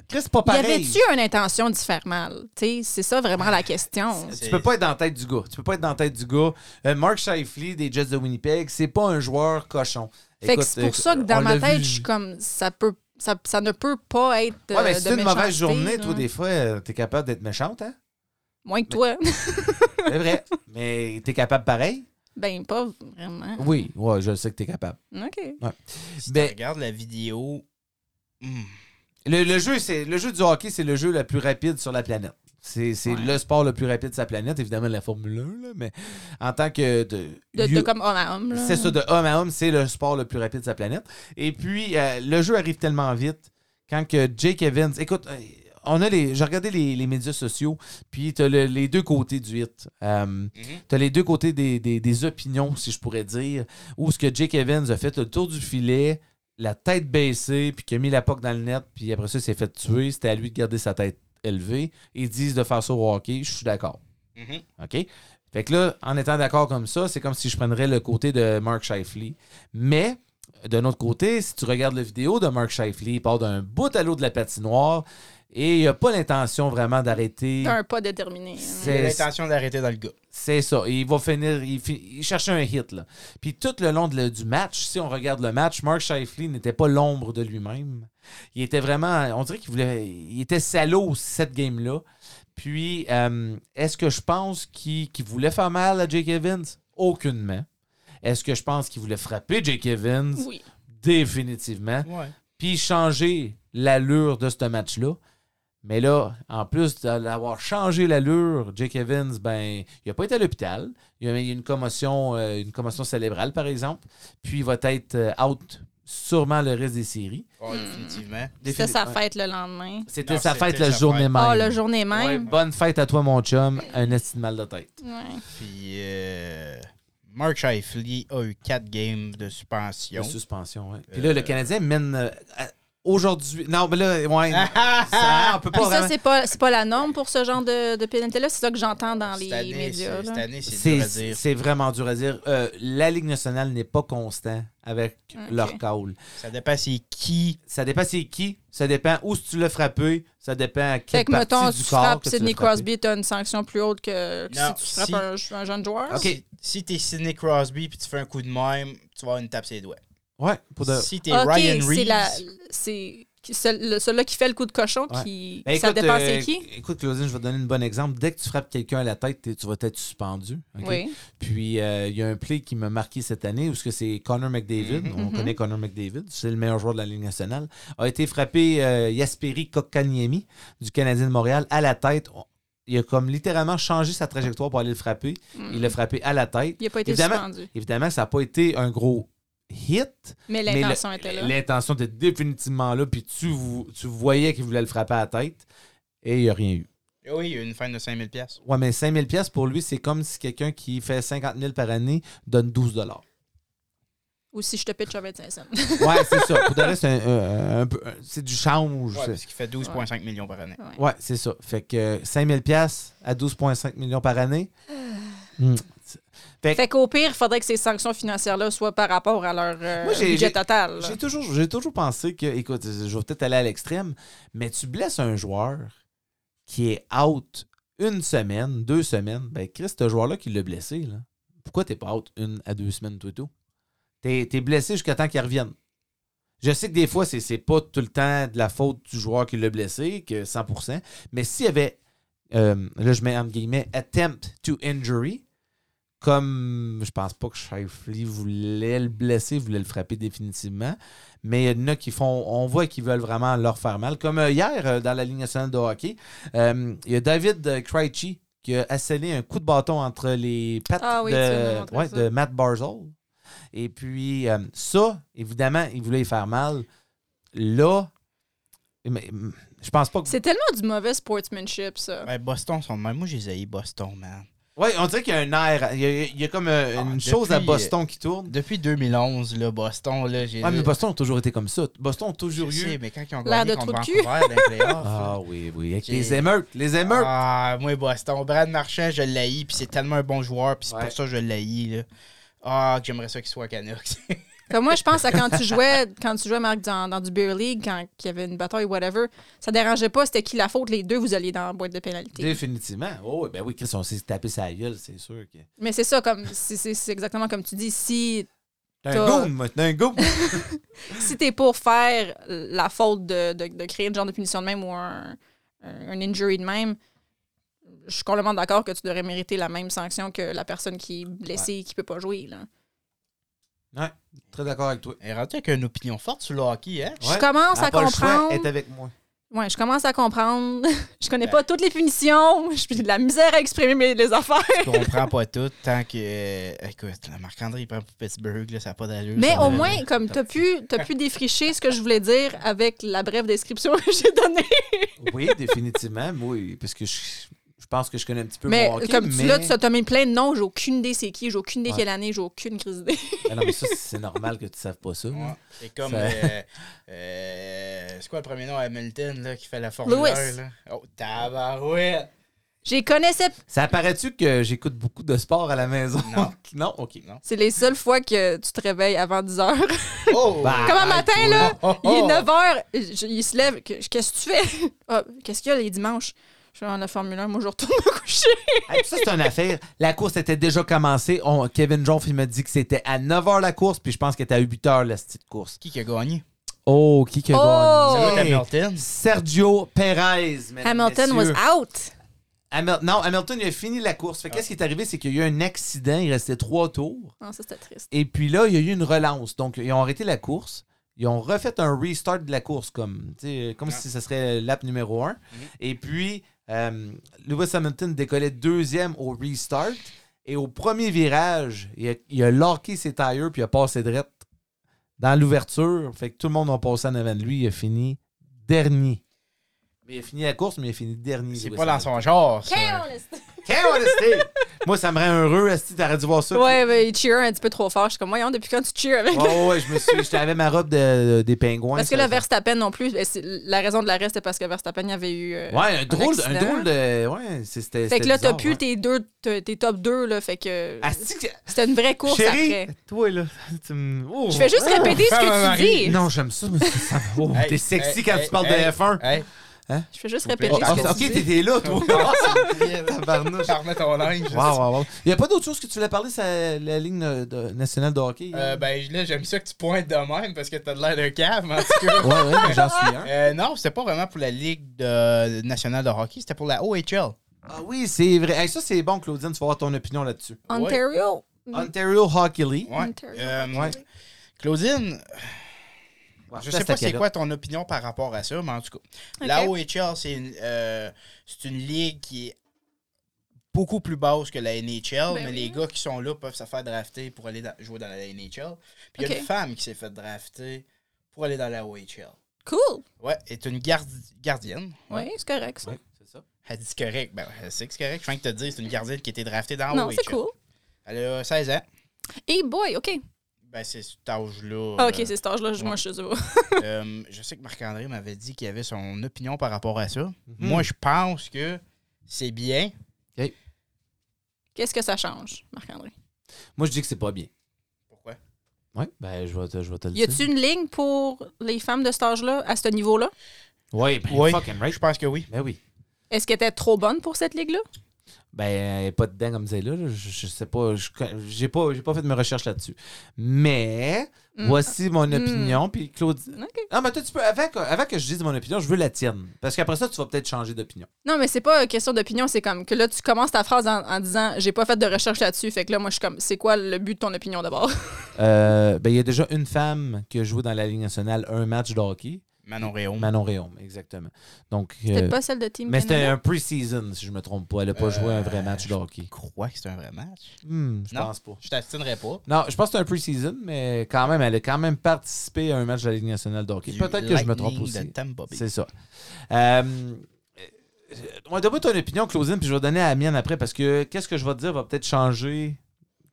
Speaker 1: Chris, c'est pas
Speaker 3: Y
Speaker 1: pareil.
Speaker 3: avait-tu une intention d'y faire mal? Tu sais, c'est ça vraiment la question.
Speaker 1: Tu peux pas être dans la tête du gars. Tu peux pas être dans la tête du gars. Euh, Mark Shifley des Jets de Winnipeg, c'est pas un joueur cochon.
Speaker 3: Fait que
Speaker 1: Écoute,
Speaker 3: c'est pour
Speaker 1: euh,
Speaker 3: ça que
Speaker 1: on
Speaker 3: dans ma
Speaker 1: l'a
Speaker 3: tête,
Speaker 1: vu.
Speaker 3: je suis comme ça peut ça, ça ne peut pas être de,
Speaker 1: Ouais, mais
Speaker 3: de
Speaker 1: si c'est une
Speaker 3: méchanceté,
Speaker 1: mauvaise journée,
Speaker 3: là.
Speaker 1: toi, des fois, euh, t'es capable d'être méchante, hein?
Speaker 3: Moins que toi.
Speaker 1: C'est vrai. mais t'es capable pareil?
Speaker 3: ben, pas vraiment.
Speaker 1: Oui, ouais, je sais que t'es capable.
Speaker 3: OK.
Speaker 2: Si
Speaker 1: Ben-
Speaker 2: tu regardes la vidéo. hmm,
Speaker 1: Le, le jeu, c'est le jeu du hockey, c'est le jeu le plus rapide sur la planète. C'est c'est le sport le plus rapide de sa planète, évidemment la Formule 1, là, mais en tant que de,
Speaker 3: De, de
Speaker 1: you-
Speaker 3: comme homme à homme. là.
Speaker 1: c'est ça de homme à homme, c'est le sport le plus rapide de sa planète. Et puis euh, le jeu arrive tellement vite quand que Jake Evans, écoute, euh, on a les, j'ai regardé les, les médias sociaux, puis t'as le- les deux côtés du hit. Euh, T'as les deux côtés des, des- des opinions, si je pourrais dire, où ce que Jake Evans a fait le tour du filet, la tête baissée, puis qu'il a mis la poque dans le net, puis après ça, il s'est fait tuer. C'était à lui de garder sa tête élevée. Ils disent de faire ça au hockey. Je suis d'accord.
Speaker 2: Mhm.
Speaker 1: OK? Fait que là, en étant d'accord comme ça, c'est comme si je prendrais le côté de Mark Shifley. Mais, d'un autre côté, si tu regardes la vidéo de Mark Shifley, il part d'un bout à l'autre de la patinoire et il n'a pas l'intention vraiment d'arrêter.
Speaker 3: T'as un pas déterminé.
Speaker 1: C'est-
Speaker 2: Il a l'intention d'arrêter dans le gars.
Speaker 1: C'est ça. Et il va finir. Il, fi- il cherchait un hit. Là. Puis tout le long de le- du match, si on regarde le match, Mark Shifley n'était pas l'ombre de lui-même. Il était vraiment. On dirait qu'il voulait. Il était salaud cette game-là. Puis, euh, est-ce que je pense qu'il qu'il voulait faire mal à Jake Evans? Aucunement. Est-ce que je pense qu'il voulait frapper Jake Evans?
Speaker 3: Oui.
Speaker 1: Définitivement
Speaker 2: Ouais.
Speaker 1: puis changer l'allure de ce match-là. Mais là, en plus d'avoir changé l'allure, Jake Evans, ben, il n'a pas été à l'hôpital. Il y a eu une commotion, euh, une commotion cérébrale, par exemple. Puis il va être euh, out sûrement le reste des séries.
Speaker 2: définitivement.
Speaker 3: C'était sa
Speaker 1: Définitivement.
Speaker 3: fête le lendemain.
Speaker 1: C'était
Speaker 2: Non,
Speaker 1: sa fête
Speaker 2: c'était
Speaker 1: la
Speaker 2: sa
Speaker 1: journée
Speaker 2: fête.
Speaker 1: même.
Speaker 3: Ah, la journée
Speaker 1: Ouais,
Speaker 3: même.
Speaker 1: bonne fête à toi, mon chum. Un esti de mal de tête.
Speaker 3: Ouais.
Speaker 2: Puis euh, Mark Shifley a eu quatre games de suspension.
Speaker 1: De suspension, ouais. Puis là, le Canadien mène euh, à- aujourd'hui. Non, mais là, ouais. ça, on peut pas
Speaker 3: Puis ça,
Speaker 1: vraiment-
Speaker 3: c'est pas, c'est pas la norme pour ce genre de, de pénalité-là. C'est ça que j'entends dans les
Speaker 2: Cette année,
Speaker 3: médias.
Speaker 2: c'est-
Speaker 3: là.
Speaker 2: cette année, c'est dur à
Speaker 1: C'est
Speaker 2: dire.
Speaker 1: c'est vraiment dur à dire. Euh, la Ligue nationale n'est pas constant avec
Speaker 3: Ok.
Speaker 1: leur call.
Speaker 2: Ça dépend c'est qui.
Speaker 1: Ça dépend c'est qui, ça dépend où tu l'as frappé, ça dépend à quelle
Speaker 3: Fait que,
Speaker 1: partie
Speaker 3: mettons,
Speaker 1: du
Speaker 3: si tu
Speaker 1: corps
Speaker 3: frappes
Speaker 1: que tu l'as
Speaker 3: Sidney
Speaker 1: frappé.
Speaker 3: Crosby, t'as une sanction plus haute que
Speaker 2: Non,
Speaker 3: si tu
Speaker 2: si-
Speaker 3: frappes un, un jeune joueur.
Speaker 1: Ok.
Speaker 2: Si, si t'es Sidney Crosby puis tu fais un coup de même, tu vas avoir une tape sur les doigts.
Speaker 1: Ouais, pour de...
Speaker 2: Si t'es
Speaker 3: Ok,
Speaker 2: Ryan
Speaker 3: c'est
Speaker 2: Reeves,
Speaker 3: la- c'est qui- celle- le- celui-là qui fait le coup de cochon,
Speaker 1: Ouais.
Speaker 3: qui,
Speaker 1: Ben,
Speaker 3: ça dépend
Speaker 1: euh,
Speaker 3: c'est qui.
Speaker 1: Écoute, Claudine, je vais te donner un bon exemple. Dès que tu frappes quelqu'un à la tête, t'es- tu vas être suspendu. ok?
Speaker 3: Oui.
Speaker 1: Puis euh, il y a un play qui m'a marqué cette année où ce que c'est Connor McDavid,
Speaker 2: Mhm.
Speaker 1: on
Speaker 3: Mhm.
Speaker 1: connaît Connor McDavid, c'est le meilleur joueur de la Ligue nationale, a été frappé euh, Yasperi Kokkaniemi du Canadien de Montréal à la tête. Il a comme littéralement changé sa trajectoire pour aller le frapper. Il l'a frappé à la tête.
Speaker 3: Mm. Il n'a pas été
Speaker 1: Évidemment.
Speaker 3: suspendu.
Speaker 1: Évidemment, ça n'a pas été un gros hit,
Speaker 3: Mais
Speaker 1: mais
Speaker 3: l'intention
Speaker 1: le-
Speaker 3: était là.
Speaker 1: l'intention était définitivement là, puis tu, vou- tu voyais qu'il voulait le frapper à la tête, et il n'y a rien eu.
Speaker 2: oui, il y a une fin de 5000 pièces.
Speaker 1: Ouais, mais 5000 pièces pour lui, c'est comme si quelqu'un qui fait 50 000 par année donne 12 dollars.
Speaker 3: Ou si je te pitch à 25 cents.
Speaker 1: Ouais, c'est ça. Pour de vrai, c'est un- un- un peu- un- c'est du change.
Speaker 2: Ouais,
Speaker 1: c'est-
Speaker 2: parce qu'il fait 12,5 millions par année.
Speaker 1: Ouais, c'est ça. Fait que 5000 pièces à 12,5 millions par année. Hmm.
Speaker 3: Fait qu'au pire, il faudrait que ces sanctions financières-là soient par rapport à leur euh,
Speaker 1: Moi, j'ai-
Speaker 3: budget
Speaker 1: j'ai-
Speaker 3: total. là.
Speaker 1: J'ai toujours, j'ai toujours pensé que, écoute, je vais peut-être aller à l'extrême, mais tu blesses un joueur qui est out une semaine, deux semaines. Ben, Chris, ce joueur-là qui l'a blessé, là. pourquoi t'es pas out une à deux semaines tout tout? T'es t'es blessé jusqu'à temps qu'il revienne. Je sais que des fois, c'est- c'est pas tout le temps de la faute du joueur qui l'a blessé, que 100%, mais s'il y avait, euh, là je mets entre guillemets, attempt to injury, comme je pense pas que Shifley voulait le blesser, voulait le frapper définitivement, mais il y en a qui font, on voit qu'ils veulent vraiment leur faire mal. Comme euh, hier, euh, dans la Ligue nationale de hockey, euh, il y a David euh, Krejci qui a asséné un coup de bâton entre les pattes
Speaker 3: Ah oui, tu m'as
Speaker 1: de,
Speaker 3: montré
Speaker 1: ouais,
Speaker 3: ça.
Speaker 1: de Matt Barzal. Et puis, euh, ça, évidemment, il voulait y faire mal. Là, mais, mm, je pense pas que.
Speaker 3: C'est tellement du mauvais sportsmanship, ça.
Speaker 2: Ouais, Boston sont de même. Moi, j'ai haï Boston, man.
Speaker 1: Oui, on dirait qu'il y a un air. Il y a, il y a comme euh,
Speaker 2: Ah,
Speaker 1: une
Speaker 2: depuis,
Speaker 1: chose à Boston qui tourne.
Speaker 2: Depuis 2011, là, Boston, là, j'ai.
Speaker 1: Ah, mais Boston a toujours été comme ça. Boston a toujours
Speaker 2: Je sais,
Speaker 1: eu.
Speaker 2: mais quand ils ont
Speaker 3: L'air
Speaker 2: gagné
Speaker 3: de
Speaker 2: contre
Speaker 3: trou de
Speaker 2: Vancouver
Speaker 3: cul.
Speaker 2: dans les playoffs, là.
Speaker 1: Ah oui, oui. Avec
Speaker 2: J'ai-
Speaker 1: les émeutes. Les émeutes.
Speaker 2: Ah, moi, Boston. Brad Marchand, je l'haïs, puis c'est tellement un bon joueur, puis c'est
Speaker 1: Ouais.
Speaker 2: pour ça que je l'haïs, là. Ah, que j'aimerais ça qu'il soit à Canucks.
Speaker 3: Comme moi, je pense à quand tu jouais, quand tu jouais, Marc, dans, dans du Beer League, quand il y avait une bataille, whatever, ça dérangeait pas, c'était qui la faute, les deux, vous alliez dans la boîte de pénalité.
Speaker 1: Définitivement. Oh, oui, ben oui, Chris, on s'est tapé sa gueule, c'est sûr. Que...
Speaker 3: Mais c'est ça, comme c'est- c'est c'est exactement comme tu dis, si,
Speaker 1: T'es un
Speaker 3: T'as-
Speaker 1: goom, t'es un goom.
Speaker 3: si t'es pour faire la faute de, de, de créer le genre de punition de même ou un, un injury de même, je suis complètement d'accord que tu devrais mériter la même sanction que la personne qui est blessée et qui peut pas jouer. Là.
Speaker 1: Très d'accord avec toi.
Speaker 2: Elle est rendue avec une opinion forte sur le hockey, hein?
Speaker 3: Je commence à
Speaker 1: Ah, pas le choix,
Speaker 3: comprendre.
Speaker 1: elle est avec moi.
Speaker 3: Ouais, je commence à comprendre. je connais pas toutes les punitions. J'ai de la misère à exprimer mes, les affaires.
Speaker 2: Je comprends pas tout tant que. euh, écoute, là, Marc-André, il prend pour Pittsburgh, là, ça n'a pas d'allure.
Speaker 3: Mais
Speaker 2: ça,
Speaker 3: au
Speaker 2: là.
Speaker 3: moins, comme t'as pu, t'as pu défricher ce que je voulais dire avec la brève description que j'ai donnée.
Speaker 1: Oui, définitivement. Oui, parce que je, je pense que je connais un petit peu
Speaker 3: Mais
Speaker 1: mon hockey,
Speaker 3: comme
Speaker 1: mais...
Speaker 3: tu l'as, tu as mis plein de noms, j'ai aucune idée c'est qui, j'ai aucune idée
Speaker 1: Ouais.
Speaker 3: quelle année, j'ai aucune crise d'idée.
Speaker 1: Ah non, mais ça, c'est normal que tu saves pas ça.
Speaker 2: Ouais. C'est comme.
Speaker 1: Mm. Ça-
Speaker 2: euh, euh, c'est quoi le premier nom à Hamilton, là, qui fait la Formule
Speaker 3: Lewis.
Speaker 2: 1, là? Oh, tabarouette!
Speaker 3: J'ai connaissais.
Speaker 1: Ça apparaît-tu que j'écoute beaucoup de sport à la maison?
Speaker 2: Non.
Speaker 1: non? OK.
Speaker 3: C'est les seules fois que tu te réveilles avant 10 heures.
Speaker 2: Oh!
Speaker 1: Bah.
Speaker 3: comme un matin, là,
Speaker 2: Oh, oh,
Speaker 3: il est
Speaker 2: oh.
Speaker 3: 9 heures, je- il se lève. que- Qu'est-ce que tu fais? Ah, Qu'est-ce qu'il y a les dimanches? Je suis en la Formule 1, moi je retourne me coucher.
Speaker 1: Hey, puis ça, c'est une affaire. La course était déjà commencée. On- Kevin Jones, il m'a dit que c'était à 9h la course, puis je pense qu'elle était à 8h la petite course.
Speaker 2: Qui qui a gagné?
Speaker 1: Oh, qui que
Speaker 3: Oh!
Speaker 2: Ça doit être
Speaker 1: gagné?
Speaker 2: Hamilton.
Speaker 1: Sergio Perez. mesdames,
Speaker 3: Hamilton
Speaker 1: messieurs.
Speaker 3: was out.
Speaker 1: Hamil- non, Hamilton, il a fini la course. Fait que qu'est-ce qui est arrivé? C'est qu'il y a eu un accident. Il restait trois tours.
Speaker 3: Non, ça c'était triste.
Speaker 1: Et puis là, il y a eu une relance. Donc, ils ont arrêté la course. Ils ont refait un restart de la course, comme, tu sais, comme si ce serait l'app numéro un.
Speaker 2: Mhm.
Speaker 1: Et puis, euh, Lewis Hamilton décollait deuxième au restart. Et au premier virage, il a, il a locké ses tires puis il a passé direct dans l'ouverture. Fait que tout le monde a passé en avant de lui. Il a fini dernier. Mais il a fini la course, mais il a fini dernier.
Speaker 2: C'est
Speaker 1: Lewis
Speaker 2: pas dans
Speaker 3: oh!
Speaker 1: Hamilton.
Speaker 2: son genre, ça.
Speaker 1: Can't understand. Moi, ça me rend heureux. Esti, t'aurais dû voir ça.
Speaker 3: Ouais, mais il cheer un petit peu trop fort. Je suis comme, voyons, depuis quand tu cheer avec.
Speaker 1: Oh, ouais, je me suis. J'étais avec ma robe de- des pingouins.
Speaker 3: parce que
Speaker 1: ça-
Speaker 3: le Verstappen non plus, ben, c'est- la raison de l'arrêt, c'était parce que Verstappen il avait eu. euh,
Speaker 1: Ouais, un drôle, un
Speaker 3: accident.
Speaker 1: drôle de. Ouais, c'est- c'était.
Speaker 3: fait que là, t'as
Speaker 1: pu
Speaker 3: plus tes deux, tes tes top 2, là. Fait que c'était une vraie course
Speaker 1: Chérie,
Speaker 3: après.
Speaker 1: toi, là. tu me- oh.
Speaker 3: Je vais juste répéter ce
Speaker 2: femme à
Speaker 3: que tu
Speaker 2: Marie.
Speaker 3: dis.
Speaker 1: Non, j'aime ça, mais c'est- ça- oh,
Speaker 2: Hey,
Speaker 1: T'es sexy
Speaker 2: hey,
Speaker 1: quand
Speaker 2: hey,
Speaker 1: tu parles
Speaker 2: hey.
Speaker 1: de F1.
Speaker 2: Hey,
Speaker 3: Je vais juste
Speaker 2: S'il vous plaît.
Speaker 3: répéter
Speaker 1: Oh,
Speaker 3: ce que
Speaker 1: ok,
Speaker 3: tu dis.
Speaker 1: t'étais là, toi. Tabarnouche.
Speaker 2: remets ton linge.
Speaker 1: Wow, wow, wow. Il n'y a pas d'autre chose que tu voulais parler, c'est la ligne euh, de- nationale de hockey?
Speaker 2: Euh, ben là, j'aime ça que tu pointes de même parce que t'as de l'air d'un cave, mais en tout cas.
Speaker 1: Ouais, ouais, mais j'en suis un.
Speaker 2: Euh, non, c'était pas vraiment pour la Ligue de- nationale de hockey, c'était pour la OHL.
Speaker 1: Ah oui, c'est vrai. Hey, ça, c'est bon, Claudine, tu vas avoir ton opinion là-dessus.
Speaker 3: Ontario.
Speaker 1: Ontario Hockey League.
Speaker 2: Ouais.
Speaker 3: Ontario.
Speaker 2: Euh,
Speaker 1: Ouais.
Speaker 2: Claudine, je sais
Speaker 1: Reste
Speaker 2: pas
Speaker 1: à
Speaker 2: c'est
Speaker 1: Canada.
Speaker 2: quoi ton opinion par rapport à ça, mais en tout cas, la OHL, c'est une, euh, c'est une ligue qui est beaucoup plus basse que la NHL,
Speaker 3: Ben
Speaker 2: mais
Speaker 3: oui.
Speaker 2: les gars qui sont là peuvent se faire drafter pour aller dans- jouer dans la NHL. Puis il y
Speaker 3: Ok.
Speaker 2: a une femme qui s'est fait drafter pour aller dans la OHL.
Speaker 3: Cool.
Speaker 2: Ouais, elle est une gardi- gardienne.
Speaker 3: Oui, c'est correct, ça.
Speaker 1: Ouais, c'est ça.
Speaker 2: Elle dit c'est correct. Ben, elle sait que c'est correct. Je viens de te dire, c'est une gardienne qui a été draftée
Speaker 1: Ah
Speaker 2: dans la
Speaker 3: non,
Speaker 2: OHL.
Speaker 3: c'est cool.
Speaker 2: Elle a 16 ans.
Speaker 3: Hey boy, OK.
Speaker 2: Ben, c'est cet âge-là.
Speaker 3: Ah,
Speaker 2: euh,
Speaker 3: OK, c'est cet âge-là. je- Moi, je suis sûr.
Speaker 2: Euh, je sais que Marc-André m'avait dit qu'il avait son opinion par rapport à ça. Moi, je pense que c'est bien.
Speaker 3: Qu'est-ce que ça change, Marc-André?
Speaker 1: Moi, je dis que c'est pas bien.
Speaker 2: Pourquoi?
Speaker 1: Ouais, ben, je vais te, je vais te le
Speaker 3: Y a-tu
Speaker 1: dire.
Speaker 3: une ligne pour les femmes de cet âge-là, à ce niveau-là?
Speaker 1: Oui, ben,
Speaker 2: Oui.
Speaker 1: fucking
Speaker 2: Je
Speaker 1: right.
Speaker 2: pense que oui.
Speaker 1: Ben oui.
Speaker 3: Est-ce qu'elle était trop bonne pour cette ligue-là?
Speaker 1: Ben, elle est pas dedans comme ça, là. là. Je, je sais pas. Je con- J'ai pas, j'ai pas fait de mes recherches là-dessus. Mais,
Speaker 3: Mm.
Speaker 1: voici mon opinion. Puis, Claudine.
Speaker 3: OK.
Speaker 1: Non, mais toi, tu peux. Avant que, avant que je dise mon opinion, je veux la tienne. Parce qu'après ça, tu vas peut-être changer d'opinion.
Speaker 3: Non, mais c'est pas une question d'opinion, c'est comme que là, tu commences ta phrase en, en disant j'ai pas fait de recherche là-dessus. Fait que là, moi, je suis comme c'est quoi le but de ton opinion d'abord?
Speaker 1: Euh, ben, il y a déjà une femme qui a joué dans la Ligue nationale un match de hockey.
Speaker 2: Manon Réaume.
Speaker 1: Manon Réaume, exactement. Donc, euh,
Speaker 3: Peut-être pas celle de Team
Speaker 1: mais c'était
Speaker 3: Canada.
Speaker 1: un pre-season, si je me trompe pas. Elle a pas joué un vrai match de hockey.
Speaker 2: Euh, Je crois que c'est un vrai match.
Speaker 1: Hmm, je
Speaker 2: Non.
Speaker 1: pense pas.
Speaker 2: Je t'abstinerai pas.
Speaker 1: Non, je pense que c'est un pre-season, mais quand même, elle a quand même participé à un match de la Ligue nationale de hockey.
Speaker 2: Du
Speaker 1: Peut-être que je me trompe
Speaker 2: Lightning
Speaker 1: aussi.
Speaker 2: de Tampa Bay.
Speaker 1: C'est ça. Euh, euh, ouais, Donne-moi ton opinion, Claudine, puis je vais donner à la mienne après, parce que qu'est-ce que je vais te dire va peut-être changer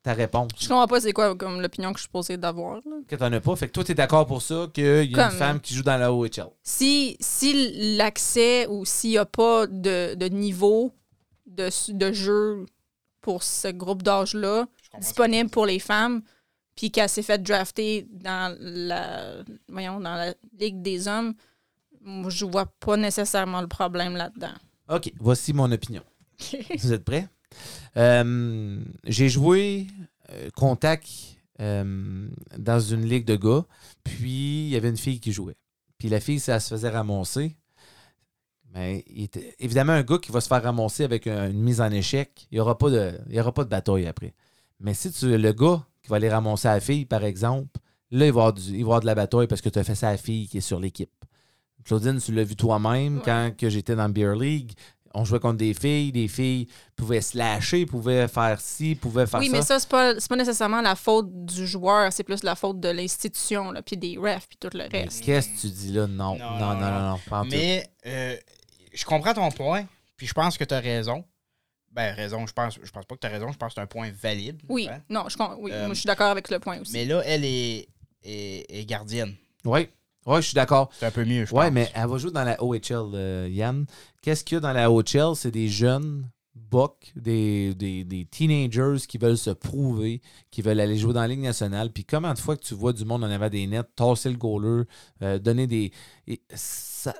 Speaker 1: ta
Speaker 3: Je
Speaker 1: réponse.
Speaker 3: comprends pas c'est quoi comme l'opinion que je suis supposée d'avoir. là.
Speaker 1: Que t'en as pas. Fait que toi, t'es d'accord pour ça qu'il y a
Speaker 3: Comme-
Speaker 1: une femme qui joue dans la OHL.
Speaker 3: Si, si l'accès ou s'il y a pas de, de niveau de, de jeu pour ce groupe d'âge-là
Speaker 2: Je comprends
Speaker 3: disponible pour les femmes, puis qu'elle s'est fait drafter dans la, voyons, dans la Ligue des hommes, moi, je vois pas nécessairement le problème là-dedans.
Speaker 1: OK, voici mon opinion. Vous êtes prêts? Euh, J'ai joué euh, contact euh, dans une ligue de gars, puis il y avait une fille qui jouait. Puis la fille, ça se faisait ramoncer. Mais il était- évidemment, un gars qui va se faire ramoncer avec un- une mise en échec, il n'y aura, pas de- il y aura pas de bataille après. Mais si tu le gars qui va aller ramoncer la fille, par exemple, là, il va y avoir, du- il va y avoir de la bataille parce que tu as fait ça à la fille qui est sur l'équipe. Claudine, tu l'as vu toi-même quand que j'étais dans le Beer League on jouait contre des filles, des filles pouvaient se lâcher, pouvaient faire ci, pouvaient faire
Speaker 3: oui,
Speaker 1: ça.
Speaker 3: mais ça, c'est pas, c'est pas nécessairement la faute du joueur, c'est plus la faute de l'institution, là, puis des refs, puis tout le
Speaker 1: Mais
Speaker 3: reste.
Speaker 1: Qu'est-ce que tu dis là? Non, non, non, non, non, pas en tout.
Speaker 2: Mais euh, je comprends ton point, puis je pense que tu as raison. Ben, raison, je pense, je pense pas que tu as raison, je pense que c'est un point valide.
Speaker 3: Oui,
Speaker 2: hein.
Speaker 3: non, je, con- oui,
Speaker 2: Euh,
Speaker 3: moi, je suis d'accord avec le point aussi.
Speaker 2: Mais là, elle est, est- est gardienne.
Speaker 1: Oui, ouais, je suis d'accord.
Speaker 2: C'est un peu mieux, je
Speaker 1: Oui,
Speaker 2: pense.
Speaker 1: mais elle va jouer dans la OHL, euh, Yann. Qu'est-ce qu'il y a dans la OHL? C'est des jeunes bocs, des, des, des teenagers qui veulent se prouver, qui veulent aller jouer dans la Ligue nationale. Puis comment de fois que tu vois du monde en avant des nets, tasser le goaler, euh, donner des... et ça-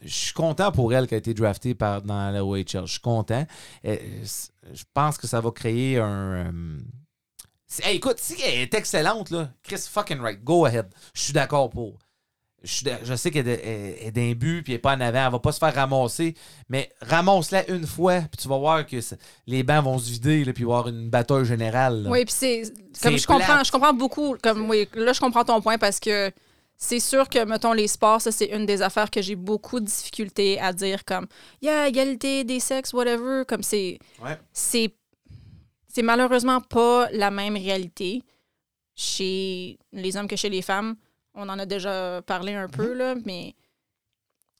Speaker 1: Je suis content pour elle qui a été draftée par, dans la OHL. Je suis content. Euh, c- je pense que ça va créer un... euh, si- hey, écoute, si elle est excellente, là, Chris fucking right, go ahead. Je suis d'accord pour. Je, suis d'a- je sais qu'elle est- elle- elle est d'un but, puis elle est pas en avant, elle va pas se faire ramasser, mais ramasse-la une fois, puis tu vas voir que ça- les bancs vont se vider, là, puis il va y avoir une bataille générale. là.
Speaker 3: Oui, puis c'est comme
Speaker 1: C'est
Speaker 3: je comprends,
Speaker 1: plate.
Speaker 3: je comprends beaucoup. Comme oui, là je comprends ton point parce que c'est sûr que mettons les sports, ça c'est une des affaires que j'ai beaucoup de difficulté à dire comme yeah égalité des sexes whatever comme c'est
Speaker 1: Ouais.
Speaker 3: c'est c'est malheureusement pas la même réalité chez les hommes que chez les femmes. On en a déjà parlé un
Speaker 1: Mhm.
Speaker 3: peu là, mais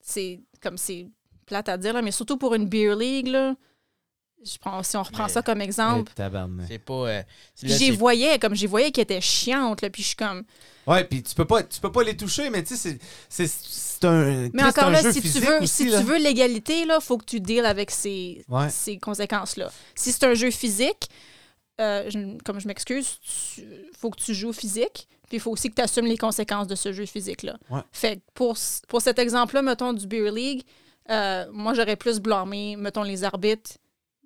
Speaker 3: c'est comme c'est plate à dire là, mais surtout pour une beer league là je prends- si on reprend
Speaker 2: Mais-
Speaker 3: ça comme exemple,
Speaker 1: Eh, tabarnak.
Speaker 2: C'est pas. euh, c'est- là,
Speaker 3: j'y
Speaker 2: c'est-
Speaker 3: voyais, comme j'y voyais qu'elle était chiante, là, puis je suis comme.
Speaker 1: Ouais, puis tu peux pas, tu peux pas les toucher, mais tu sais, c'est- c'est c'est un. Chris,
Speaker 3: Mais
Speaker 1: c'est
Speaker 3: encore
Speaker 1: un
Speaker 3: là,
Speaker 1: jeu
Speaker 3: si tu
Speaker 1: physique
Speaker 3: veux,
Speaker 1: aussi,
Speaker 3: si
Speaker 1: là.
Speaker 3: tu veux l'égalité, là, faut que tu deals avec ces,
Speaker 1: Ouais.
Speaker 3: ces conséquences-là. Si c'est un jeu physique, euh, je- comme je m'excuse, tu- faut que tu joues physique, puis il faut aussi que tu assumes les conséquences de ce jeu physique-là.
Speaker 1: Ouais.
Speaker 3: Fait que pour, c- pour cet exemple-là, mettons, du Beer League, euh, moi, j'aurais plus blâmé, mettons, les arbitres,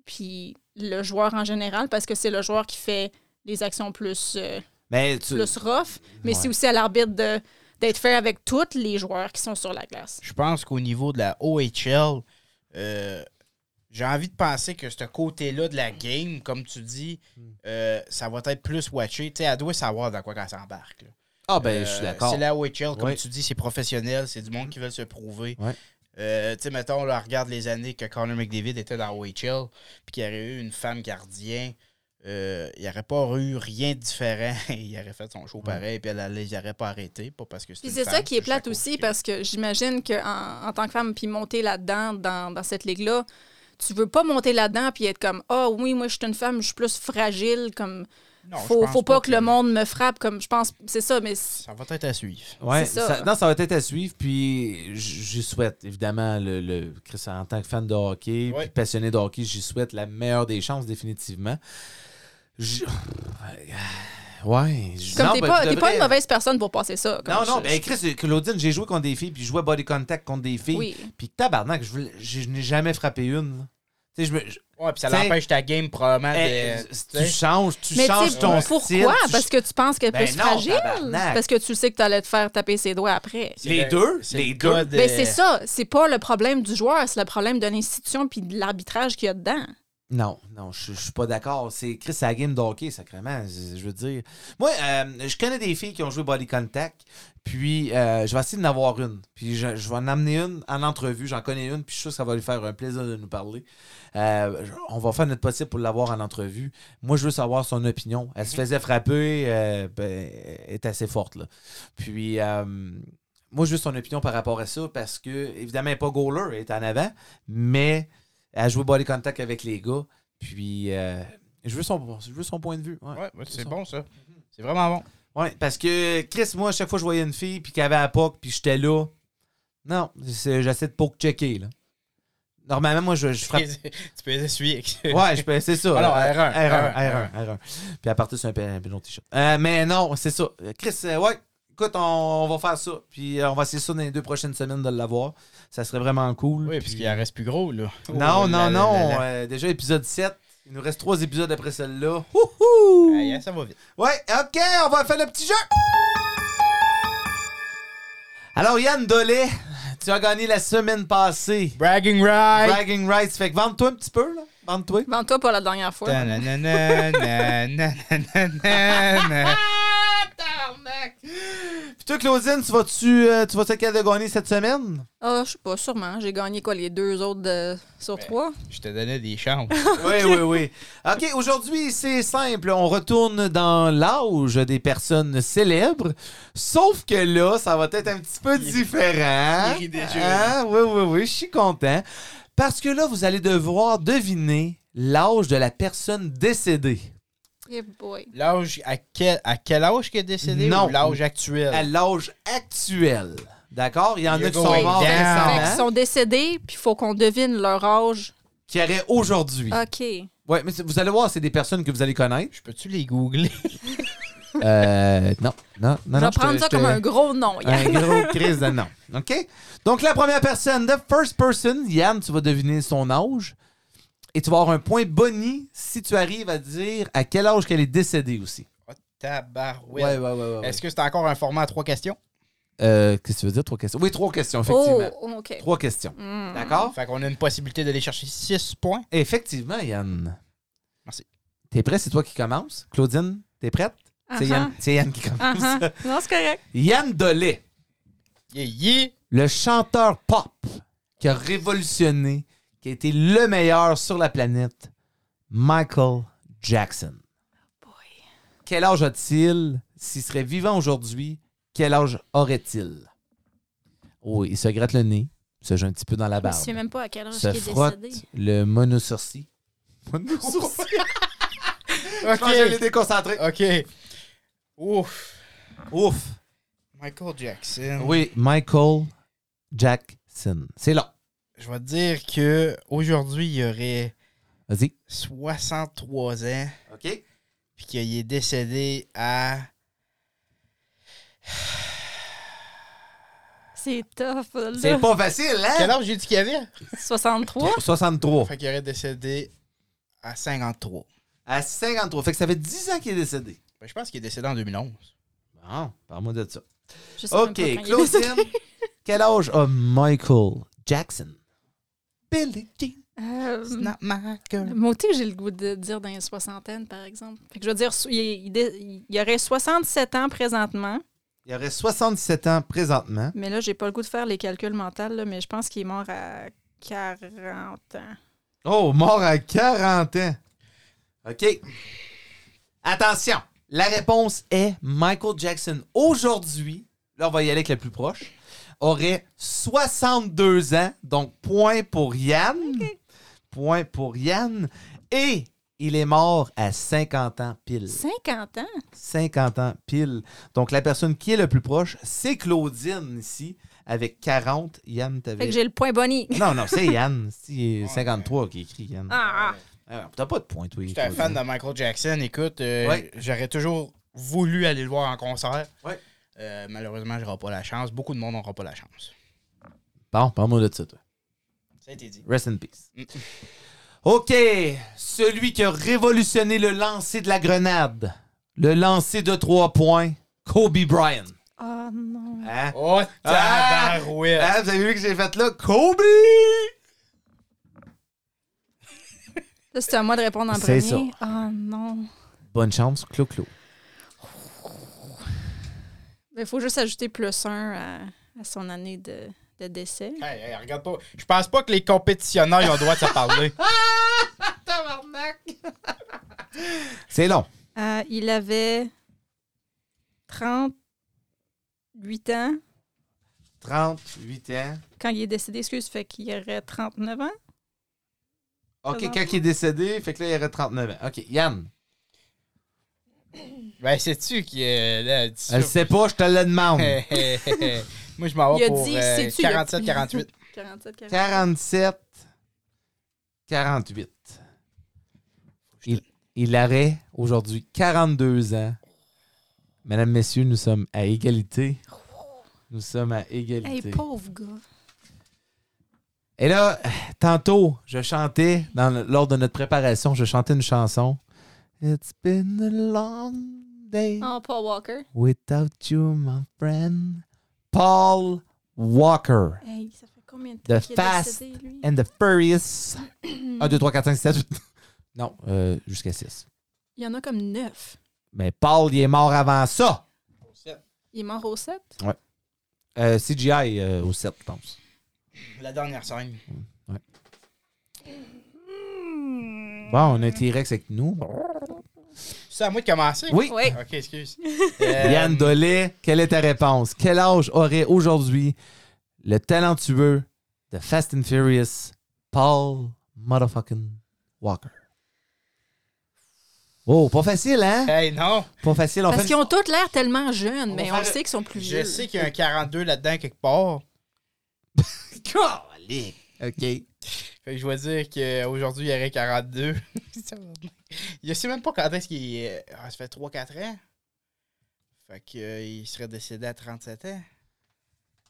Speaker 3: puis le joueur en général, parce que c'est le joueur qui fait les actions plus, euh,
Speaker 1: Mais tu.
Speaker 3: plus rough, mais
Speaker 1: Ouais.
Speaker 3: c'est aussi à l'arbitre de- d'être fair avec tous les joueurs qui sont sur la glace.
Speaker 2: Je pense qu'au niveau de la OHL, euh, j'ai envie de penser que ce côté-là de la game, comme tu dis, euh, ça va être plus watché. Tu sais, elle doit savoir dans quoi qu'elle s'embarque. là.
Speaker 1: Ah, ben,
Speaker 2: Euh,
Speaker 1: je suis d'accord.
Speaker 2: C'est la OHL, comme
Speaker 1: Ouais.
Speaker 2: tu dis, c'est professionnel, c'est du monde qui veut se prouver.
Speaker 1: Ouais.
Speaker 2: Euh, tu sais, mettons, là, regarde les années que Connor McDavid était dans OHL, puis qu'il y aurait eu une femme gardien, euh, il n'y aurait pas eu rien de différent. il aurait fait son show pareil, puis elle ne les aurait pas arrêtés, pas parce que
Speaker 3: Puis
Speaker 2: une
Speaker 3: c'est ça
Speaker 2: femme,
Speaker 3: qui est
Speaker 2: juste à
Speaker 3: plate
Speaker 2: cause
Speaker 3: aussi,
Speaker 2: que-
Speaker 3: parce que j'imagine qu'en en tant que femme, puis monter là-dedans, dans, dans cette ligue-là, tu veux pas monter là-dedans puis être comme Ah oui, moi je suis une femme, je suis plus fragile, comme
Speaker 2: Non, je
Speaker 3: faut,
Speaker 2: pense
Speaker 3: faut pas, que le monde me frappe, comme je pense, c'est ça, mais c-
Speaker 2: Ça va être à suivre.
Speaker 1: Ouais,
Speaker 3: C'est ça.
Speaker 1: ça- non, ça va être à suivre. Puis j- j'y souhaite, évidemment, le, le- Chris, en tant que fan de hockey,
Speaker 2: Ouais.
Speaker 1: puis passionné de hockey, j'y souhaite la meilleure des chances, définitivement. J- Ouais. j-
Speaker 3: comme
Speaker 1: non,
Speaker 3: t'es
Speaker 1: ben,
Speaker 3: pas,
Speaker 1: pour de
Speaker 3: t'es pas
Speaker 1: vrai.
Speaker 3: une mauvaise personne pour passer ça. comme
Speaker 1: Non,
Speaker 3: je-
Speaker 1: non, ben Chris, Claudine, j'ai joué contre des filles, puis je jouais body contact contre des filles.
Speaker 3: Oui.
Speaker 1: Puis tabarnak, je, voulais- je- je n'ai jamais frappé une. là. Tu sais, je me- je-
Speaker 2: Ouais, puis ça
Speaker 1: T'sais,
Speaker 2: l'empêche ta game probablement
Speaker 1: eh,
Speaker 2: de.
Speaker 1: tu
Speaker 2: t'sais.
Speaker 1: changes, tu
Speaker 3: Mais tu
Speaker 1: changes
Speaker 3: sais,
Speaker 1: ton
Speaker 3: pourquoi?
Speaker 1: style. tu
Speaker 3: Parce que tu penses qu'elle est
Speaker 1: Ben
Speaker 3: plus
Speaker 1: non,
Speaker 3: fragile?
Speaker 1: tabarnak.
Speaker 3: Parce que tu sais que t'allais te faire taper ses doigts après.
Speaker 2: C'est
Speaker 1: les
Speaker 2: le-
Speaker 1: deux,
Speaker 2: c'est
Speaker 1: les
Speaker 2: le gars
Speaker 1: deux.
Speaker 2: de-
Speaker 3: Ben c'est ça, c'est pas le problème du joueur, c'est le problème de l'institution puis de l'arbitrage qu'il y a dedans.
Speaker 1: Non, non, je, je suis pas d'accord. C'est Chris, c'est la game de hockey, sacrément. Je, je veux dire. Moi, euh, je connais des filles qui ont joué body contact, puis euh, je vais essayer d'en avoir une. Puis je, je vais en amener une en entrevue. J'en connais une, puis je suis sûr que ça va lui faire un plaisir de nous parler. Euh, je- on va faire notre possible pour l'avoir en entrevue. Moi, je veux savoir son opinion. Elle se faisait frapper, euh, ben, elle est assez forte, là. Puis. euh, moi, je veux son opinion par rapport à ça parce que, évidemment, elle n'est pas goaler, elle est en avant, mais à jouer body contact avec les gars. Puis, euh, je, veux son, je veux son point de vue. Ouais.
Speaker 2: Ouais, ouais, c'est bon ça. C'est vraiment bon.
Speaker 1: Ouais, parce que Chris, moi, à chaque fois que je voyais une fille, puis qu'elle avait la POC, puis j'étais là, non, c'est- j'essaie de poke-checker. là. Normalement, moi, je, je frappe.
Speaker 2: tu peux les essuyer.
Speaker 1: Ouais, je peux- c'est ça.
Speaker 2: Alors,
Speaker 1: Euh,
Speaker 2: R1,
Speaker 1: R1,
Speaker 2: R1.
Speaker 1: R1, R1. Puis à partir sur un, pe- un petit long t-shirt. Euh, mais non, c'est ça. Euh, Chris, euh, ouais, écoute, on, on va faire ça. Puis euh, on va essayer ça dans les deux prochaines semaines de l'avoir. Ça serait vraiment cool.
Speaker 2: Oui, puisqu'il en reste plus gros, là.
Speaker 1: Non, non,
Speaker 2: Oh, là, là,
Speaker 1: non.
Speaker 2: là, là.
Speaker 1: euh, déjà épisode 7. Il nous reste trois épisodes après celle-là.
Speaker 2: Aïe, aïe, ça va vite.
Speaker 1: Ouais, ok, on va faire le petit jeu. Alors, Yann Dolé, tu as gagné la semaine passée.
Speaker 2: Bragging right!
Speaker 1: Bragging rights. Fait que vende-toi un petit peu, là. Vende-toi.
Speaker 3: Vends-toi pas la dernière fois.
Speaker 2: Tabarnak.
Speaker 1: Puis toi, Claudine, tu vas-tu euh, tu vas te de gagner cette semaine?
Speaker 3: Ah, je sais pas, sûrement. J'ai gagné quoi, les deux autres de- sur trois?
Speaker 2: Je te donnais des chances.
Speaker 1: Oui, oui, oui. OK, aujourd'hui, c'est simple. On retourne dans l'âge des personnes célèbres. Sauf que là, ça va être un petit peu différent.
Speaker 2: il rit déjà.
Speaker 1: Hein? Oui, oui, oui, je suis content. Parce que là, vous allez devoir deviner l'âge de la personne décédée.
Speaker 3: Eh boy.
Speaker 2: L'âge, à quel, à quel âge qu'il est décédé?
Speaker 1: Non.
Speaker 2: ou L'âge actuel.
Speaker 1: À l'âge actuel. D'accord? Il y en a
Speaker 2: You're
Speaker 1: qui sont
Speaker 2: going
Speaker 1: morts
Speaker 2: down.
Speaker 3: Fait qu'ils
Speaker 1: récemment.
Speaker 3: sont décédés, puis il faut qu'on devine leur âge.
Speaker 1: Qui auraient aujourd'hui.
Speaker 3: OK.
Speaker 1: Ouais, mais c'est- vous allez voir, c'est des personnes que vous allez connaître.
Speaker 2: Je peux-tu les googler?
Speaker 1: Euh, non, non, non.
Speaker 3: je
Speaker 1: non,
Speaker 3: vais
Speaker 1: je te-
Speaker 3: prendre ça
Speaker 1: je te-
Speaker 3: comme un gros nom.
Speaker 1: Un
Speaker 3: Yann.
Speaker 1: gros crise de nom. OK? Donc, la première personne, the first person, Yann, tu vas deviner son âge. Et tu vas avoir un point boni si tu arrives à dire à quel âge qu'elle est décédée aussi.
Speaker 2: Oh, tabarouette.
Speaker 1: Ouais, ouais, ouais. ouais, ouais.
Speaker 2: Est-ce que c'est encore un format à trois questions?
Speaker 1: Euh, Qu'est-ce que tu veux dire? Trois questions. Oui, trois questions,
Speaker 3: Oh,
Speaker 1: effectivement.
Speaker 3: OK.
Speaker 1: Trois questions.
Speaker 3: Hmm.
Speaker 1: D'accord?
Speaker 2: Fait qu'on a une possibilité d'aller chercher 6 points.
Speaker 1: Effectivement, Yann.
Speaker 2: Merci.
Speaker 1: T'es prêt? C'est toi qui commence. Claudine, t'es prête? C'est
Speaker 3: Uh-huh.
Speaker 1: Yann, c'est Yann qui commence.
Speaker 3: Uh-huh. Non, c'est correct.
Speaker 1: Yann Dolé.
Speaker 2: Yeah, yeah.
Speaker 1: le chanteur pop qui a révolutionné, qui a été le meilleur sur la planète, Michael Jackson. Quel âge a-t-il s'il serait vivant aujourd'hui? Quel âge aurait-il? Oh, il se gratte le nez, se joue un petit peu dans la
Speaker 3: Je me
Speaker 1: barbe,
Speaker 3: souviens même pas à quelle heure
Speaker 1: se
Speaker 3: il est
Speaker 1: frotte
Speaker 3: décédé.
Speaker 1: le monosourcil. Moi, nos sourcils. Quand j'allais
Speaker 2: OK.
Speaker 1: déconcentrer.
Speaker 2: OK. Ouf.
Speaker 1: Ouf.
Speaker 2: Michael Jackson.
Speaker 1: Oui, Michael Jackson. C'est long.
Speaker 2: Je vais te dire que aujourd'hui, il aurait
Speaker 1: Vas-y.
Speaker 2: 63 ans,
Speaker 1: OK.
Speaker 2: puis qu'il est décédé à.
Speaker 1: Hein?
Speaker 3: C'est tough, là.
Speaker 1: C'est pas facile,
Speaker 2: Quel
Speaker 1: hein?
Speaker 2: âge j'ai dit qu'il avait
Speaker 3: 63?
Speaker 1: 63.
Speaker 2: Fait qu'il aurait décédé à 53.
Speaker 1: À 53. Fait que ça fait 10 ans qu'il est décédé.
Speaker 2: Ben, je pense qu'il est décédé en 2011.
Speaker 1: Bon, parle-moi de ça.
Speaker 3: Je sais même pas quand il est
Speaker 1: OK,
Speaker 3: décédé.
Speaker 1: Claudine, quel âge a Michael Jackson? Billy Jean.
Speaker 3: Euh,
Speaker 2: my girl.
Speaker 3: Moi, tu sais, j'ai le goût de dire dans les soixantaines, par exemple. Fait que je veux dire, so- il, il dé- il y aurait 67 ans présentement,
Speaker 1: Il aurait 67 ans présentement.
Speaker 3: mais là, j'ai pas le goût de faire les calculs mentaux, là, mais je pense qu'il est mort à 40 ans.
Speaker 1: Oh, mort à 40 ans. OK. Attention, la réponse est Michael Jackson aujourd'hui, là on va y aller avec le plus proche, aurait 62 ans, donc point pour Yann. Point pour Yann. Et il est mort à 50 ans pile.
Speaker 3: 50 ans?
Speaker 1: 50 ans pile. Donc la personne qui est le plus proche, c'est Claudine ici, avec 40. Yann,
Speaker 3: Fait
Speaker 1: t'avais...
Speaker 3: que j'ai le point Bonnie.
Speaker 1: Non, non, c'est Yann. C'est 53 qui écrit Yann.
Speaker 3: Ah, ah.
Speaker 1: Ah, T'as pas de point, toi.
Speaker 2: J'étais un fan de Michael Jackson. Écoute, euh,
Speaker 1: Ouais.
Speaker 2: j'aurais toujours voulu aller le voir en concert.
Speaker 1: Ouais.
Speaker 2: Euh, malheureusement, j'aurai pas la chance. Beaucoup de monde n'aura pas la chance.
Speaker 1: Bon, parle-moi de ça, toi.
Speaker 2: Ça a été dit.
Speaker 1: Rest in peace.
Speaker 2: Mm.
Speaker 1: OK. Celui qui a révolutionné le lancer de la grenade, le lancer de trois points, Kobe Bryant.
Speaker 3: Ah, non.
Speaker 1: Hein?
Speaker 2: Oh,
Speaker 1: Ah!
Speaker 2: tabarouette!
Speaker 1: Hein, vous avez vu que j'ai fait là? Kobe!
Speaker 3: Ça, c'est à moi de répondre en
Speaker 1: C'est
Speaker 3: premier. Ah, non.
Speaker 1: Bonne chance, Clo-Clo.
Speaker 3: Il faut juste ajouter plus un à, à son année de, de décès.
Speaker 2: Hey, hey, regarde pas. Je pense pas que les compétitionneurs ils ont le droit de se parler.
Speaker 1: C'est long.
Speaker 3: Euh, il avait 38 ans
Speaker 1: 38 ans.
Speaker 3: quand il est décédé, excuse, fait qu'il aurait 39 ans.
Speaker 1: OK,
Speaker 3: Présent.
Speaker 1: quand il est décédé, fait que là, il aurait 39 ans. OK, Yann.
Speaker 2: ben, sais-tu qui est. là, dis
Speaker 1: Elle
Speaker 2: ça.
Speaker 1: sait pas, je te le demande.
Speaker 2: Moi, je m'en
Speaker 3: Il
Speaker 2: vais
Speaker 3: a
Speaker 2: pour
Speaker 3: dit,
Speaker 2: euh,
Speaker 3: sais-tu, il a-
Speaker 2: 47-48.
Speaker 3: 47, 48.
Speaker 1: 47, 48. Il, il aurait aujourd'hui 42 ans. Mesdames, Messieurs, nous sommes à égalité. Nous sommes à
Speaker 3: Hey,
Speaker 1: égalité.
Speaker 3: pauvre gars.
Speaker 1: Et là, tantôt, je chantais, dans le- lors de notre préparation, je chantais une chanson. It's been a long day
Speaker 3: Oh, Paul Walker.
Speaker 1: without you, my friend. Paul Walker.
Speaker 3: Hey, ça fait combien de
Speaker 1: The
Speaker 3: temps qu'il est
Speaker 1: Fast
Speaker 3: décédé, lui?
Speaker 1: and the Furious. 1, 2, 3, 4, 5, 6, 7, 8. Non, euh, jusqu'à 6.
Speaker 3: Il y en a comme 9.
Speaker 1: Mais Paul, il est mort avant ça.
Speaker 3: Il est mort au 7?
Speaker 1: Euh, CGI euh, au 7, je pense.
Speaker 2: La dernière scène.
Speaker 1: Bon, on a un T-Rex avec nous.
Speaker 2: C'est à moi de commencer?
Speaker 1: Oui.
Speaker 3: Oui.
Speaker 2: Ok, excuse.
Speaker 1: Yann
Speaker 2: Euh,
Speaker 1: Dolé, quelle est ta réponse? Quel âge aurait aujourd'hui le talentueux de Fast and Furious, Paul motherfucking Walker? Oh, pas facile, hein?
Speaker 2: hey, non.
Speaker 1: Pas facile. On
Speaker 3: Parce
Speaker 1: fait
Speaker 3: qu'ils ont tous l'air tellement jeunes, mais
Speaker 1: va
Speaker 3: on
Speaker 1: faire-
Speaker 3: sait qu'ils sont plus
Speaker 2: Je
Speaker 3: vieux.
Speaker 2: sais qu'il y a un 42 là-dedans quelque part.
Speaker 1: Calique. OK.
Speaker 2: Fait que je vais dire qu'aujourd'hui, il y aurait 42. Ça va bien. je sais même pas quand est-ce qu'il est. Ah, ça fait 3-4 ans. Fait que, euh, il serait décédé à 37 ans.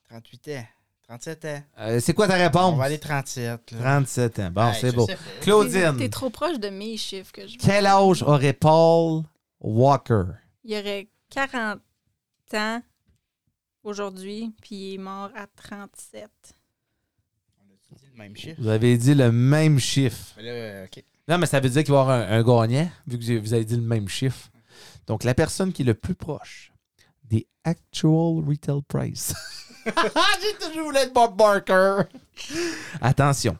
Speaker 2: 38 ans. 37 ans.
Speaker 1: Euh, c'est quoi ta
Speaker 2: On
Speaker 1: réponse?
Speaker 2: va aller 37. là.
Speaker 1: 37 ans. Bon,
Speaker 2: Hey,
Speaker 1: c'est
Speaker 2: je
Speaker 1: beau.
Speaker 2: sais pas.
Speaker 1: Claudine,
Speaker 3: T'es trop proche de mes chiffres que je
Speaker 1: quel âge aurait Paul Walker?
Speaker 3: Il aurait 40 ans aujourd'hui, puis il est mort à 37.
Speaker 2: On a dit le même chiffre.
Speaker 1: Vous avez dit le même chiffre.
Speaker 2: Mais là, euh, ok.
Speaker 1: Non, mais ça veut dire qu'il va y avoir un, un gagnant, vu que j'ai- vous avez dit le même chiffre. Donc, la personne qui est le plus proche des actual retail price. j'ai toujours voulu être Bob Barker. Attention,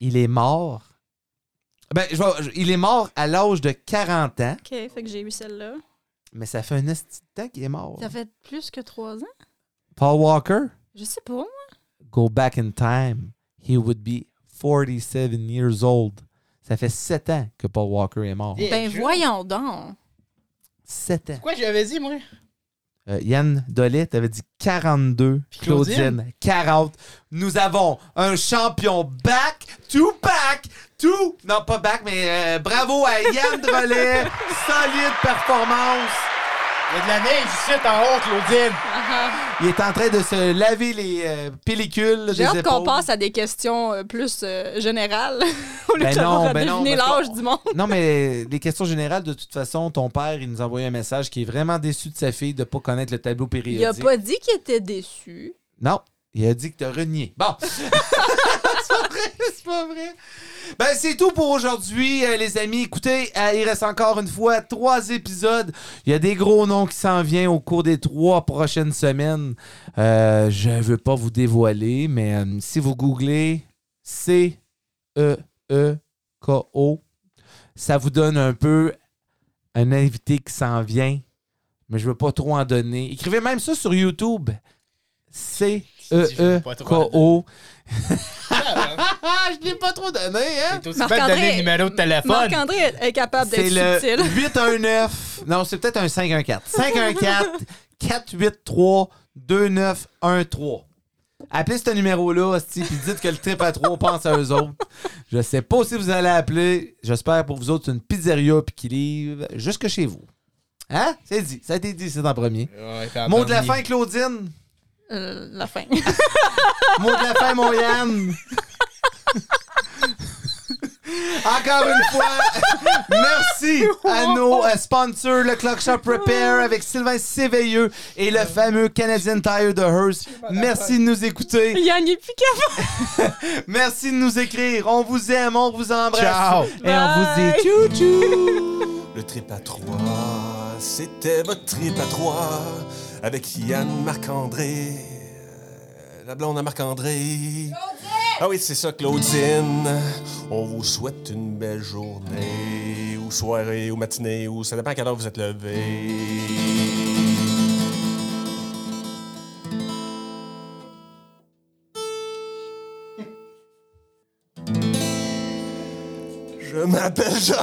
Speaker 1: il est mort. Ben, je vais- je- il est mort à l'âge de 40 ans,
Speaker 3: OK, fait que j'ai eu celle-là.
Speaker 1: mais ça fait un esti de temps qu'il est mort.
Speaker 3: Ça fait plus que 3 ans?
Speaker 1: Paul Walker?
Speaker 3: Je sais pas.
Speaker 1: go back in time, he would be 47 years old Ça fait sept ans que Paul Walker est mort.
Speaker 2: Eh,
Speaker 3: Ben
Speaker 2: je-
Speaker 3: voyons donc.
Speaker 1: Sept ans.
Speaker 2: Quoi j'avais dit, moi?
Speaker 1: Euh, Yann Dolet, t'avais dit 42.
Speaker 2: Puis
Speaker 1: Claudine.
Speaker 2: Claudine?
Speaker 1: 40. Nous avons un champion back to back to... Non, pas back, mais euh, bravo à Yann Dolet. Solide performance.
Speaker 2: Il y a de la neige ici en haut, Claudine.
Speaker 3: Ah,
Speaker 1: Il est en train de se laver les euh, pellicules des
Speaker 3: J'ai hâte qu'on
Speaker 1: épaules.
Speaker 3: passe à des questions euh, plus euh, générales. Au lieu
Speaker 1: Ben
Speaker 3: de
Speaker 1: non,
Speaker 3: savoir
Speaker 1: ben non,
Speaker 3: deviner
Speaker 1: parce
Speaker 3: l'âge
Speaker 1: qu'on-
Speaker 3: du monde.
Speaker 1: Non, mais les questions générales, de toute façon, ton père, il nous a envoyé un message qui est vraiment déçu de sa fille de ne pas connaître le tableau
Speaker 3: Il a
Speaker 1: périodique.
Speaker 3: pas dit qu'il était déçu.
Speaker 1: Non, il a dit que t'as renié. Bon. c'est pas vrai, c'est pas vrai. Ben, c'est tout pour aujourd'hui, euh, les amis. Écoutez, euh, il reste encore une fois trois épisodes. Il y a des gros noms qui s'en viennent au cours des trois prochaines semaines. Euh, je ne veux pas vous dévoiler, mais euh, si vous googlez C-E-E-K-O, ça vous donne un peu un invité qui s'en vient, mais je ne veux pas trop en donner. Écrivez même ça sur YouTube. C-E-E-K-O. Ah, je l'ai pas trop donné, hein?
Speaker 2: C'est aussi
Speaker 3: Marc-André-
Speaker 2: pas de donner le numéro de téléphone.
Speaker 3: Marc-André est- est capable d'être
Speaker 1: C'est le
Speaker 3: Ah, ben, subtil.
Speaker 1: 819. Non, c'est peut-être un 514. 514 483 2913. Appelez ce numéro-là, hostie, puis dites que le trip à 3 pense à eux autres. Je sais pas si vous allez appeler. J'espère pour vous autres, c'est une pizzeria puis qui livre jusque chez vous. Hein? C'est dit. Ça a été dit, c'est en premier.
Speaker 2: Ouais, t'as
Speaker 1: Mot de la
Speaker 2: entendu.
Speaker 1: fin, Claudine.
Speaker 3: Euh, la fin.
Speaker 1: Mot de la fin, mon Yann. Encore une fois, merci à nos euh, sponsors, le Clock Shop Repair avec Sylvain Séveilleux et le fameux Canadian Tire de Hearst. Merci de nous écouter.
Speaker 3: Yann est plus capable.
Speaker 1: Merci de nous écrire. On vous aime, on vous embrasse.
Speaker 2: Ciao.
Speaker 1: Et on vous dit
Speaker 3: Bye.
Speaker 1: tchou tchou.
Speaker 4: Le trip à trois, c'était votre trip à trois avec Yann Marc-André. euh, La blonde à Marc-André. Ah oui, c'est ça, Claudine. On vous souhaite une belle journée, ou soirée, ou matinée, ou ça dépend à quelle heure vous êtes levé. Je m'appelle Jean.